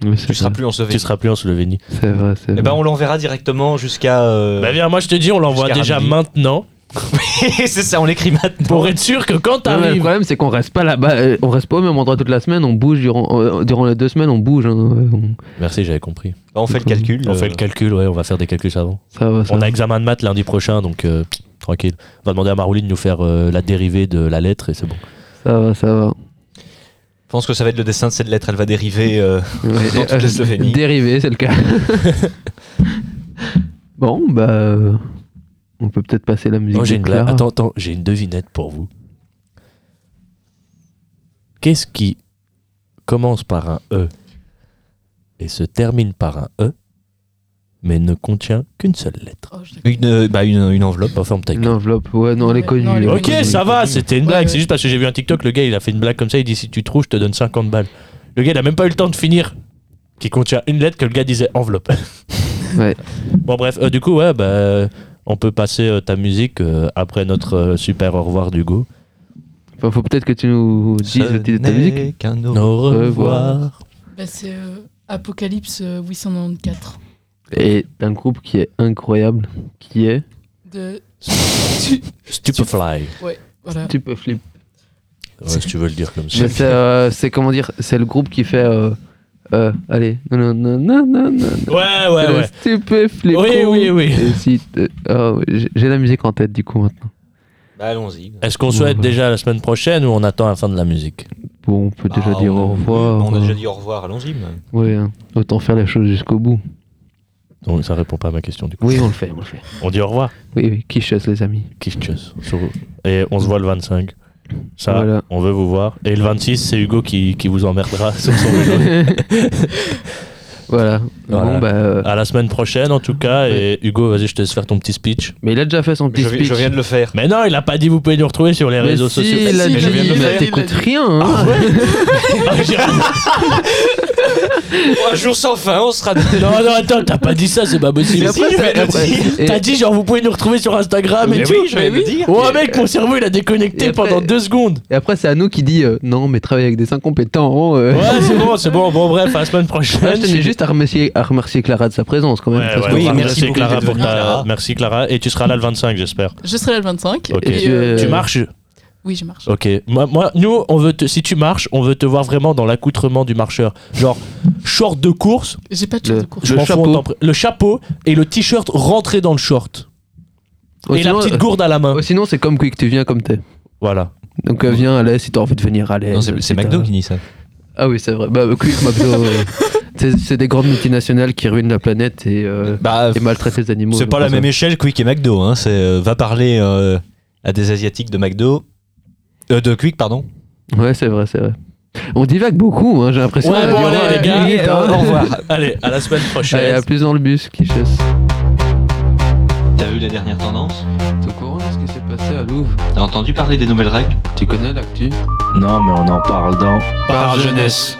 Speaker 2: tu
Speaker 5: seras plus en Slovénie.
Speaker 7: Tu seras plus en Slovénie.
Speaker 2: C'est vrai, c'est
Speaker 5: Eh ben, on l'enverra directement jusqu'à. euh,
Speaker 7: Bah viens, moi je te dis, on l'envoie
Speaker 5: jusqu'à
Speaker 7: déjà
Speaker 5: Ramilly.
Speaker 7: maintenant.
Speaker 5: c'est ça, on l'écrit maintenant.
Speaker 7: Pour être sûr que quand
Speaker 2: Non, mais le
Speaker 7: t'arrives.
Speaker 2: problème, c'est qu'on reste pas là-bas, euh, on reste pas au même endroit toute la semaine, on bouge durant, euh, durant les deux semaines, on bouge. hein, euh, on-
Speaker 7: Merci, j'avais compris.
Speaker 5: Bah, on fait le calcul.
Speaker 7: On
Speaker 5: euh,
Speaker 7: fait le calcul, ouais, on va faire des calculs savants.
Speaker 2: Ça va, ça
Speaker 7: on
Speaker 2: va.
Speaker 7: a examen de maths lundi prochain, donc euh, tranquille. On va demander à Marouline de nous faire euh, la dérivée de la lettre et c'est bon.
Speaker 2: Ça va, ça va.
Speaker 5: Je pense que ça va être le dessin de cette lettre. Elle va dériver euh,
Speaker 2: Ouais,
Speaker 5: dans toute la
Speaker 2: euh,
Speaker 5: Slovénie.
Speaker 2: Dérivé, c'est le cas. bon, bah. euh, On peut peut-être passer la musique.
Speaker 7: Oh, j'ai
Speaker 2: de
Speaker 7: une
Speaker 2: Clara.
Speaker 7: blague. Attends, attends, j'ai une devinette pour vous. Qu'est-ce qui commence par un E et se termine par un E, mais ne contient qu'une seule lettre
Speaker 6: Oh,
Speaker 5: Une, bah, une, une enveloppe.
Speaker 7: Bah, ferme ta
Speaker 2: Une enveloppe, ouais, non, elle est connue. elle est
Speaker 7: Ok,
Speaker 2: connue.
Speaker 7: ça va, c'était une
Speaker 6: Ouais,
Speaker 7: blague.
Speaker 6: ouais.
Speaker 7: C'est juste parce que j'ai vu un TikTok, le gars il a fait une blague comme ça, il dit si tu trouves, je te donne 50 balles. Le gars il a même pas eu le temps de finir. Qui contient une lettre que le gars disait enveloppe.
Speaker 2: Ouais.
Speaker 7: bon, bref, euh, du coup, ouais, bah, on peut passer euh, ta musique euh, après notre euh, super au revoir d'Hugo.
Speaker 2: Enfin, faut peut-être que tu nous dises le titre de ta
Speaker 5: n'est
Speaker 2: musique.
Speaker 5: qu'un
Speaker 7: Au revoir.
Speaker 6: Bah, c'est euh, Apocalypse euh, 894
Speaker 2: Et d'un groupe qui est incroyable, qui est.
Speaker 6: de.
Speaker 7: Stupefly.
Speaker 6: Ouais, voilà.
Speaker 2: Tu peux flipper.
Speaker 7: Ouais, si tu veux le dire comme ça.
Speaker 2: Mais c'est, euh, c'est comment dire, c'est le groupe qui fait. euh, euh, allez, non, non, non, non, non, non.
Speaker 7: Ouais, ouais, ouais.
Speaker 2: flip.
Speaker 7: Oui, oui, oui.
Speaker 2: Et si t- oh, j'ai- j'ai la musique en tête du coup maintenant.
Speaker 5: Bah, allons-y.
Speaker 7: Est-ce qu'on souhaite déjà la semaine prochaine ou on attend la fin de la musique
Speaker 2: Bon, on peut déjà
Speaker 5: Ah,
Speaker 2: dire
Speaker 5: on-
Speaker 2: au revoir.
Speaker 5: On a déjà dit au revoir, allons-y.
Speaker 2: Oui, autant faire les choses jusqu'au bout.
Speaker 7: Donc, ça répond pas à ma question du coup.
Speaker 2: Oui, on le fait, on le fait.
Speaker 7: On dit au revoir.
Speaker 2: Oui, oui, qui chasse les amis.
Speaker 7: Kiff tchuss. Sur- Et on se voit le 25. Ça,
Speaker 2: Voilà.
Speaker 7: on veut vous voir. Et le 26, c'est Hugo qui, qui vous emmerdera sur son vélo.
Speaker 2: Voilà.
Speaker 7: Voilà.
Speaker 2: Bon, bah, euh,
Speaker 7: À la semaine prochaine, en tout cas. Et Hugo, vas-y, je te laisse faire ton petit speech.
Speaker 2: mais il a déjà fait son petit
Speaker 5: Je, vi-
Speaker 2: speech.
Speaker 5: je viens de le faire.
Speaker 7: Mais non, il a pas dit vous pouvez nous retrouver sur les
Speaker 2: Mais
Speaker 7: réseaux
Speaker 2: si,
Speaker 7: sociaux.
Speaker 2: il a
Speaker 7: Mais
Speaker 2: dit,
Speaker 7: je viens de le
Speaker 2: mais
Speaker 7: faire.
Speaker 2: t'écoutes rien. hein.
Speaker 7: Ah, j'ai rien
Speaker 5: Un jour sans fin, on sera.
Speaker 7: dit. non, non, attends, t'as pas dit ça, c'est pas possible.
Speaker 2: Mais si, je viens de le dire.
Speaker 7: T'as dit genre vous pouvez nous retrouver sur Instagram et
Speaker 5: Mais
Speaker 7: tout.
Speaker 5: oui, je viens de le dire.
Speaker 7: Ouais, mec, mon cerveau il a déconnecté
Speaker 2: Et après-
Speaker 7: pendant deux secondes.
Speaker 2: Et après, c'est à nous qui dit euh, non, mais travaille avec des incompétents. euh.
Speaker 7: Ouais, c'est bon, c'est bon. Bon, bref, à la semaine
Speaker 2: Ah,
Speaker 7: prochaine.
Speaker 2: je tenais juste à remercier, à remercier Clara de sa présence quand même.
Speaker 7: Ouais,
Speaker 2: parce
Speaker 7: ouais, on va
Speaker 2: que-
Speaker 5: merci
Speaker 7: remercier
Speaker 5: beaucoup
Speaker 7: Clara
Speaker 5: d'être
Speaker 7: pour
Speaker 5: venue,
Speaker 7: ta-
Speaker 5: Clara.
Speaker 7: Merci Clara. Et tu seras là le 25, j'espère.
Speaker 6: Je serai là le 25.
Speaker 7: Ok.
Speaker 6: Et, euh,
Speaker 7: Tu marches
Speaker 6: Oui, je marche.
Speaker 7: Ok. Moi, moi, nous, on veut te- si tu marches, on veut te voir vraiment dans l'accoutrement du marcheur. Genre, short de course,
Speaker 6: J'ai pas de chance de course.
Speaker 7: je
Speaker 2: Le
Speaker 7: m'en fous,
Speaker 2: chapeau.
Speaker 7: on t'en prie. le chapeau et le t-shirt rentré dans le short.
Speaker 2: Oh,
Speaker 7: et la
Speaker 2: sinon,
Speaker 7: petite gourde à la main.
Speaker 2: euh, sinon, c'est comme Quick, tu viens comme t'es.
Speaker 7: Voilà.
Speaker 2: Donc euh, viens à l'aise si t'as envie de venir à l'aise.
Speaker 5: Non, c'est
Speaker 2: si
Speaker 5: c'est McDo
Speaker 2: t'as-
Speaker 5: qui dit ça.
Speaker 2: Ah oui, c'est vrai. Bah, euh, Quick, McDo. euh, c'est- c'est des grandes multinationales qui ruinent la planète et, euh,
Speaker 5: Bah,
Speaker 2: et maltraitent les animaux.
Speaker 5: c'est
Speaker 2: je
Speaker 5: pas la
Speaker 2: pense.
Speaker 5: même échelle Quick et McDo. Hein. C'est, euh, va parler euh, à des Asiatiques de McDo. Euh, de Quick, pardon.
Speaker 2: Ouais, c'est vrai, c'est vrai. On divague beaucoup, hein, j'ai l'impression.
Speaker 7: Ouais,
Speaker 2: qu'on
Speaker 7: bon,
Speaker 2: a duré
Speaker 7: allez,
Speaker 2: la
Speaker 7: les gars,
Speaker 2: minute,
Speaker 7: et,
Speaker 2: hein.
Speaker 7: euh, au revoir. Allez, à la semaine prochaine.
Speaker 2: Allez, à plus dans le bus, qui chasse.
Speaker 1: T'as vu la dernière tendance
Speaker 2: T'es au courant de ce qui s'est passé à Louvre
Speaker 1: T'as entendu parler des nouvelles règles
Speaker 2: Tu connais l'actu
Speaker 3: Non, mais on en parle dans.
Speaker 4: Par jeunesse.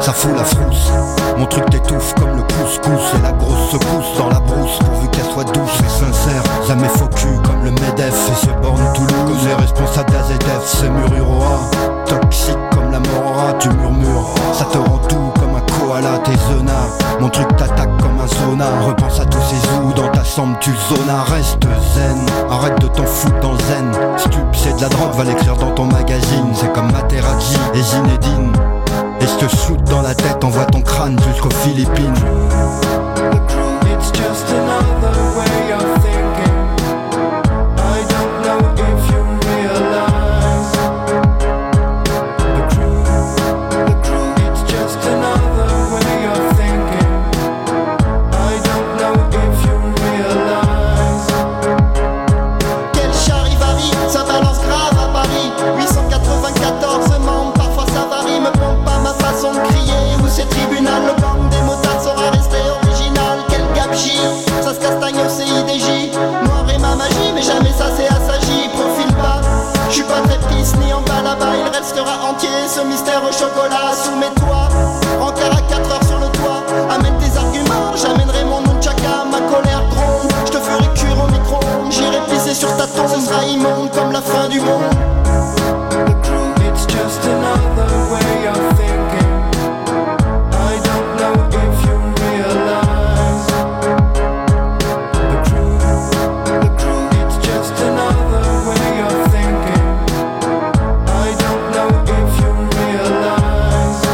Speaker 15: Ça fout la frousse. Mon truc t'étouffe comme le couscous et la grosse secousse dans la brousse pourvu qu'elle soit douce et sincère. Jamais faux cul comme le Medef et ses bornes Toulouse. Les responsables d'AZF, c'est Mururoa. Toxique comme la morora, tu murmures. Ça te rend tout comme un koala, tes zona. Mon truc t'attaque comme un un sauna Repense à tous ces zoos dans ta somme tu zona Reste zen, arrête de t'en foutre dans le zen Stup c'est de la drogue, va l'écrire dans ton magazine C'est comme Materazzi et Zinedine Et je te shoot dans la tête, envoie ton crâne jusqu'aux Philippines
Speaker 17: It's just another way of thinking. I don't know if you realize the truth. The truth. It's just another way of thinking. I don't know if you realize.
Speaker 18: Quel charivari, ça balance grave à Paris 894 membres, parfois ça varie Me pompe pas ma façon de crier ou c'est tribunal Le gang des motards sera resté original Quel gabji, ça se castagne au CIDJ Noir et ma magie, mais jamais ça c'est assagi Profil bas, je suis pas très pisse ni en bas là-bas Il restera entier ce mystère au chocolat sous mes toits Encart à 4 heures sur le toit, amène tes arguments J'amènerai mon nom chaka, ma colère gronde Je te ferai cuire au micro, j'irai pisser sur ta tombe Ce sera immonde comme la fin du monde
Speaker 17: It's just another way of thinking. I don't know if you realize the truth. The truth. It's just another way of thinking. I don't know if you realize.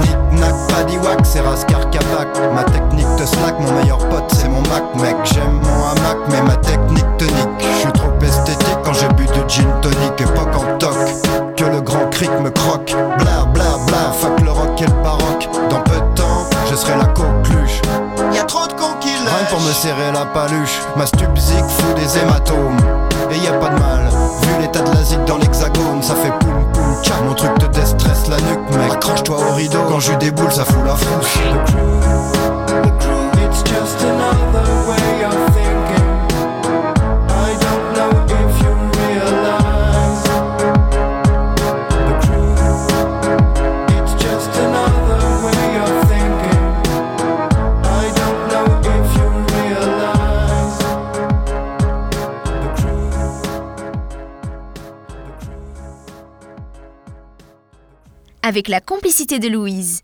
Speaker 15: Knick-knack, padiwak, c'est rascar Kabak Ma technique te slack, mon meilleur pote c'est mon Mac Mec j'aime mon hamac mais ma technique tonique Je suis trop esthétique quand j'ai bu du gin tonic Époque en toc, que le grand cric me croque Bla bla bla, fuck le rock et le baroque Dans peu de temps, je serai la coqueluche
Speaker 18: Y'a trop de cons qui
Speaker 15: Rien que pour me serrer la paluche, ma stupzik fout des hématomes. Et y a pas de mal, vu l'état de la zig dans l'hexagone, ça fait poum poum tcha. Mon truc te déstresse la nuque, mec. Accroche-toi au rideau, quand je déboule, ça fout la frousse.
Speaker 17: It's just another way of thinking. I don't know if you realize the truth. It's just another way of thinking. I don't know if you realize the truth.
Speaker 8: Avec la complicité de Louise.